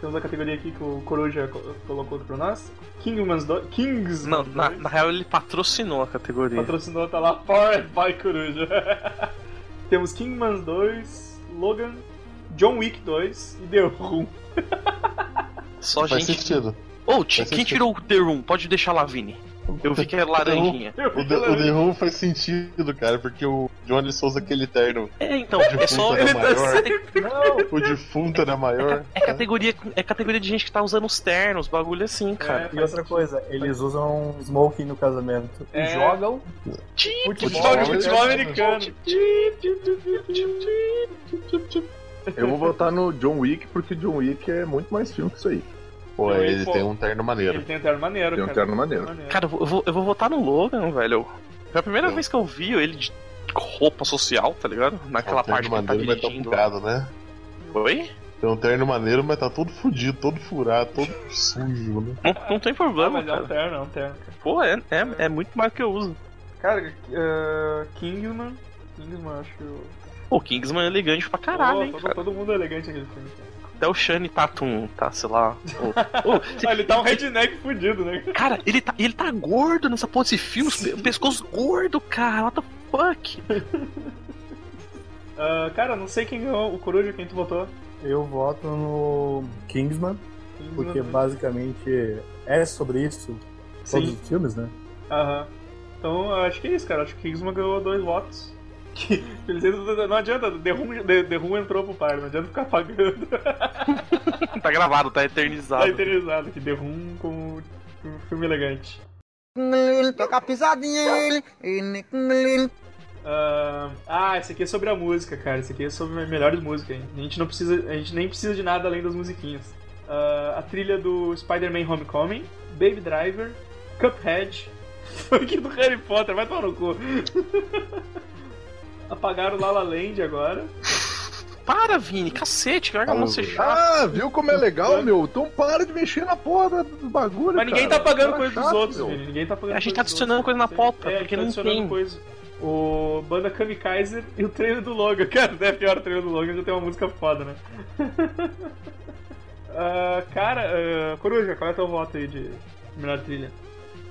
Speaker 2: Temos a categoria aqui que o Coruja co- colocou aqui pra nós. Kingman's Do Kings.
Speaker 4: Não, na, na real ele patrocinou a categoria.
Speaker 2: Patrocinou, tá lá, Powered by Coruja. Temos Kingman's 2, Logan, John Wick 2 e The Room.
Speaker 4: Só
Speaker 5: Faz
Speaker 4: gente.
Speaker 5: sentido.
Speaker 4: Ô, ti-
Speaker 5: Faz
Speaker 4: quem
Speaker 5: sentido.
Speaker 4: tirou o The Room? Pode deixar lá, Vini. Eu vi que é laranjinha.
Speaker 5: O The, o
Speaker 2: É,
Speaker 5: The Who faz sentido, cara, porque o Johnny Souza aquele terno,
Speaker 4: É, então, é só.
Speaker 5: Ele tá
Speaker 4: Não,
Speaker 5: o defunto era maior.
Speaker 4: é categoria, é categoria de gente que tá usando os ternos, bagulho assim, cara.
Speaker 8: E outra coisa, eles usam smoking no casamento.
Speaker 2: É.
Speaker 8: E jogam
Speaker 4: Tchim,
Speaker 8: futebol.
Speaker 2: Joga futebol
Speaker 8: É,
Speaker 2: americano.
Speaker 4: Tipo,
Speaker 6: Eu vou votar no John Wick, porque John Wick é muito mais filme que isso aí.
Speaker 5: Pô,
Speaker 2: Ele,
Speaker 5: ele
Speaker 2: pô,
Speaker 5: tem um terno
Speaker 2: Ele
Speaker 5: maneiro.
Speaker 2: tem um terno maneiro,
Speaker 6: Tem um
Speaker 2: cara.
Speaker 6: terno maneiro.
Speaker 4: Cara, eu vou- eu vou, eu vou votar no Logan, velho. Foi a primeira
Speaker 5: Eu-
Speaker 4: vez que eu vi ele de roupa social, tá ligado? Naquela
Speaker 5: Tem um
Speaker 4: parte
Speaker 5: terno
Speaker 4: que ele tá
Speaker 5: maneiro, mas tá
Speaker 4: dirigindo.
Speaker 5: furado, né?
Speaker 4: Oi?
Speaker 5: Tem um terno maneiro, mas tá todo fudido, todo furado, todo sujo, né?
Speaker 4: Não, não tem
Speaker 2: Ah,
Speaker 4: problema,
Speaker 2: mas é um
Speaker 4: cara.
Speaker 2: terno, é um terno. cara.
Speaker 4: Pô, é, é, é muito mais do que eu uso.
Speaker 2: Cara, ah, Kingsman. Kingsman, acho que. eu-
Speaker 4: O Kingsman é elegante pra caralho,
Speaker 2: Pô,
Speaker 4: hein,
Speaker 2: todo,
Speaker 4: cara.
Speaker 2: todo mundo é elegante aquele filme. cara.
Speaker 4: Até o Shane Tatum tá, sei lá. Ô, ô, cê-
Speaker 2: Ah, ele tá um redneck fudido, né?
Speaker 4: Cara, ele tá, ele tá gordo nessa porra desse filme, os pe- o pescoço gordo, cara. What the fuck?
Speaker 2: Ah, cara, não sei quem ganhou, o Coruja, quem tu votou.
Speaker 8: Eu voto no Kingsman,
Speaker 2: Kingsman,
Speaker 8: porque
Speaker 2: né?
Speaker 8: basicamente é sobre isso. Todos
Speaker 2: Sim.
Speaker 8: os filmes, né?
Speaker 2: Aham. Então eu acho que é isso, cara. Acho que o Kingsman ganhou dois votos. Que- eles- Não adianta, The Room, The, The Room entrou pro par, não adianta ficar pagando.
Speaker 4: tá gravado, tá
Speaker 2: Tá
Speaker 4: eternizado.
Speaker 2: interessado que The Room com um filme elegante.
Speaker 7: Toca a pisadinha.
Speaker 2: Ah, ah, esse aqui é sobre a música, cara. Esse aqui é sobre as melhores músicas, hein? A gente não precisa. A gente nem precisa de nada além das musiquinhas. Ah, a trilha do Spider-Man Homecoming, Baby Driver, Cuphead, funk do Harry Potter, vai tomar no cu. Apagaram Lala Land agora.
Speaker 4: Para, Vini, cacete, larga a mão ser chato.
Speaker 6: Ah, viu como é legal, meu? Então para de mexer na porra do do bagulho,
Speaker 2: Mas ninguém
Speaker 6: cara.
Speaker 2: tá pagando
Speaker 6: Tá
Speaker 2: coisa dos
Speaker 6: chato,
Speaker 2: outros,
Speaker 6: meu.
Speaker 2: velho. Ninguém tá pagando
Speaker 4: A gente
Speaker 2: coisa
Speaker 4: tá
Speaker 2: dos
Speaker 4: adicionando
Speaker 2: outros.
Speaker 4: coisa na pauta,
Speaker 2: É, a gente
Speaker 4: porque
Speaker 2: tá
Speaker 4: não
Speaker 2: adicionando
Speaker 4: tem.
Speaker 2: coisa. O banda Kamikaiser e o treino do Logan. Cara, até pior o treino do Logan já tem uma música foda, né? Ah, cara, ah, Coruja, qual é teu voto aí de melhor trilha?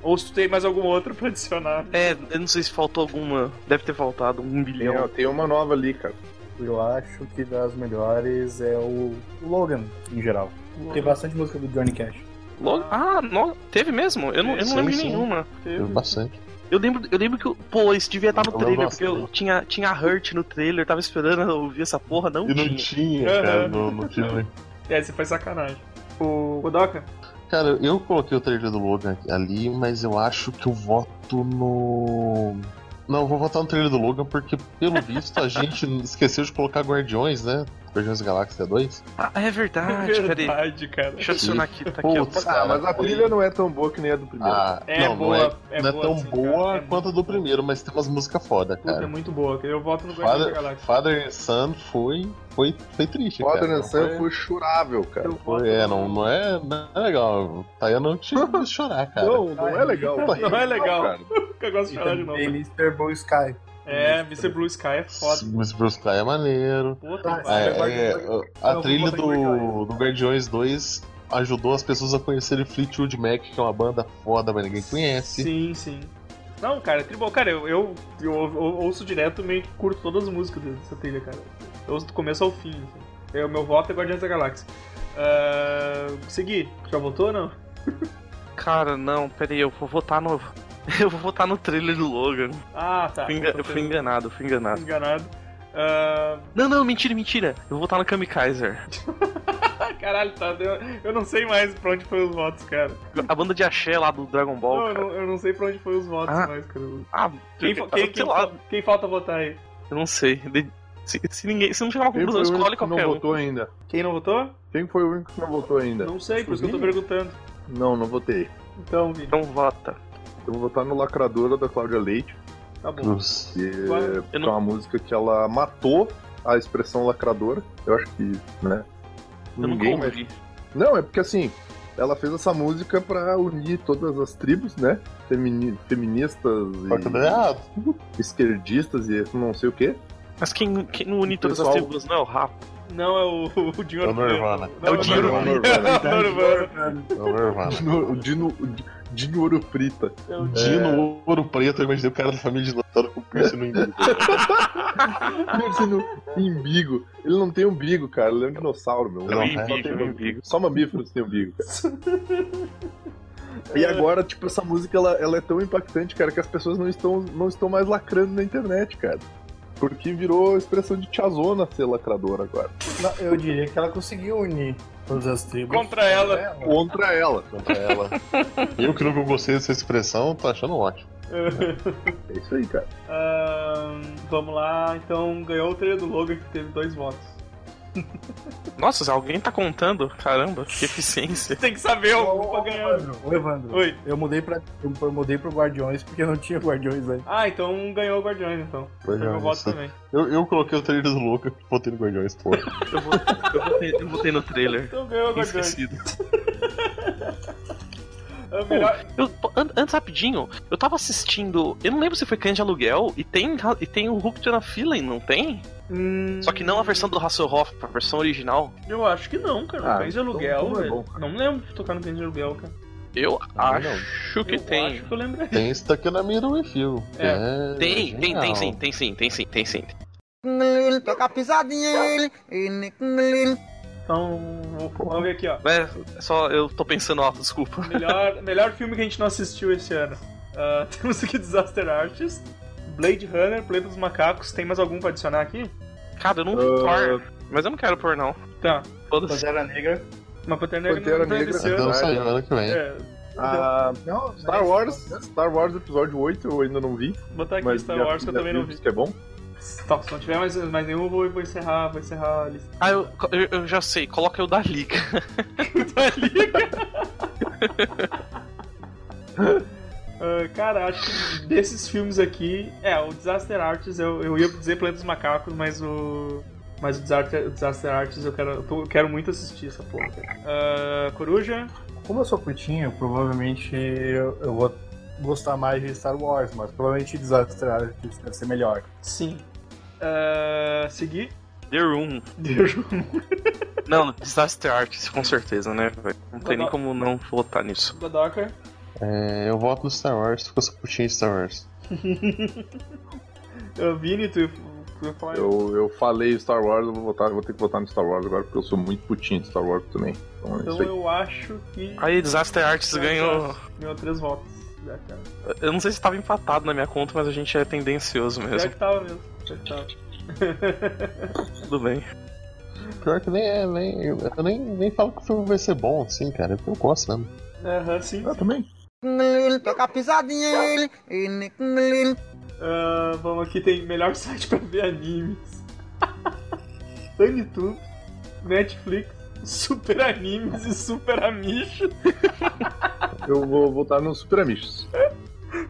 Speaker 2: Ou se tu tem mais algum outro pra adicionar.
Speaker 4: É, eu não sei se faltou alguma. Deve ter faltado um
Speaker 6: Tem, ó,
Speaker 4: bilhão.
Speaker 6: tem uma nova ali, cara.
Speaker 8: Eu acho que das melhores é o o Logan, em geral. Tem bastante música do Johnny Cash.
Speaker 4: Logo- Ah, no- teve mesmo? Eu não, eu não
Speaker 5: Sim,
Speaker 4: lembro de
Speaker 5: sim.
Speaker 4: nenhuma.
Speaker 5: Teve Bastante.
Speaker 4: Eu lembro, eu lembro que. eu- Pô, isso devia estar no
Speaker 5: Eu
Speaker 4: trailer,
Speaker 5: gosto
Speaker 4: porque eu
Speaker 5: também.
Speaker 4: tinha, tinha Hurt no trailer, tava esperando eu ouvir essa porra, não
Speaker 5: E não
Speaker 4: tinha.
Speaker 5: tinha,
Speaker 2: Aham.
Speaker 5: cara, no, no filme.
Speaker 2: É, você foi sacanagem. O Godoka?
Speaker 5: Cara, eu coloquei o trailer do Logan ali, mas eu acho que eu voto no. Não, eu vou votar no trailer do Logan porque, pelo visto, a gente esqueceu de colocar Guardiões, né? Guardiões da Galáxia 2.
Speaker 4: Ah, é verdade, peraí.
Speaker 2: Verdade, cara.
Speaker 4: Deixa eu adicionar aqui, tá aqui. ó.
Speaker 5: Putz,
Speaker 6: Ah,
Speaker 5: cara,
Speaker 6: mas a
Speaker 5: foi-
Speaker 6: trilha não é tão boa que nem a do primeiro.
Speaker 5: Ah,
Speaker 2: É
Speaker 5: não,
Speaker 2: boa,
Speaker 5: não é,
Speaker 2: é
Speaker 5: não é
Speaker 2: boa,
Speaker 5: tão
Speaker 2: sim, cara,
Speaker 5: boa
Speaker 2: é muito
Speaker 5: quanto a do
Speaker 2: boa.
Speaker 5: primeiro, mas tem umas músicas foda,
Speaker 2: Puta, é
Speaker 5: cara.
Speaker 2: muito boa. cara. Eu voto no Guardiões da
Speaker 5: Father,
Speaker 2: Galáxia.
Speaker 5: Father and Son foi, foi, foi triste,
Speaker 6: Father
Speaker 5: cara.
Speaker 6: and Son
Speaker 5: Não
Speaker 6: foi chorável, cara.
Speaker 2: Eu
Speaker 5: foi-
Speaker 2: voto
Speaker 5: é,
Speaker 2: no-
Speaker 5: não, não, é, não é legal. Tayana não tinha que chorar, cara.
Speaker 6: Não, não é legal.
Speaker 2: Não é legal.
Speaker 6: cara.
Speaker 2: Eu gosto
Speaker 8: E
Speaker 2: de falar de novo.
Speaker 8: também Mr. Blue Sky.
Speaker 2: É, Mr. Blue Sky é foda.
Speaker 5: Mas Bruce Clay é maneiro.
Speaker 2: Puta,
Speaker 8: Ah,
Speaker 5: Ah,
Speaker 2: vai.
Speaker 5: é,
Speaker 8: Guardiões-
Speaker 5: é,
Speaker 8: Ah,
Speaker 5: a
Speaker 8: eu vou
Speaker 5: trilha
Speaker 8: botar em Guardiões.
Speaker 5: do, do Guardiões 2 ajudou as pessoas a conhecerem Fleetwood Mac, que é uma banda foda, mas ninguém conhece.
Speaker 2: Sim, sim. Não, cara, tribal. Cara, eu, eu, eu ou- ouço direto meio que curto todas as músicas dessa trilha, cara. Eu ouço do começo ao fim. Assim. É, O meu voto é Guardiões da Galáxia. Ah, Segui, já votou ou não?
Speaker 4: Cara, não, peraí, eu vou votar no. Eu vou votar no trailer do Logan.
Speaker 2: Ah, tá.
Speaker 4: Fui enga- eu fui enganado, eu
Speaker 2: Fui
Speaker 4: fui enganado.
Speaker 2: enganado. Ah,
Speaker 4: Não, não, mentira, mentira. Eu vou votar no Kamikaiser.
Speaker 2: Caralho, tá. Eu, eu não sei mais pra onde foi os votos, cara.
Speaker 4: A banda de axé lá do Dragon Ball,
Speaker 2: Não, eu,
Speaker 4: cara.
Speaker 2: não, eu não sei pra onde foi os votos
Speaker 4: Ah.
Speaker 2: mais, cara.
Speaker 4: Ah,
Speaker 2: Quem,
Speaker 4: eu-
Speaker 2: fa- quem-
Speaker 4: sei
Speaker 2: quem
Speaker 4: lá,
Speaker 2: fa- quem falta votar aí?
Speaker 4: eu não sei. De- Se, se ninguém, se não chegar na
Speaker 6: Quem
Speaker 4: conclusão,
Speaker 6: foi o
Speaker 4: escolhe
Speaker 6: único que não
Speaker 4: qualquer um.
Speaker 6: votou ainda?
Speaker 2: Quem não votou?
Speaker 6: Quem foi o único que não votou ainda?
Speaker 2: Não sei, por isso que eu tô perguntando.
Speaker 6: Não, não votei.
Speaker 2: Então, Vini,
Speaker 4: Então vota.
Speaker 6: Eu vou votar no Lacradora da Cláudia Leite,
Speaker 2: tá bom.
Speaker 5: Não sei.
Speaker 6: que
Speaker 2: Vai.
Speaker 6: é
Speaker 4: Eu não-
Speaker 6: uma música que ela matou a expressão lacradora. Eu acho que, né?
Speaker 4: Eu não
Speaker 6: Ninguém mais
Speaker 4: ouvi.
Speaker 6: Não, é porque assim, ela fez essa música pra unir todas as tribos, né? Femini- feministas
Speaker 5: Mas também é errado.
Speaker 6: e esquerdistas e não sei o quê.
Speaker 4: Mas quem, quem não une
Speaker 6: O
Speaker 4: todas as
Speaker 6: pessoal-
Speaker 4: tribos não é o Rapo.
Speaker 2: Não é o, o Dinho
Speaker 5: É o Nirvana.
Speaker 2: Não,
Speaker 4: É o Dinho
Speaker 2: Nirvana.
Speaker 5: Nirvana.
Speaker 2: É o Nirvana.
Speaker 5: É o Nirvana.
Speaker 6: Dino- O Dino, o Di- Dino Ouro Prita.
Speaker 2: É o Dinho.
Speaker 5: Dino Ouro Preto, eu imaginei o cara da família de Natal com piercing no umbigo.
Speaker 6: Piercing no umbigo. Ele não tem umbigo, cara. Ele é um dinossauro, meu.
Speaker 5: Não,
Speaker 4: Eu
Speaker 5: é.
Speaker 4: invigo, eu invigo.
Speaker 6: Só mamíferos têm umbigo, cara. E agora, tipo, essa música ela, ela é tão impactante, cara, que as pessoas não estão, não estão mais lacrando na internet, cara. Porque virou expressão de tiazona ser lacradora agora.
Speaker 8: Não, eu diria que ela conseguiu unir todas as tribos. É,
Speaker 2: Contra ela.
Speaker 6: Contra ela.
Speaker 5: Contra ela. Eu que nunca gostei dessa expressão, tô achando ótimo.
Speaker 6: É isso aí, cara.
Speaker 2: Ahn, vamos lá, então ganhou o trio do Logan que teve dois votos.
Speaker 4: Nossa, se alguém tá contando? Caramba, que eficiência.
Speaker 2: Tem que saber
Speaker 8: Ô,
Speaker 2: o
Speaker 8: ô,
Speaker 2: pra
Speaker 8: ô,
Speaker 2: ganhar.
Speaker 8: Evandro, ô, Evandro,
Speaker 2: Oi.
Speaker 8: eu mudei pra. Eu, eu mudei pro Guardiões porque não tinha Guardiões né? aí.
Speaker 2: Ah, então ganhou o Guardiões, então. Foi meu voto também.
Speaker 5: Eu, eu coloquei o trailer do Luca e botei no Guardiões, pô.
Speaker 4: Eu vou- eu botei, eu botei no trailer.
Speaker 2: Então ganhou o
Speaker 4: Tinha
Speaker 2: Guardiões.
Speaker 4: Esquecido.
Speaker 2: É o melhor.
Speaker 4: Eu- an- antes, rapidinho, eu tava assistindo. Eu não lembro se foi Cães de Aluguel e tem, ra- e tem o Rupture na fila, e não tem?
Speaker 2: Hum,
Speaker 4: Só que não a versão do Hasselhoff, a versão original.
Speaker 2: Eu acho que não, cara.
Speaker 6: Ah,
Speaker 2: Cães de
Speaker 6: então-
Speaker 2: aluguel,
Speaker 6: então é
Speaker 2: velho.
Speaker 6: bom, cara.
Speaker 2: Não me lembro de tocar no Cães de aluguel, cara.
Speaker 4: Eu
Speaker 5: Ah, não.
Speaker 4: acho que
Speaker 2: eu
Speaker 4: tem.
Speaker 2: acho que eu lembrei.
Speaker 5: Tem isso daqui na Middle Field. É.
Speaker 4: Tem, tem, tem
Speaker 5: genial.
Speaker 4: sim, tem sim, tem sim, tem sim.
Speaker 7: Toca a pisadinha.
Speaker 2: Então, vou- vamos ver aqui, ó.
Speaker 4: É, só eu tô pensando alto, desculpa.
Speaker 2: Melhor, melhor filme que a gente não assistiu esse ano. Ah, temos aqui Disaster Artist, Blade Runner, Planeta dos Macacos. Tem mais algum pra adicionar aqui?
Speaker 4: Cara, eu não
Speaker 6: Ah.
Speaker 4: Thor, mas eu não quero pôr, não.
Speaker 2: Tá.
Speaker 4: Foda-se.
Speaker 8: Pantera Negra.
Speaker 2: Uma Pantera Negra
Speaker 6: Pantera
Speaker 2: não vai
Speaker 6: Negra.
Speaker 2: desse
Speaker 5: Então
Speaker 2: ano.
Speaker 5: saiu ano que vem.
Speaker 2: É,
Speaker 6: Ah,
Speaker 8: Não,
Speaker 2: tá
Speaker 6: Star Wars, Star Wars Episódio 8 eu ainda não vi.
Speaker 2: botar aqui
Speaker 6: mas
Speaker 2: Star
Speaker 6: minha
Speaker 2: Wars É que eu
Speaker 6: filha
Speaker 2: também
Speaker 6: viu,
Speaker 2: não vi.
Speaker 6: disse que é bom.
Speaker 2: Tá, se não tiver mais, mais nenhum, eu vou, vou encerrar, vou encerrar a lista.
Speaker 4: Ah, eu, eu, eu já sei, coloca eu da Liga.
Speaker 2: da liga. Ah, cara, acho que desses filmes aqui. É, o Disaster Arts, eu, eu ia dizer Planeta dos Macacos, mas o. Mas o Disaster, o Disaster Arts eu quero, eu tô- eu quero muito assistir essa porra. Ah, Coruja?
Speaker 8: Como eu sou curtinho, provavelmente eu, eu vou gostar mais de Star Wars, mas provavelmente Disaster Artist deve ser melhor.
Speaker 2: Sim. Ah, seguir?
Speaker 4: The Room.
Speaker 2: Deixa
Speaker 4: Não, Disaster Artist, com certeza, né, velho? Não tem nem como não votar nisso.
Speaker 2: o Docker.
Speaker 5: É, eu voto no Star Wars, porque eu sou putinho de Star Wars.
Speaker 2: Ah, Vini, tu, tu ia falar.
Speaker 6: Eu, eu falei Star Wars, eu vou, votar, eu vou ter que votar no Star Wars agora, porque eu sou muito putinho de Star Wars também. Então é
Speaker 2: Então
Speaker 6: isso aí.
Speaker 2: eu acho que.
Speaker 4: Aí, Disaster Artist ganhou.
Speaker 2: Ganhou três votos. Já, cara.
Speaker 4: Eu não sei se tava empatado na minha conta, mas a gente é tendencioso
Speaker 2: Já
Speaker 4: mesmo.
Speaker 2: que tava mesmo. Já que tava.
Speaker 4: Tudo bem.
Speaker 5: Pior que nem é, nem, eu eu nem, nem falo que o filme vai ser bom, assim, cara. É porque eu gosto mesmo.
Speaker 2: Aham, sim.
Speaker 6: Ah, também.
Speaker 7: Toca a pisadinha.
Speaker 2: Ah, vamos aqui, tem melhor site pra ver animes. Anitube, Netflix, Super Animes e Super Amish.
Speaker 6: Eu vou votar no Super Amigos.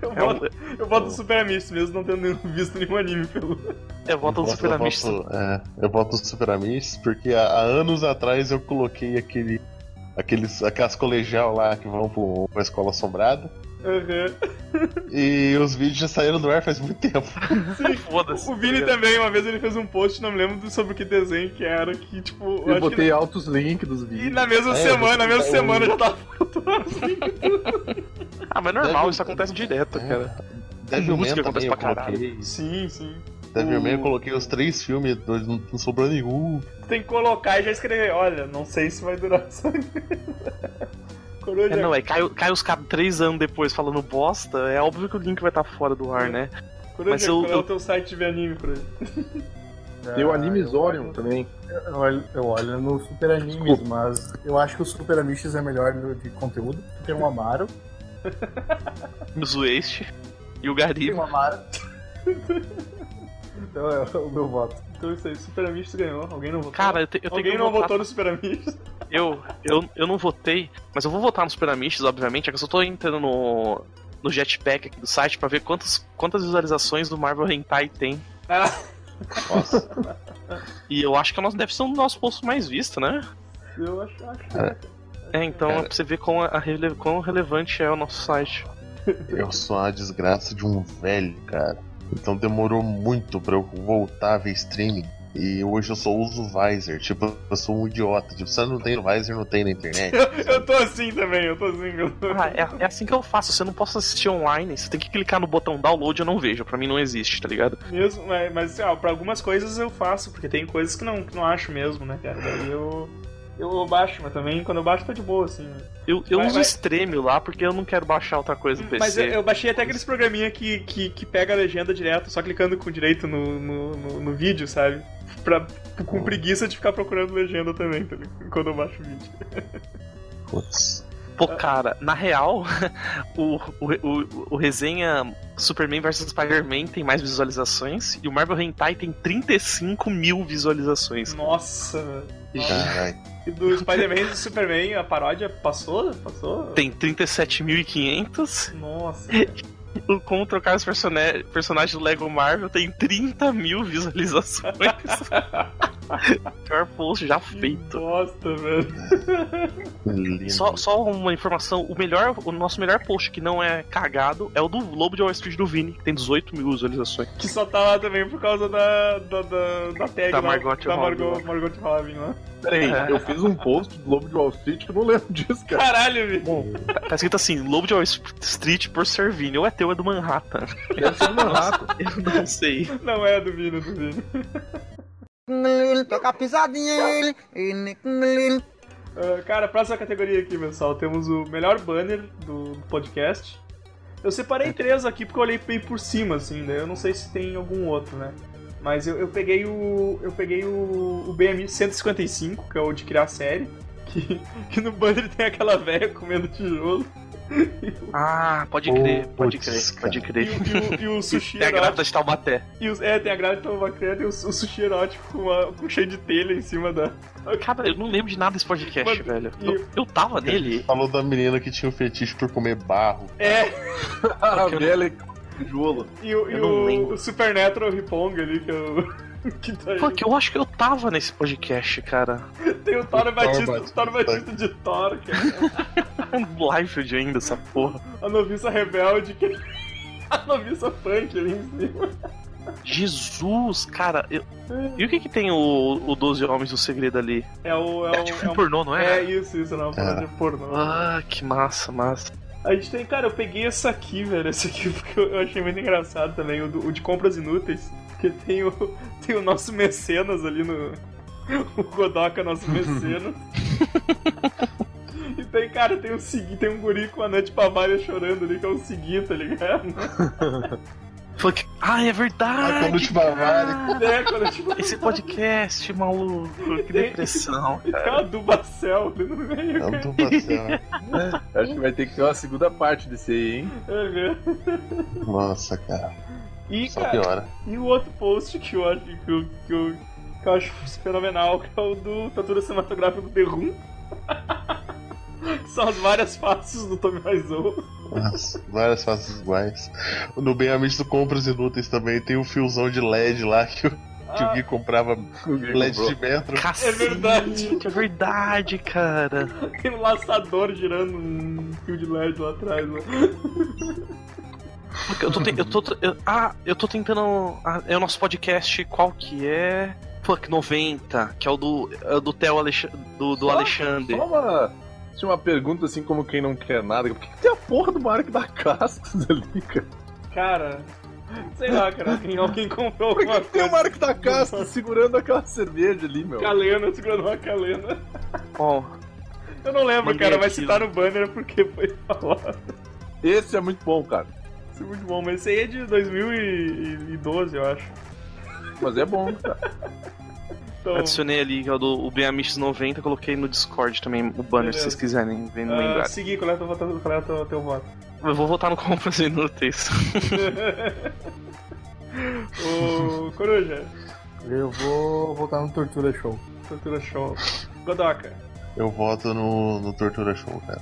Speaker 2: Eu
Speaker 4: É um,
Speaker 2: boto, eu boto Super Amish mesmo, não tendo nenhum- visto nenhum anime pelo...
Speaker 4: eu voto no Super
Speaker 5: eu
Speaker 4: Amish.
Speaker 5: voto- é, eu voto no Super Amish, porque há, há anos atrás eu coloquei aquele. Aqueles, aquelas colegial lá que vão pra uma escola assombrada.
Speaker 2: Aham.
Speaker 5: E os vídeos já saíram do ar faz muito tempo.
Speaker 2: Sim.
Speaker 4: Foda-se.
Speaker 2: O Vini
Speaker 4: tá ligado?
Speaker 2: também, uma vez ele fez um post, não me lembro do- sobre que desenho que era, que tipo... eu
Speaker 6: Eu
Speaker 2: acho que
Speaker 6: botei altos links dos
Speaker 2: E
Speaker 6: vídeos.
Speaker 2: na mesma
Speaker 5: É,
Speaker 2: semana, na
Speaker 5: você
Speaker 2: mesma
Speaker 4: um.
Speaker 5: tá-
Speaker 2: semana já tava faltando.
Speaker 4: Ah, mas é normal,
Speaker 5: Deve-
Speaker 4: isso acontece direto,
Speaker 5: É.
Speaker 4: cara.
Speaker 5: Devilman
Speaker 4: Música acontece
Speaker 5: também eu
Speaker 4: pra caralho.
Speaker 5: coloquei.
Speaker 2: Sim, sim.
Speaker 5: Devilman eu coloquei os três filmes, dois, não, não sobrou nenhum.
Speaker 2: Tem que colocar e já escrever. Olha, não sei se vai durar essa. Coruja.
Speaker 4: É, não, é, cai, cai os caras três anos depois falando bosta, é óbvio que o link vai estar fora do ar, né?
Speaker 2: Coruja,
Speaker 4: mas eu-
Speaker 2: qual é o
Speaker 4: eu-
Speaker 2: teu site de anime, Coruja?
Speaker 6: Tem o
Speaker 2: Ah,
Speaker 6: Animizorium também.
Speaker 8: Eu Ah, olho, eu olho no Super Animes, mas eu acho que o Super Amishes é melhor no- de conteúdo. Tem o Amaro,
Speaker 2: É.
Speaker 4: O Zueste e o
Speaker 8: tem
Speaker 4: Gariba.
Speaker 8: o Amaro. então é o meu voto.
Speaker 2: Então isso aí, Super Amistos ganhou. Alguém não votou?
Speaker 4: Cara, eu, te, eu tenho
Speaker 2: Alguém
Speaker 4: que
Speaker 2: não
Speaker 4: votar.
Speaker 2: votou no Super Amistos?
Speaker 4: Eu, eu, eu não votei, mas eu vou votar nos Superamistes, obviamente, é que eu só tô entrando no, no jetpack aqui do site pra ver quantos, quantas visualizações do Marvel Hentai tem.
Speaker 2: Ah.
Speaker 5: Nossa.
Speaker 4: E eu acho que o nosso, deve ser um o nosso posto mais visto, né?
Speaker 2: Eu acho, acho que
Speaker 5: Cara.
Speaker 4: É, então
Speaker 5: Cara.
Speaker 4: é pra você ver quão, a rele- quão relevante é o nosso site.
Speaker 5: Eu sou a desgraça de um velho, cara. Então demorou muito pra eu voltar a ver streaming. E hoje eu só uso o Visor. Tipo, eu sou um idiota. Tipo, se eu não tem no Visor, não tem na internet.
Speaker 2: Eu tô assim também, eu tô assim. Eu tô...
Speaker 4: Ah, é, é assim que eu faço, você não pode assistir online, você tem que clicar no botão download, eu não vejo, pra mim não existe, tá ligado?
Speaker 2: Mesmo, mas, mas assim, ó, pra algumas coisas eu faço, porque tem coisas que não, que não acho mesmo, né, cara? Daí eu, eu baixo, mas também quando eu baixo tá de boa, assim. né?
Speaker 4: Eu, eu
Speaker 2: Vai,
Speaker 4: uso
Speaker 2: vai.
Speaker 4: Stremio lá porque eu não quero baixar outra coisa no PC.
Speaker 2: Mas eu, eu baixei até aqueles programinha que, que, que pega a legenda direto, só clicando com direito no, no, no- no vídeo, sabe? Pra, com preguiça de ficar procurando legenda também, tá ligado? Quando eu baixo o vídeo.
Speaker 5: Putz.
Speaker 4: Pô, cara, na real, o, o, o, o resenha Superman vs Spider-Man tem mais visualizações e o Marvel Hentai tem 35 mil visualizações.
Speaker 2: Nossa! nossa.
Speaker 5: Caralho.
Speaker 2: E do Spider-Man e do Superman, a paródia passou? Passou?
Speaker 4: Tem 37.500
Speaker 2: Nossa, cara.
Speaker 4: o Como Trocar os persone- Personagens do Lego Marvel tem 30 mil visualizações. Pior post já
Speaker 2: que
Speaker 4: feito.
Speaker 2: bosta, velho.
Speaker 5: Lindo.
Speaker 4: Só, só uma informação, o melhor, o nosso melhor post que não é cagado é o do Lobo de Wall Street do Vini, que tem 18 mil visualizações.
Speaker 2: Que só tá lá também por causa da, da, da, da tag
Speaker 4: Da
Speaker 2: lá,
Speaker 4: Margot
Speaker 2: da Margot,
Speaker 4: Robbie né?
Speaker 2: Margot né? Robin lá.
Speaker 6: Peraí,
Speaker 4: É.
Speaker 6: eu fiz um post do Lobo de Wall Street que eu não lembro disso, cara.
Speaker 2: Caralho, velho.
Speaker 4: Tá, tá escrito assim, Lobo de Wall Street por ser Vini, ou é teu, ou é do Manhattan.
Speaker 6: Deve ser do Manhattan.
Speaker 4: Eu não sei.
Speaker 2: Não é do Vini, é do Vini.
Speaker 7: Toca a pisadinha, ele.
Speaker 2: Ah, cara, próxima categoria aqui, pessoal. Temos o melhor banner do, do podcast. Eu separei três aqui porque eu olhei bem por cima, assim, né? Eu não sei se tem algum outro, né? Mas eu, eu peguei o. Eu peguei o, o BMI 155, que é o de criar série. Que, que no banner tem aquela velha comendo tijolo.
Speaker 4: Ah, pode
Speaker 5: Pô,
Speaker 4: crer, pode
Speaker 5: putz,
Speaker 4: crer,
Speaker 5: cara.
Speaker 4: pode
Speaker 2: E,
Speaker 4: crer.
Speaker 2: o- e o, e o sushi
Speaker 4: Tem a
Speaker 2: erótico.
Speaker 4: grávida de Taubaté.
Speaker 2: E os- é, tem a grade tão bacana e o, o sushi erótico com, a- com cheio de telha em cima da.
Speaker 4: Cara, eu não lembro de nada desse podcast,
Speaker 2: Mano,
Speaker 4: velho.
Speaker 2: e-
Speaker 4: Eu, eu tava nele.
Speaker 5: Falou da menina que tinha o fetiche por comer barro.
Speaker 2: É,
Speaker 6: A velha que é tijolo.
Speaker 2: e, o- e
Speaker 4: Eu não
Speaker 2: o,
Speaker 4: lembro.
Speaker 2: o Supernatural Riponga ali, que é o. Que tá aí.
Speaker 4: Pô, que eu acho que eu tava nesse podcast, cara.
Speaker 2: Tem o Toro
Speaker 5: Thor
Speaker 2: Batista, o
Speaker 5: Batista.
Speaker 2: Toro Batista de Toro, que é
Speaker 4: Live ainda, essa porra.
Speaker 2: a noviça rebelde, que é a noviça punk ali em cima.
Speaker 4: Jesus, cara. eu- E o que que tem o, o 12 Homens do Segredo ali?
Speaker 2: É o.
Speaker 4: É,
Speaker 2: É, o, é,
Speaker 4: tipo filme
Speaker 2: um-
Speaker 4: pornô, não
Speaker 2: é
Speaker 4: é?
Speaker 2: isso, isso, não, é de pornô.
Speaker 4: Ah, que massa, massa.
Speaker 2: A gente tem, cara, eu peguei essa aqui, velho, essa aqui, porque eu eu achei muito engraçado também, o, do- o de compras inúteis, que tem o, tem o nosso mecenas ali no... O Godoka, nosso mecenas. e tem, cara, tem um Segui, tem um guri com a Nete Pavária chorando ali, que é o Segui, tá ligado?
Speaker 4: Foi que- Ah, é verdade!
Speaker 5: Ah, quando te bavarem.
Speaker 2: É, quando, tipo,
Speaker 4: Esse podcast, maluco, que depressão.
Speaker 2: e tem uma Dubacel ali no meio,
Speaker 5: Não
Speaker 2: cara.
Speaker 5: tô passando.
Speaker 6: Acho que vai ter que ter uma segunda parte desse aí, hein?
Speaker 2: É mesmo.
Speaker 5: Nossa, cara.
Speaker 2: E,
Speaker 5: Só
Speaker 2: cara,
Speaker 5: piora.
Speaker 2: E o outro post que eu acho que eu, que eu, que eu acho fenomenal, que é o do Tatura Cinematográfica do The Room. São as várias faces do Tommy Wiseau.
Speaker 5: Nossa, várias faces iguais. No bem amigo do compras inúteis também tem um fiozão de LED lá que o, que o
Speaker 2: Ah,
Speaker 5: Gui comprava LED de metro.
Speaker 4: Cacete,
Speaker 2: É verdade.
Speaker 4: É verdade, cara.
Speaker 2: tem um laçador girando um fio de LED lá atrás. Né?
Speaker 4: Eu tô, te- eu tô, eu- ah, eu tô tentando. ah, é o nosso podcast, qual que é? Fuck, 90, que é o do, é o do Theo Alex, do, do
Speaker 6: Só-
Speaker 4: Alexandre.
Speaker 6: Só uma, tinha uma pergunta assim, como quem não quer nada. Por que, que tem a porra do Mark da Cascos ali, cara?
Speaker 2: Cara, sei lá, cara. Alguém, alguém comprou
Speaker 6: Por
Speaker 2: alguma
Speaker 6: que, que tem o
Speaker 2: coisa.
Speaker 6: Mark da Cascos segurando aquela cerveja ali, meu?
Speaker 2: Calena, segurando uma calena.
Speaker 4: Ó,
Speaker 2: Eu não lembro,
Speaker 4: Mandei
Speaker 2: cara, mas
Speaker 4: aqui,
Speaker 2: se
Speaker 4: ó.
Speaker 2: tá no banner é porque foi falado.
Speaker 6: Esse é muito bom, cara.
Speaker 2: Isso é muito bom, mas esse aí é de 2012, eu acho.
Speaker 6: Mas é bom, cara.
Speaker 2: Então,
Speaker 4: Adicionei ali ó, do, o BMX 90, coloquei no Discord também o banner, se vocês quiserem ver,
Speaker 2: ah,
Speaker 4: lembrar.
Speaker 2: seguir, qual é o teu voto? Qual é o teu- teu voto?
Speaker 4: Eu vou voltar no compras e no texto.
Speaker 2: o Coruja,
Speaker 8: Eu vou voltar no Tortura Show.
Speaker 2: tortura show. Godoka,
Speaker 5: Eu voto no, no Tortura Show, cara.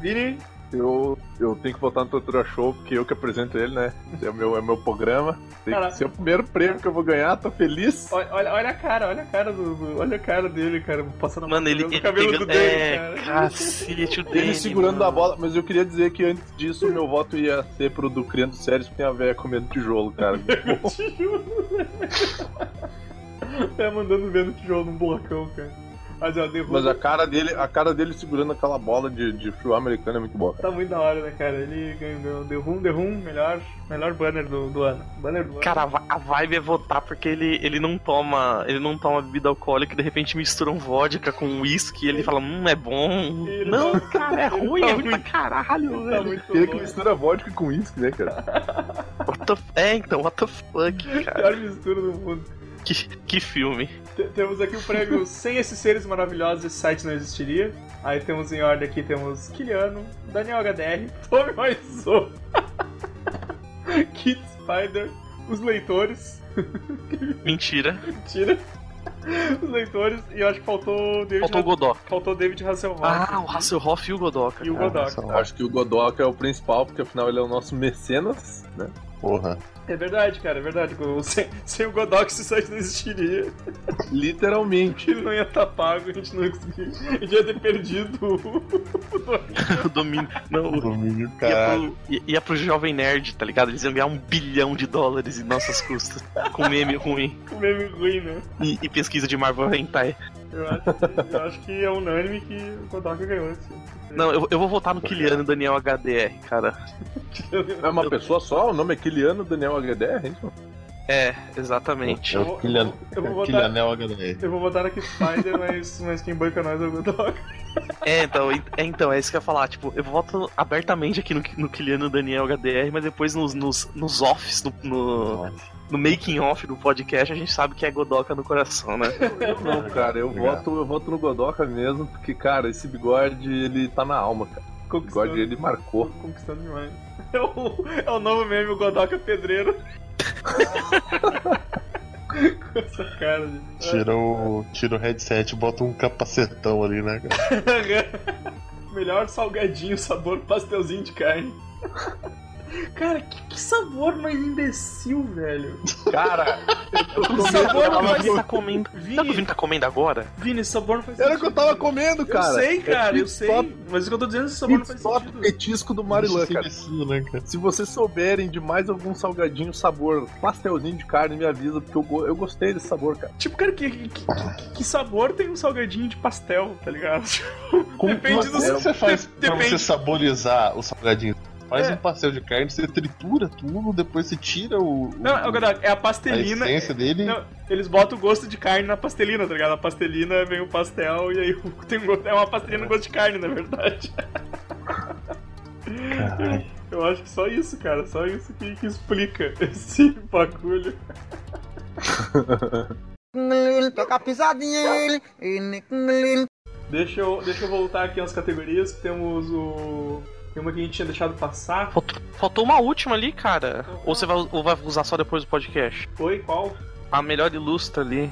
Speaker 2: Vini,
Speaker 6: Eu, eu tenho que votar no Tortura Show, porque eu que apresento ele, né? É o meu, é o meu programa. Tem
Speaker 2: Cara.
Speaker 6: que ser o primeiro prêmio que eu vou ganhar, tô feliz.
Speaker 2: olha, olha- olha a cara, olha a cara do, do- Olha a cara dele, cara, passando a mão
Speaker 4: Mano, ele,
Speaker 2: no
Speaker 4: ele
Speaker 2: cabelo do
Speaker 4: pegando.
Speaker 2: dele,
Speaker 4: é,
Speaker 2: cara.
Speaker 4: cacete, o dele.
Speaker 6: Ele segurando
Speaker 4: mano.
Speaker 6: a bola, mas eu queria dizer que antes disso meu voto ia ser pro do Criando Sérios, porque tem a véia comendo tijolo, cara.
Speaker 2: Tá mandando vendo tijolo num blocão, cara. Mas ó, derruba.
Speaker 6: Mas a cara dele, a cara dele segurando aquela bola de, de futebol americano é muito boa, cara.
Speaker 2: Tá muito da hora, né, cara? Ele ganhou The Room, The Room, melhor, melhor banner do, do ano. Banner do ano.
Speaker 4: Cara, a vi- a vibe é votar porque ele, ele não toma. Ele não toma bebida alcoólica e de repente misturam vodka com uísque e ele fala, hum, é bom.
Speaker 2: Ele
Speaker 4: não,
Speaker 2: tá-
Speaker 4: cara, é
Speaker 2: ele
Speaker 4: ruim,
Speaker 2: tá
Speaker 4: é ruim pra
Speaker 2: muito-
Speaker 4: caralho,
Speaker 2: tá
Speaker 4: velho.
Speaker 2: muito
Speaker 6: Ele que
Speaker 2: bom.
Speaker 6: mistura vodka com uísque, né, cara?
Speaker 4: What the f- É, então, what the fuck, cara.
Speaker 2: Pior mistura do mundo.
Speaker 4: Que, que filme.
Speaker 2: T- Temos aqui o prêmio Sem esses seres maravilhosos, esse site não existiria. Aí temos em ordem aqui, temos Kiliano, Daniel HDR, Tommy Wiseau, Kid Spider, os leitores,
Speaker 4: Mentira.
Speaker 2: mentira, os leitores, e eu acho que faltou o David,
Speaker 4: Faltou o Godot.
Speaker 2: Ra- faltou o David Hasselhoff
Speaker 4: Ah, é, o Hasselhoff e o Godoka.
Speaker 2: e o Godox.
Speaker 5: Nossa,
Speaker 6: Acho que o Godoka é o principal, porque afinal ele é o nosso mecenas, né?
Speaker 5: porra.
Speaker 2: É verdade, cara, é verdade. O- Sem, sem o Godox esse site não existiria.
Speaker 6: Literalmente.
Speaker 2: Ele não ia estar pago, a gente não ia conseguir. A gente ia ter perdido o- o domínio.
Speaker 4: o domínio. Não, o-
Speaker 5: Domínio,
Speaker 4: Ia
Speaker 5: cara.
Speaker 4: pro, ia, ia pro Jovem Nerd, tá ligado? Eles iam ganhar um bilhão de dólares em nossas custas. com meme ruim.
Speaker 2: O meme ruim, né?
Speaker 4: E, e pesquisa de Marvel Hentai.
Speaker 2: Eu acho, que- eu acho que é unânime que o Kodak ganhou assim. esse.
Speaker 4: Não, eu, eu vou votar no Kiliano e Daniel HDR, cara.
Speaker 6: É uma pessoa só, o nome é Kiliano Daniel HDR, hein?
Speaker 4: É, exatamente.
Speaker 5: É o Killian-
Speaker 2: eu vou botar,
Speaker 5: Killianel HD.
Speaker 2: eu vou botar aqui Spider, mas, mas quem banca nós é o Kodak.
Speaker 4: É, então, e- é, então, é isso que eu ia falar. Tipo, eu voto abertamente aqui no, no Kiliano e Daniel HDR, mas depois nos, nos, nos offs, no, no,
Speaker 5: Nossa,
Speaker 4: no making off do podcast, a gente sabe que é Godoka no coração, né?
Speaker 6: Eu não, cara, eu
Speaker 5: Obrigado.
Speaker 6: voto, eu voto no Godoka mesmo, porque, cara, esse bigode, ele tá na alma, cara. O
Speaker 2: Conquistando,
Speaker 6: bigode, ele marcou.
Speaker 2: conquistando demais. É o, é o novo meme, o Godoka pedreiro. Com essa cara de.
Speaker 5: Tira o, tira o headset e bota um capacetão ali, né, cara?
Speaker 2: Melhor salgadinho, sabor pastelzinho de carne. Cara, que, que sabor mais imbecil, velho.
Speaker 6: Cara, eu tô
Speaker 2: O sabor
Speaker 4: Ah,
Speaker 2: não
Speaker 4: mas
Speaker 2: faz
Speaker 4: ele tá comendo. Sabe o que o
Speaker 2: Vini,
Speaker 4: Vini tá comendo agora?
Speaker 2: Vini, esse sabor não faz
Speaker 6: Era o que eu tava comendo, cara. É
Speaker 2: Eu sei, cara, é tipo eu
Speaker 6: pit
Speaker 2: sei.
Speaker 6: stop-
Speaker 2: Mas o que eu tô dizendo é que esse sabor não
Speaker 6: pit
Speaker 2: faz
Speaker 6: Stop
Speaker 2: sentido.
Speaker 6: petisco do Marilã,
Speaker 5: Isso é
Speaker 6: cara.
Speaker 5: imbecil, né, cara?
Speaker 6: Se vocês souberem de mais algum salgadinho sabor pastelzinho de carne, me avisa, porque eu, go- eu gostei desse sabor, cara.
Speaker 2: Tipo, cara, que, que, que- que sabor tem um salgadinho de pastel, tá ligado?
Speaker 6: Como-
Speaker 2: Depende
Speaker 6: como
Speaker 2: do
Speaker 6: é?
Speaker 5: Como que você faz pra
Speaker 2: Depende.
Speaker 5: você saborizar o salgadinho? Faz
Speaker 2: É.
Speaker 5: um pastel de carne, você tritura tudo, depois você tira o, o-
Speaker 2: Não, é verdade, é a
Speaker 5: a
Speaker 2: pastelina.
Speaker 5: essência dele.
Speaker 2: Não, eles botam o gosto de carne na pastelina, tá ligado? A pastelina vem o pastel e aí o- tem um gosto, é uma pastelina com gosto de carne, na verdade.
Speaker 5: Caralho.
Speaker 2: Eu acho que só isso, cara, só isso que, que explica esse bagulho.
Speaker 7: Toca a pisadinha,
Speaker 2: Deixa eu, deixa eu voltar aqui nas categorias, que temos o... Tem uma que a gente tinha deixado passar.
Speaker 4: Faltou, faltou uma última ali, cara. Ou você vai, ou vai usar só depois do podcast?
Speaker 2: Foi qual?
Speaker 4: A melhor ilustra ali.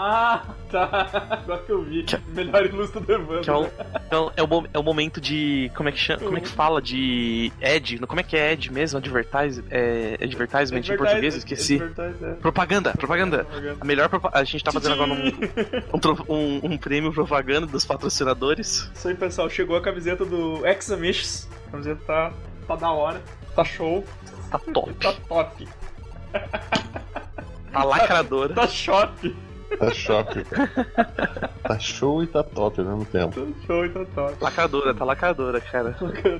Speaker 2: Ah, tá. Agora que eu vi.
Speaker 4: Que-
Speaker 2: Melhor ilustra do Evandro. né?
Speaker 4: Que é o, é, o- é, o, mo- é o momento de. Como é que chama? Como é que fala? De. Ed. Como é que é Ed mesmo? Advertise, é, advertisement em português? Eu esqueci.
Speaker 2: é.
Speaker 4: Propaganda, propaganda. A melhor propa- A gente tá fazendo agora um, um, tro- um- um prêmio propaganda dos patrocinadores.
Speaker 2: Isso aí, pessoal. Chegou a camiseta do Examish. A camiseta tá, tá da hora. Tá show.
Speaker 4: Tá
Speaker 2: Tá
Speaker 4: top.
Speaker 2: top.
Speaker 4: Tá lacradora.
Speaker 2: Tá shop.
Speaker 5: Tá shopping, cara. Tá show e tá top ao mesmo tempo.
Speaker 2: Tá show e tá top.
Speaker 4: Lacradora, tá lacradora, cara.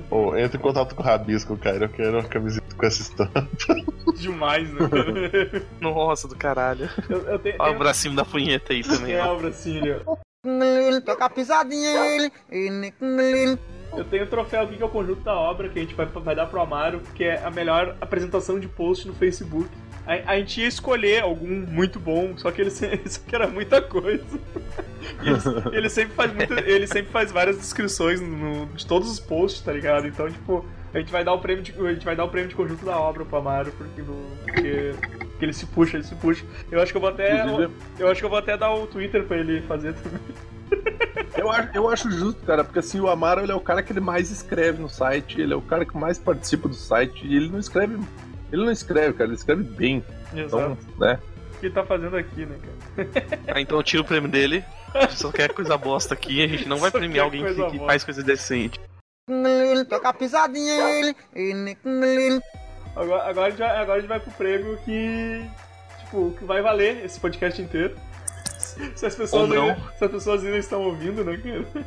Speaker 5: Ô, entra em contato com o Rabisco, cara. Eu quero uma camiseta com essa estampa.
Speaker 2: Demais, né? cara?
Speaker 4: Nossa do caralho.
Speaker 2: Eu, eu tenho...
Speaker 4: Olha o
Speaker 2: tenho-
Speaker 4: bracinho da punheta aí também.
Speaker 2: É,
Speaker 4: ó.
Speaker 2: o bracinho ali, ó.
Speaker 7: toca a pisadinha,
Speaker 2: Eu tenho um troféu aqui que é o conjunto da obra que a gente vai, vai dar pro Amaro, que é a melhor apresentação de post no Facebook. A, a gente ia escolher algum muito bom, só que ele, se- só que era muita coisa. E ele, ele sempre faz muita- ele sempre faz várias descrições no- de todos os posts, tá ligado? Então, tipo, a gente vai dar o prêmio de, a gente vai dar o prêmio de conjunto da obra pro Amaro, porque, do- porque, porque ele se puxa, ele se puxa. Eu acho que eu vou até.
Speaker 6: Inclusive-
Speaker 2: Eu acho que eu vou até dar o Twitter pra ele fazer também.
Speaker 6: Eu acho, eu acho justo, cara, porque assim, o Amaro ele é o cara que ele mais escreve no site, ele é o cara que mais participa do site, e ele não escreve. Ele não escreve, cara, ele escreve bem. Então, né?
Speaker 2: O que tá fazendo aqui, né, cara?
Speaker 4: Ah, então tira o prêmio dele. Só quer coisa bosta aqui, a gente não vai
Speaker 2: Só quer
Speaker 4: premiar alguém que,
Speaker 2: coisa
Speaker 4: que
Speaker 2: bosta.
Speaker 4: faz coisa decente.
Speaker 7: Toca a pisadinha.
Speaker 2: Agora, agora, a gente vai, agora a gente vai pro prêmio que. Tipo, que vai valer esse podcast inteiro. Se as pessoas,
Speaker 4: Ou não.
Speaker 2: ainda, se as pessoas ainda estão ouvindo, né, cara?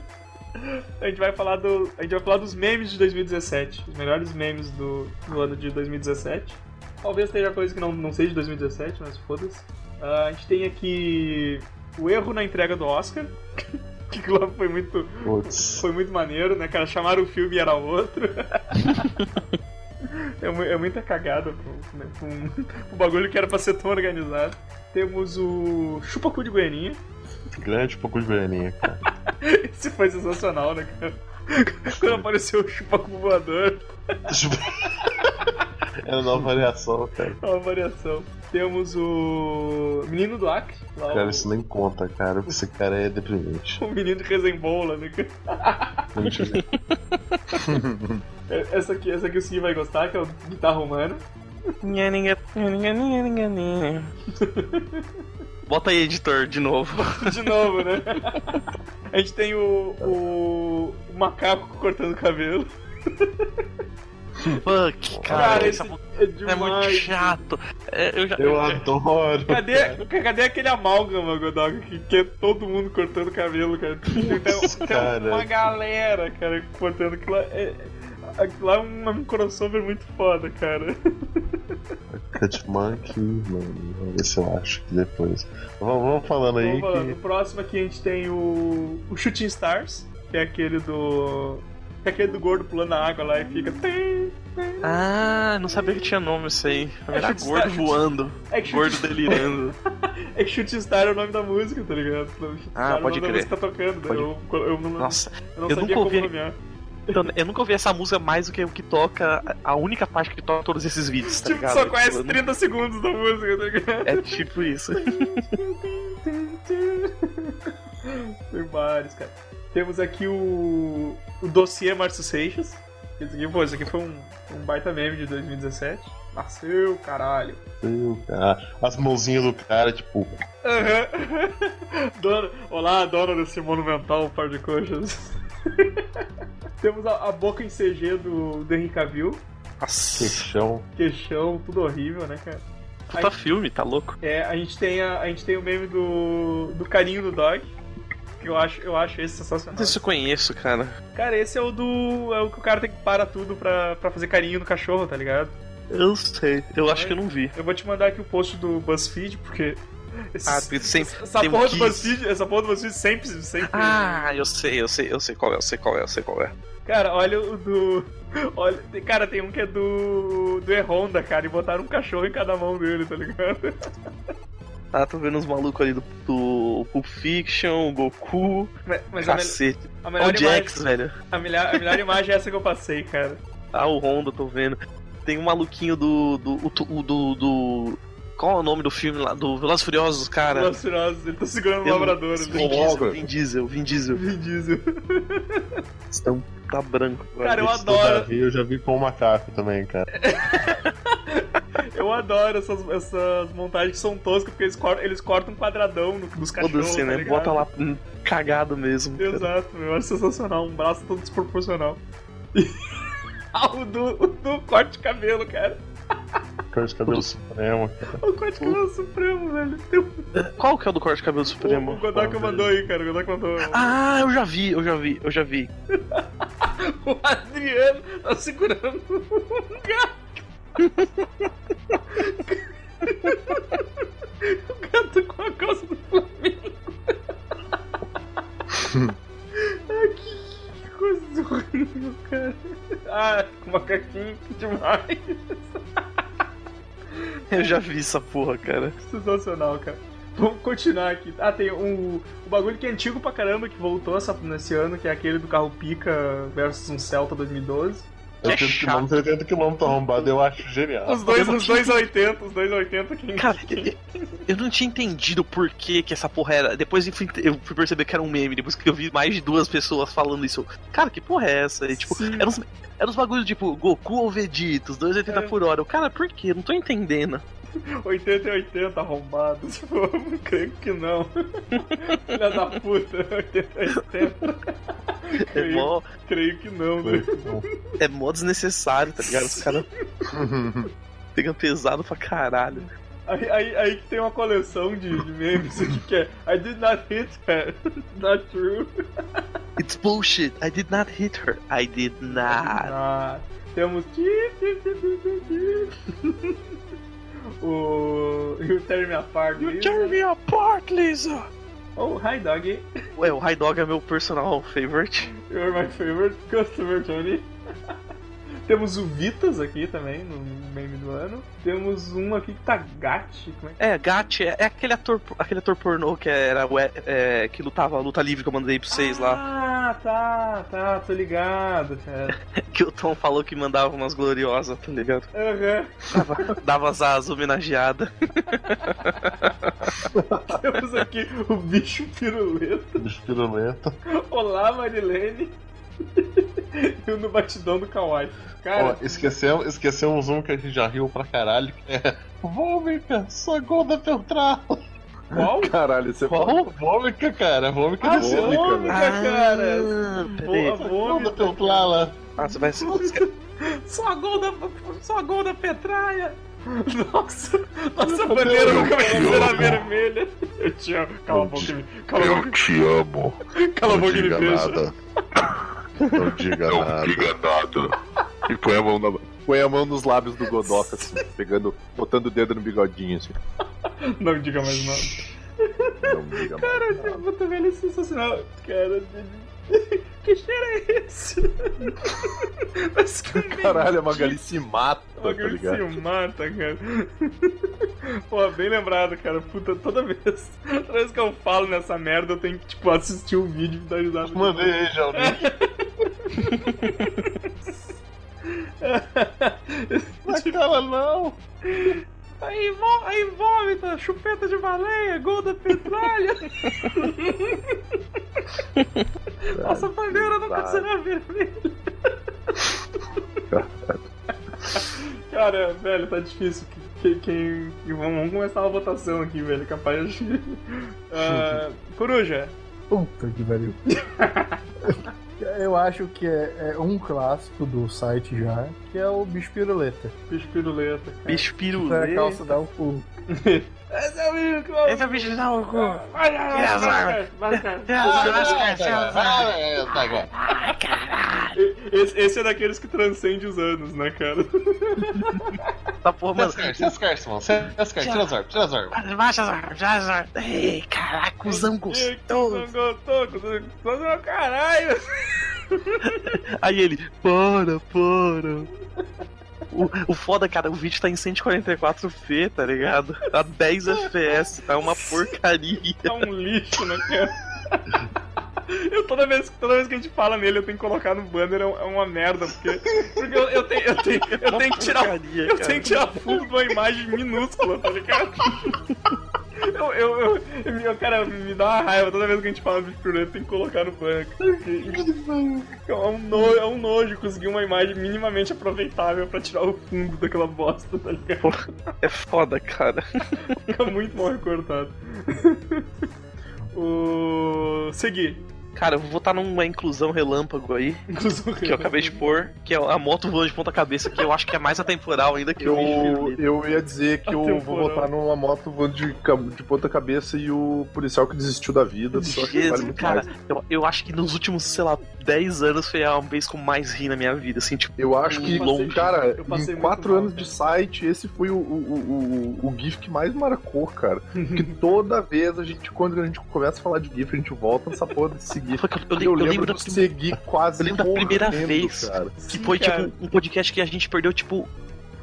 Speaker 2: A gente, vai falar do, a gente vai falar dos memes de 2017. Os melhores memes do, do ano de 2017. Talvez tenha coisa que não, não seja de 2017, mas foda-se. Ah, a gente tem aqui o erro na entrega do Oscar. Que lá foi muito,
Speaker 5: Putz.
Speaker 2: foi muito maneiro, né, cara? Chamaram o filme e era outro. é, mu- é muita cagada pro, né, pra um- pro bagulho que era pra ser tão organizado. Temos o Chupacu de Goianinha.
Speaker 5: Grande pouco de Goianinha, cara.
Speaker 2: Esse foi sensacional, né, cara? Quando apareceu o Chupacu voador,
Speaker 5: Era É uma nova variação, cara.
Speaker 2: é uma variação. Temos o Menino do Acre. lá
Speaker 5: Cara,
Speaker 2: o-
Speaker 5: isso nem conta, cara. porque Esse cara é deprimente.
Speaker 2: o menino de Resembola, né, cara? É- Essa aqui, essa aqui o Sim vai gostar, que é o Guitarra Humana.
Speaker 4: Bota aí, editor, de novo.
Speaker 2: De novo, né? A gente tem o, o, o macaco cortando cabelo.
Speaker 4: Fuck, cara,
Speaker 2: Cara, esse
Speaker 4: essa porra
Speaker 2: é
Speaker 4: é muito
Speaker 2: demais.
Speaker 4: chato. É, eu já.
Speaker 5: Eu adoro.
Speaker 2: Cadê, cadê aquele amálgama, Godog, que, que é todo mundo cortando cabelo, cara? Tem, tem- tem uma
Speaker 5: cara.
Speaker 2: galera, cara, cortando aquilo lá. É, aquilo lá é um, é um crossover muito foda, cara.
Speaker 5: Catmonkey, mano. Vamos ver se eu acho que depois. Vamos, vamos falando aí
Speaker 2: Vamos lá, no
Speaker 5: que.
Speaker 2: próximo aqui a gente tem o, o Shooting Stars, que é aquele do... que é aquele do gordo pulando na água lá e fica...
Speaker 4: Ah, não sabia que tinha nome isso aí. Era
Speaker 2: Acho que
Speaker 4: gordo
Speaker 2: está-
Speaker 4: voando,
Speaker 2: É que
Speaker 4: gordo delirando.
Speaker 2: É que Shooting Star é o nome da música, tá ligado? Shooting
Speaker 4: Ah,
Speaker 2: Star é o nome
Speaker 4: pode
Speaker 2: da
Speaker 4: crer.
Speaker 2: música que tá tocando, né?
Speaker 4: Pode-
Speaker 2: Eu, eu não,
Speaker 4: Nossa,
Speaker 2: eu não
Speaker 4: eu
Speaker 2: sabia
Speaker 4: nunca
Speaker 2: como
Speaker 4: ouvi.
Speaker 2: nomear.
Speaker 4: eu, eu nunca ouvi essa música mais do que o que toca, a única parte que toca todos esses vídeos, tá
Speaker 2: tipo,
Speaker 4: ligado?
Speaker 2: só
Speaker 4: Tipo,
Speaker 2: conhece
Speaker 4: eu não-
Speaker 2: 30 segundos da música, tá ligado?
Speaker 4: É tipo isso.
Speaker 2: Tem vários, cara. Temos aqui o. O dossiê Márcio Seixas. Esse aqui, pô, esse aqui foi um, um baita meme de 2017. Nasceu, caralho.
Speaker 5: Sim, cara. ah, As mãozinhas do cara, tipo.
Speaker 2: Aham. Dona- Olá, dona desse monumental par de coxas. Temos a, a boca em CG do, do Henry Cavill.
Speaker 4: Nossa,
Speaker 5: Queixão.
Speaker 2: Queixão, tudo horrível, né, cara?
Speaker 4: puta filme, tá louco?
Speaker 2: É, a gente tem, a, a gente tem o meme do, do carinho do Dog. Que eu acho, eu acho esse
Speaker 4: Não
Speaker 2: sensacional.
Speaker 4: sei se eu conheço, cara.
Speaker 2: Cara, esse é o do. É o que o cara tem que parar tudo pra, pra fazer carinho no cachorro, tá ligado?
Speaker 4: Eu sei. Eu acho que eu não vi.
Speaker 2: Eu vou te mandar aqui o post do BuzzFeed, porque. esse-
Speaker 4: Ah, porque sempre
Speaker 2: essa,
Speaker 4: tem um
Speaker 2: porra do
Speaker 4: quiz.
Speaker 2: BuzzFeed, essa porra do BuzzFeed sempre. sempre
Speaker 4: Ah, eu sei, eu sei, eu sei qual é, eu sei qual é, eu sei qual é.
Speaker 2: Cara, olha o do. Olha, cara, tem um que é do. do E-Honda, cara, e botaram um cachorro em cada mão dele, tá ligado?
Speaker 4: Ah, tô vendo os malucos ali do, do Pulp Fiction, o Goku,
Speaker 2: Mas, mas a, mel-
Speaker 4: cacete.
Speaker 2: a
Speaker 4: Olha o
Speaker 2: melhor
Speaker 4: Jax,
Speaker 2: imagem,
Speaker 4: velho.
Speaker 2: a, melhor, a melhor imagem é essa que eu passei, cara.
Speaker 4: Ah, o Honda, tô vendo. Tem um maluquinho do. do. o tu- o do. do- qual é o nome do filme lá? Do Velozes e Furiosos, cara.
Speaker 2: Velociraptor, ele tá segurando um
Speaker 4: Eu-
Speaker 2: labrador,
Speaker 4: Vin
Speaker 2: né?
Speaker 4: Diesel, Vin Diesel, Vin Diesel.
Speaker 2: Vin Diesel.
Speaker 4: Estão, tá branco. agora.
Speaker 2: Cara, eu
Speaker 5: Esse do
Speaker 2: adoro,
Speaker 5: Davi, eu já vi com o macaco também, cara.
Speaker 2: eu adoro essas, essas montagens que são toscas, porque eles cortam, eles cortam um quadradão no, nos cachorros,
Speaker 4: Foda-se,
Speaker 2: tá
Speaker 4: né?
Speaker 2: ligado?
Speaker 4: Bota lá hum, cagado mesmo. cara.
Speaker 2: Exato, meu, eu acho sensacional, um braço todo desproporcional. E- Ah, o do, o do corte de cabelo, cara.
Speaker 5: Cor de cabelo supremo.
Speaker 2: O corte de cabelo é supremo, velho. Tem um
Speaker 4: Qual que é o do corte de
Speaker 2: O,
Speaker 4: cabelo
Speaker 2: o
Speaker 4: supremo?
Speaker 2: Godoka mandou aí, cara. O Godoka mandou.
Speaker 4: Ah, eu já vi, eu já vi, eu já vi.
Speaker 2: O Adriano tá segurando um gato. o gato com a calça do Flamengo. Ai, É que, que coisa horrível, cara. Ah, com macaquinho, que demais.
Speaker 4: Eu já vi essa porra, cara.
Speaker 2: Sensacional, cara. Vamos continuar aqui. Ah, tem um, um bagulho que é antigo pra caramba, que voltou essa, nesse ano, que é aquele do carro pica versus um Celta 2012.
Speaker 4: Que é
Speaker 6: 80
Speaker 4: chato.
Speaker 6: km, 80 km arrombado, eu acho genial.
Speaker 2: Os dois, os dois 80, os dois 80 que
Speaker 4: Cara, eu- eu não tinha entendido por que, que essa porra era. Depois eu fui, eu fui perceber que era um meme, depois que eu vi mais de duas pessoas falando isso. eu, Cara, que porra é essa? E, tipo,
Speaker 2: Sim.
Speaker 4: eram uns, eram uns bagulhos tipo Goku ou Vegeta, os dois 80
Speaker 2: É.
Speaker 4: por hora. Eu, cara, por quê? Eu Não tô entendendo. um
Speaker 2: 80 e 80 arrombado. Tipo, eu creio que não. Filha da puta, 80 e 80.
Speaker 4: É
Speaker 2: creio,
Speaker 4: mó,
Speaker 2: creio que não, né?
Speaker 4: é mó desnecessário, tá ligado? Os caras pegam pesado pra caralho.
Speaker 2: Aí, aí, aí que tem uma coleção de, de memes aqui que é I did not hit her, not true.
Speaker 4: It's bullshit. I did not hit her. I did not.
Speaker 2: Ah, temos. ti, ti, ti, ti, ti, ti. o. E o Terry Me Apart.
Speaker 4: You
Speaker 2: Lisa.
Speaker 4: tear me apart, Lisa!
Speaker 2: Oh, hi doggy.
Speaker 4: Ué, o High Dog é meu personal favorite.
Speaker 2: You're my favorite customer, Johnny. Temos o Vitas aqui também, no meme do ano. Temos um aqui que tá Gatti. Como é que
Speaker 4: É, Gat é, é aquele ator aquele ator pornô que era o- é, que lutava a luta livre que eu mandei pra vocês lá.
Speaker 2: Ah, tá, tá, tô ligado, cara.
Speaker 4: Que o Tom falou que mandava umas gloriosas, tá ligado?
Speaker 2: Aham.
Speaker 4: Dava, dava as- as homenageadas.
Speaker 2: Temos aqui o bicho piruleta.
Speaker 6: Bicho pirulento.
Speaker 2: Olá, Marilene. e o no batidão do Kawaii.
Speaker 6: Ó,
Speaker 2: Cara,
Speaker 6: esquecemos, esquecemos um que a gente já riu pra caralho, que é Vômica, sua gorda peltral.
Speaker 2: qual?
Speaker 3: Caralho, você
Speaker 6: Qual? Vômica, cara, vômica
Speaker 2: Ah,
Speaker 6: do
Speaker 2: vômica.
Speaker 6: Vômica,
Speaker 2: cara.
Speaker 4: Ah, peraí.
Speaker 2: Boa,
Speaker 6: Gorda
Speaker 2: vômito.
Speaker 6: peltral lá.
Speaker 4: Ah, você vai.
Speaker 2: Só a gol da, só a gol da Petraia. Nossa, nossa bandeira nunca vai ser vermelha. Eu te amo. Cala a boca, me- cala a boca,
Speaker 5: te amo.
Speaker 2: cala a boca e me beija.
Speaker 6: Não diga
Speaker 5: diga nada.
Speaker 6: Ah. E põe a mão na Põe a mão nos lábios do Godoka, assim, pegando, botando o dedo no bigodinho, assim.
Speaker 2: Não diga mais nada.
Speaker 6: Não diga mais nada.
Speaker 2: Puta velho, é sensacional. Cara, que cheiro é esse? Mas que
Speaker 6: Caralho, a Magali se mata,
Speaker 2: O
Speaker 6: tá
Speaker 2: bagulho
Speaker 6: ligado?
Speaker 2: se mata, cara. Pô, bem lembrado, cara. Puta, toda vez, toda vez que eu falo nessa merda, eu tenho que, tipo, assistir o vídeo e dar risada.
Speaker 6: Mandei aí já o link. Aquela não!
Speaker 2: Aí, vó- aí vômita, chupeta de baleia, gol da petralha. Nossa bandeira nunca
Speaker 6: Verdade.
Speaker 2: será vermelha. Cara, velho, tá difícil. Quem, quem- Vamos começar uma votação aqui, velho. Capaz de. Ah, coruja.
Speaker 8: Puta que pariu. Eu acho que é, é um clássico do site já, que é o bicho piruleta.
Speaker 2: Bicho piruleta. cara.
Speaker 4: Bicho
Speaker 8: Tá
Speaker 4: né?
Speaker 8: a
Speaker 4: pirulê.
Speaker 8: calça dá um pulo.
Speaker 2: Esse é o bicho que eu-
Speaker 4: Esse é o bicho da Goku.
Speaker 2: Vai, vai, vai, vai, vai, cara.
Speaker 6: tá, Ah, é,
Speaker 2: Esse- Esse é daqueles que transcende os anos, né, cara?
Speaker 4: Tá porra, mano.
Speaker 6: Sescar, mano. Sescar, tira as armas, tira as armas.
Speaker 4: Baixa as armas, baixa as armas. Ei, caraca, cuzão
Speaker 2: Ih, que
Speaker 4: gostoso.
Speaker 2: zangotou, que zangotou, meu caralho!
Speaker 4: Aí ele, para, para. O, o foda, cara, o vídeo tá em 144p, tá ligado? Tá 10 FPS, tá uma porcaria.
Speaker 2: Tá um lixo, né, cara? Eu toda vez, toda vez que a gente fala nele, eu tenho que colocar no banner, é um- é uma merda, porque, porque eu, eu tenho, eu, tenho, eu tenho que tirar.
Speaker 4: porcaria,
Speaker 2: Eu
Speaker 4: cara.
Speaker 2: tenho que tirar fundo de uma imagem minúscula, tá ligado? Eu, eu, eu, eu- cara, me dá uma raiva toda vez que a gente fala bicho piruleta, tem que colocar no banner. É um, no, é um nojo conseguir uma imagem minimamente aproveitável pra tirar o fundo daquela bosta, tá ligado?
Speaker 4: É foda, cara.
Speaker 2: Fica muito mal recortado. o. Segui.
Speaker 4: Cara, eu vou botar numa inclusão relâmpago aí, que eu acabei de pôr, que é a moto voando de ponta cabeça, que eu acho que é mais atemporal ainda que o
Speaker 6: Eu,
Speaker 4: vídeo.
Speaker 6: eu ia dizer que eu vou
Speaker 2: Atemporal.
Speaker 6: botar numa moto voando de, ca- de ponta cabeça e o policial que desistiu da vida. Só que vale
Speaker 4: Jesus,
Speaker 6: muito
Speaker 4: cara,
Speaker 6: mais.
Speaker 4: eu, eu acho que nos últimos, sei lá, 10 anos foi a vez que eu mais ri na minha vida, assim, tipo,
Speaker 6: Eu acho que, um
Speaker 2: Eu passei-
Speaker 6: cara,
Speaker 2: eu passei
Speaker 6: em
Speaker 2: muito
Speaker 6: quatro
Speaker 2: mal,
Speaker 6: anos
Speaker 2: cara.
Speaker 6: de site, esse foi o, o, o, o- o GIF que mais marcou, cara. Porque toda vez a gente, quando a gente começa a falar de GIF, a gente volta nessa porra desse GIF.
Speaker 4: foi que eu, eu lem-
Speaker 6: Eu
Speaker 4: eu
Speaker 6: lembro,
Speaker 4: lembro da
Speaker 6: de seguir quase
Speaker 4: eu lembro da primeira
Speaker 6: correndo,
Speaker 4: vez.
Speaker 6: cara.
Speaker 4: um Que foi, tipo, um podcast que a gente perdeu, tipo,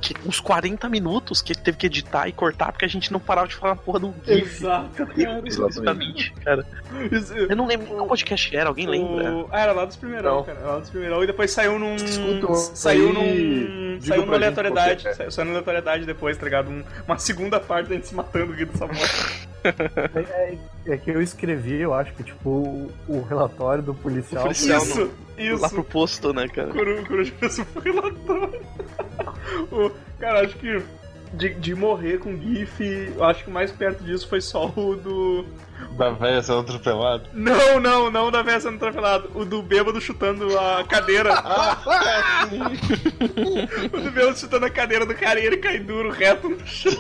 Speaker 4: que- uns 40 minutos que ele teve que editar e cortar porque a gente não parava de falar a porra do GIF.
Speaker 2: Exato, cara.
Speaker 4: Exatamente, cara.
Speaker 2: Isso-
Speaker 4: Eu não lembro qual podcast era, alguém lembra?
Speaker 2: O- Ah, era lá dos primeirão,
Speaker 6: Não.
Speaker 2: cara. Era lá dos primeirão. E depois saiu num.
Speaker 6: Escuta,
Speaker 2: saiu
Speaker 6: aí,
Speaker 2: num. Saiu numa
Speaker 6: diga pra gente
Speaker 2: aleatoriedade.
Speaker 6: qual que é.
Speaker 2: Saiu, saiu numa aleatoriedade depois, tá ligado? Um- uma segunda parte da gente se matando aqui dessa moto.
Speaker 8: É que eu escrevi, eu acho que, tipo, o- o relatório do policial.
Speaker 4: O policial
Speaker 2: Isso, isso.
Speaker 4: Lá pro posto, né, cara?
Speaker 2: Coru- Coruja fez um relatório. o, cara, acho que de, de morrer com GIF, eu acho que o mais perto disso foi só o do.
Speaker 5: Da velha sendo atropelada.
Speaker 2: Não, não, não da Véia sendo atropelado. O do bêbado chutando a cadeira.
Speaker 6: Ah, é,
Speaker 2: o do bêbado chutando a cadeira do cara e ele cai duro, reto no chão.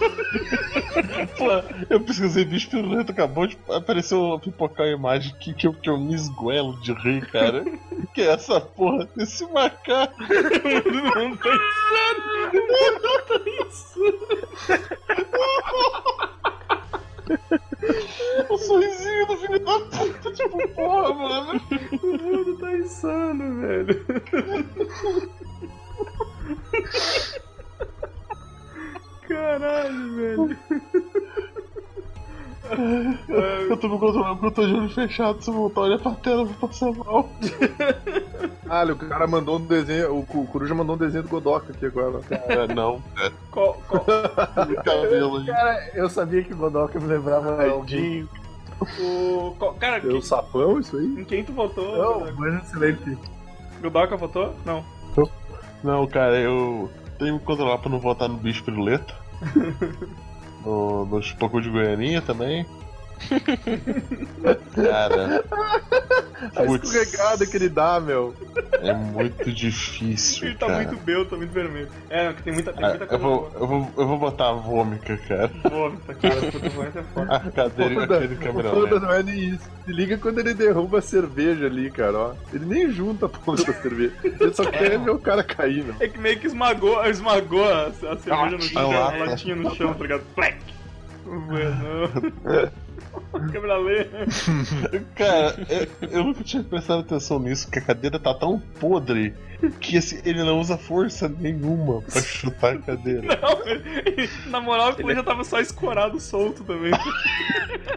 Speaker 5: Eu pesquisei bicho piruleta, acabou de aparecer uma pipocar a imagem que, que, eu, que eu me esguelo de rir, cara. que é essa porra desse macaco?
Speaker 2: Não tá insano! Não tá insano!
Speaker 5: O sorrisinho do filho da puta, tipo, porra, mano.
Speaker 2: O mundo tá insano, velho. Caralho, velho. É,
Speaker 5: Eu tô me controlando porque eu tô de olho fechado. Se eu voltar a olhar pra tela, eu vou passar mal.
Speaker 6: Caralho, o cara mandou um desenho. O Cu- Coruja mandou um desenho do Godoka aqui agora.
Speaker 5: Cara, É, não,
Speaker 2: Qual, qual,
Speaker 5: cara. Cabelo, gente.
Speaker 8: Cara, eu sabia que o Godoka me lembrava alguém.
Speaker 2: o, qual- cara,
Speaker 6: É o sapão, isso aí?
Speaker 2: em quem tu votou?
Speaker 8: Não, mas excelente.
Speaker 2: Godoka votou? Não.
Speaker 5: Não, cara, eu tenho que me controlar pra não votar no bicho piruleta. no, no Chupacu de Goianinha também. cara.
Speaker 2: Tá
Speaker 6: A
Speaker 5: putz,
Speaker 6: escorregada Tá que ele dá, meu.
Speaker 5: É muito difícil.
Speaker 2: Ele tá
Speaker 5: cara.
Speaker 2: muito belo, tá muito vermelho. É, não, que tem muita, tem
Speaker 5: Ah,
Speaker 2: muita
Speaker 5: eu,
Speaker 2: coisa.
Speaker 5: vou, eu, vou, eu vou botar a vômica, cara.
Speaker 2: boa. Vômita, cara. Puta, vômita é foda.
Speaker 5: A cadeira
Speaker 6: Foda-
Speaker 5: aquele né? câmera
Speaker 6: Foda
Speaker 5: lenta.
Speaker 6: não é nem isso. Se liga quando ele derruba a cerveja ali, cara, ó. Ele nem junta a ponta da cerveja. Ele
Speaker 4: É.
Speaker 6: só quer ver o cara cair, meu.
Speaker 2: É que meio que esmagou, esmagou a, a cerveja no chão,
Speaker 5: Ah,
Speaker 2: a
Speaker 5: lá.
Speaker 2: latinha no chão, tá ligado? Plec! Bueno. Câmera lenta.
Speaker 5: Cara, eu, eu nunca tinha prestado atenção nisso, que a cadeira tá tão podre que assim, ele não usa força nenhuma pra chutar a cadeira.
Speaker 2: Não, ele- Na moral, ele já tava só escorado solto também.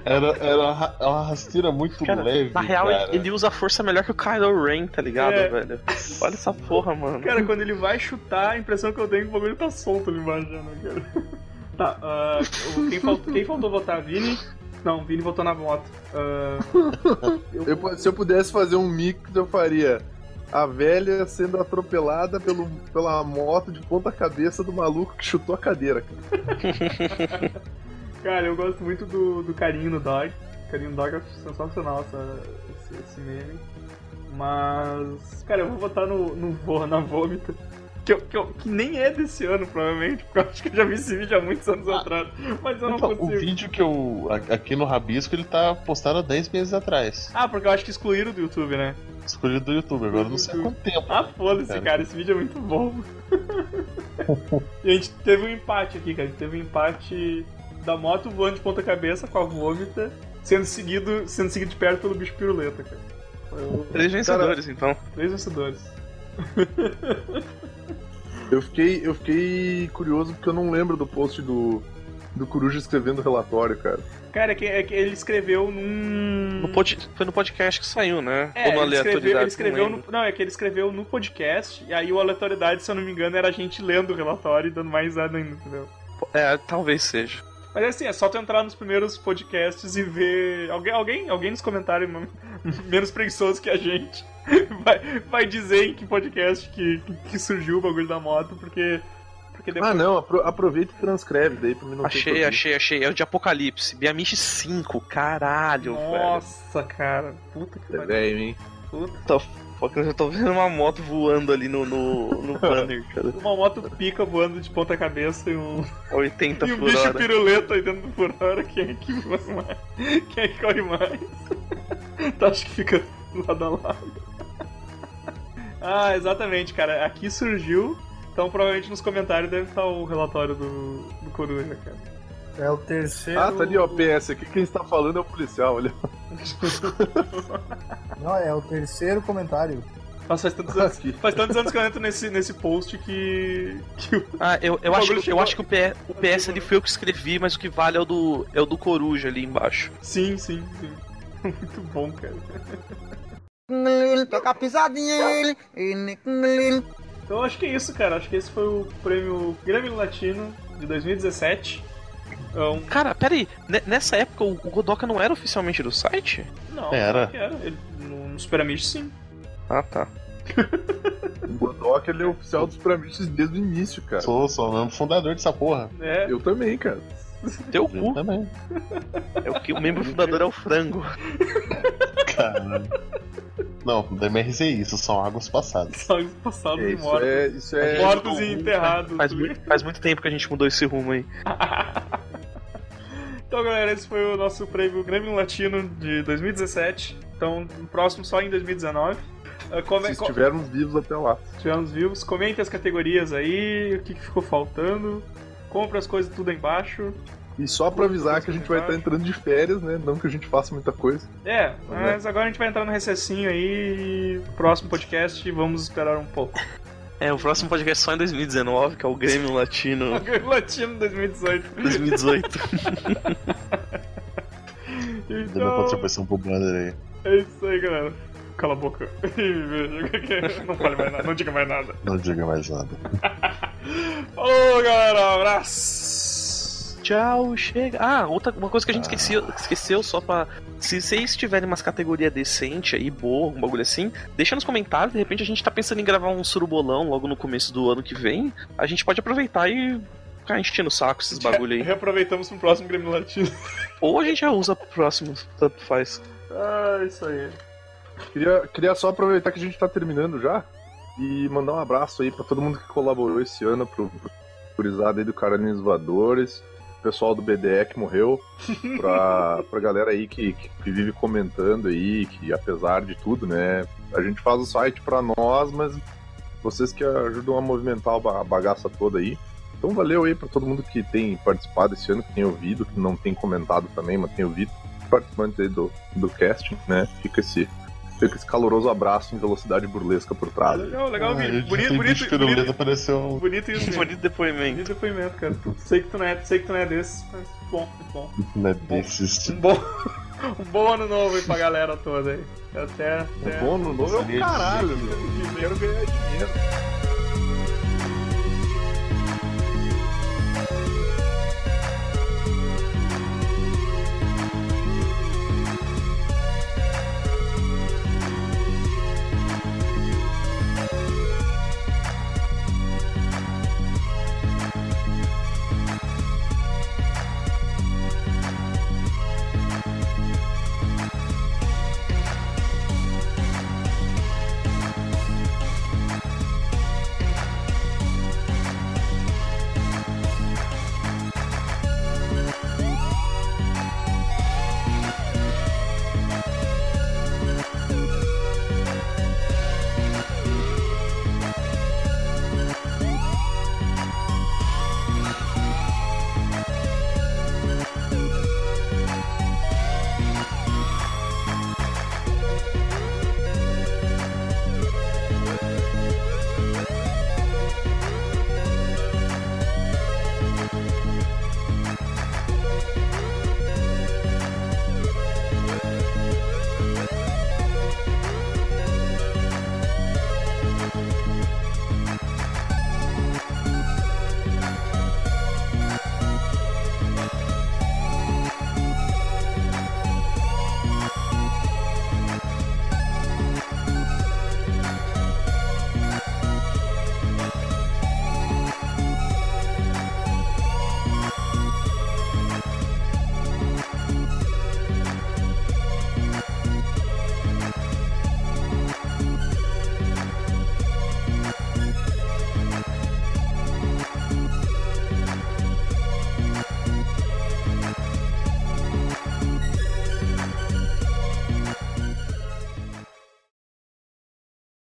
Speaker 5: Era, era uma ra- é uma rasteira muito
Speaker 4: Cara,
Speaker 5: leve.
Speaker 4: Na real,
Speaker 5: cara.
Speaker 4: ele, ele usa a força melhor que o Kylo Ren, tá ligado,
Speaker 2: É.
Speaker 4: velho? Olha essa porra, mano.
Speaker 2: Cara, quando ele vai chutar, a impressão que eu tenho é que o bagulho tá solto ali embaixo, já, né, cara? Tá, ah, o- quem, falt- quem faltou votar? Vini? Não, Vini votou na moto. Ah,
Speaker 6: Eu po- se eu pudesse fazer um mix, eu faria a velha sendo atropelada pelo, pela moto de ponta-cabeça do maluco que chutou a cadeira, cara.
Speaker 2: Cara, eu gosto muito do, do carinho no dog. Carinho no dog é sensacional essa, esse, esse meme. Mas, cara, eu vou votar no, no vô- na vômita. Que, eu- que, eu- que nem é desse ano, provavelmente, porque eu acho que eu já vi esse vídeo há muitos anos atrás. Mas eu não
Speaker 5: Ah, Então, o
Speaker 2: consigo.
Speaker 5: vídeo que eu. a- Aqui no Rabisco ele tá postado há 10 meses atrás.
Speaker 2: Ah, porque eu acho que excluíram do YouTube, né?
Speaker 5: Escolhido do YouTube, agora eu não sei há quanto tempo.
Speaker 2: Ah, foda-se, cara, esse vídeo é muito bom. e a gente teve um empate aqui, cara. A gente teve um empate da moto voando de ponta-cabeça com a vômita, sendo seguido, sendo seguido de perto pelo bicho piruleta, cara. Foi o-
Speaker 4: Três vencedores, então.
Speaker 2: Três vencedores.
Speaker 6: Eu fiquei, eu fiquei curioso porque eu não lembro do post do, do Coruja escrevendo o relatório, cara.
Speaker 2: Cara, é que, é que ele escreveu num.
Speaker 4: No pod- Foi no podcast que saiu, né?
Speaker 2: hum. É,
Speaker 4: Ou na
Speaker 2: ele escreveu,
Speaker 4: aleatoriedade.
Speaker 2: ele escreveu
Speaker 4: não
Speaker 2: no,
Speaker 4: lembro.
Speaker 2: não, é que ele escreveu no podcast, e aí o aleatoriedade, se eu não me engano, era a gente lendo o relatório e dando mais nada ainda, entendeu?
Speaker 4: É, talvez seja.
Speaker 2: Mas assim, é só tu entrar nos primeiros podcasts e ver. Alguém, alguém, alguém nos comentários m- menos preguiçoso que a gente vai, vai dizer em que podcast que, que surgiu o bagulho da moto, porque. Porque depois.
Speaker 6: Ah, não, apro- aproveita e transcreve daí pra mim não ter
Speaker 4: achei,
Speaker 6: problema.
Speaker 4: achei, achei. É o de Apocalipse. Biamichi 5, caralho,
Speaker 2: um
Speaker 4: velho.
Speaker 2: Ah, Nossa, cara. Puta que
Speaker 6: É
Speaker 2: pariu.
Speaker 6: velho, hein?
Speaker 4: Foca, Eu já tô vendo uma moto voando ali no, no, no banner, cara.
Speaker 2: Uma moto pica voando de ponta cabeça e um.
Speaker 4: 80
Speaker 2: e um
Speaker 4: Tá por
Speaker 2: bicho
Speaker 4: hora.
Speaker 2: piruleta aí dentro por hora, quem é que vai mais? Quem é que corre mais? Então acho que fica lado a lado. Ah, exatamente, cara. Aqui surgiu, então provavelmente nos comentários deve estar o relatório do, do Coruja, cara.
Speaker 8: É o terceiro.
Speaker 6: Ah, tá ali, ó, PS. Aqui quem está falando é o policial, olha.
Speaker 8: Não, é o terceiro comentário
Speaker 2: Nossa, faz tantos anos, faz tantos anos que eu entro nesse, nesse post que. que o-
Speaker 4: Ah, eu, eu,
Speaker 2: O bagulho
Speaker 4: acho, que- eu
Speaker 2: chegou-
Speaker 4: acho que o, P- o PS ali foi eu que escrevi, mas o que vale é o do, é o do Coruja ali embaixo.
Speaker 2: Sim, sim, sim. Muito bom, cara.
Speaker 7: Toca a pisadinha.
Speaker 2: Então acho que é isso, cara. Acho que esse foi o prêmio Grammy Latino de 2017. Então,
Speaker 4: Cara, peraí, ne- nessa época o o Godoka não era oficialmente do site?
Speaker 2: não,
Speaker 5: Era.
Speaker 2: claro que era. Ele, no, no Super Amish, sim.
Speaker 4: Ah, tá.
Speaker 6: O Godok ele é oficial dos piramistas desde o início, cara.
Speaker 5: Sou, sou um fundador dessa porra.
Speaker 2: É,
Speaker 6: Eu também, cara.
Speaker 4: Teu
Speaker 5: Eu
Speaker 4: cu.
Speaker 5: também.
Speaker 4: Uhum. É o que o membro fundador é o frango.
Speaker 5: Caramba. Não, do MRCI, é isso são águas passadas.
Speaker 2: só os passados
Speaker 6: É,
Speaker 2: e
Speaker 6: isso
Speaker 2: mortos.
Speaker 6: é. Isso é.
Speaker 2: Mortos e enterrados.
Speaker 4: Faz muito, faz muito tempo que a gente mudou esse rumo aí.
Speaker 2: Então, galera, esse foi o nosso prêmio Grammy Latino de 2017. Então, o próximo só em 2019. Ah, Come,
Speaker 6: Se
Speaker 2: co-
Speaker 6: estivermos vivos até lá.
Speaker 2: Tivemos vivos. Comente as categorias aí, o que, que ficou faltando. Compre as coisas tudo aí embaixo.
Speaker 6: E só pra avisar que a gente vai estar entrando de férias, né? Não que a gente faça muita coisa.
Speaker 2: É, mas agora a gente vai entrar no recessinho aí. e Próximo podcast, vamos esperar um pouco.
Speaker 4: É, o próximo podcast só em 2019, que é o Grêmio Latino
Speaker 2: Grammy Latino 2018.
Speaker 4: 2018.
Speaker 5: Dê uma
Speaker 2: Então,
Speaker 5: contribuição pro banner aí.
Speaker 2: é isso aí, galera. Cala a boca. Não fale mais nada, não diga mais nada.
Speaker 5: Não diga mais nada.
Speaker 2: Falou, galera. um Abraço.
Speaker 4: Tchau, chega. Ah, outra uma coisa que a gente esqueceu, esqueceu só pra. Se vocês tiverem umas categorias decente aí, boa, um bagulho assim, deixa nos comentários. De repente a gente tá pensando em gravar um surubolão logo no começo do ano que vem. A gente pode aproveitar e ficar enchendo o saco esses bagulho aí.
Speaker 2: Reaproveitamos pro próximo Grêmio Latino.
Speaker 4: Ou a gente já usa pro próximo, tanto faz.
Speaker 2: Ah, isso aí.
Speaker 6: Queria, queria só aproveitar que a gente tá terminando já e mandar um abraço aí pra todo mundo que colaborou esse ano, pro pro gurizada aí do Caralhinhos Voadores, pessoal do BDE que morreu, pra, pra galera aí que, que, que vive comentando aí, que apesar de tudo, né, a gente faz o site pra nós, mas vocês que ajudam a movimentar a ba- bagaça toda aí. Então valeu aí pra todo mundo que tem participado esse ano, que tem ouvido, que não tem comentado também, mas tem ouvido, participantes aí do, do casting, né, fica esse Fica esse caloroso abraço em velocidade burlesca por trás.
Speaker 2: Legal, legal,
Speaker 5: Ah,
Speaker 2: vídeo.
Speaker 5: eu
Speaker 2: Bonito,
Speaker 5: sei,
Speaker 2: bonito,
Speaker 5: bicho que no
Speaker 2: bonito.
Speaker 5: dedo apareceu
Speaker 2: Bonito isso,
Speaker 4: Um
Speaker 2: gente.
Speaker 4: bonito depoimento.
Speaker 2: Bonito depoimento, cara. Sei que tu não é, sei que tu não é desse, mas bom, bom.
Speaker 5: um né, desses.
Speaker 2: Um bom, um bom ano novo aí pra galera toda aí. Até, até.
Speaker 6: Bom, no novo é o caralho, meu.
Speaker 2: Primeiro ganhar dinheiro.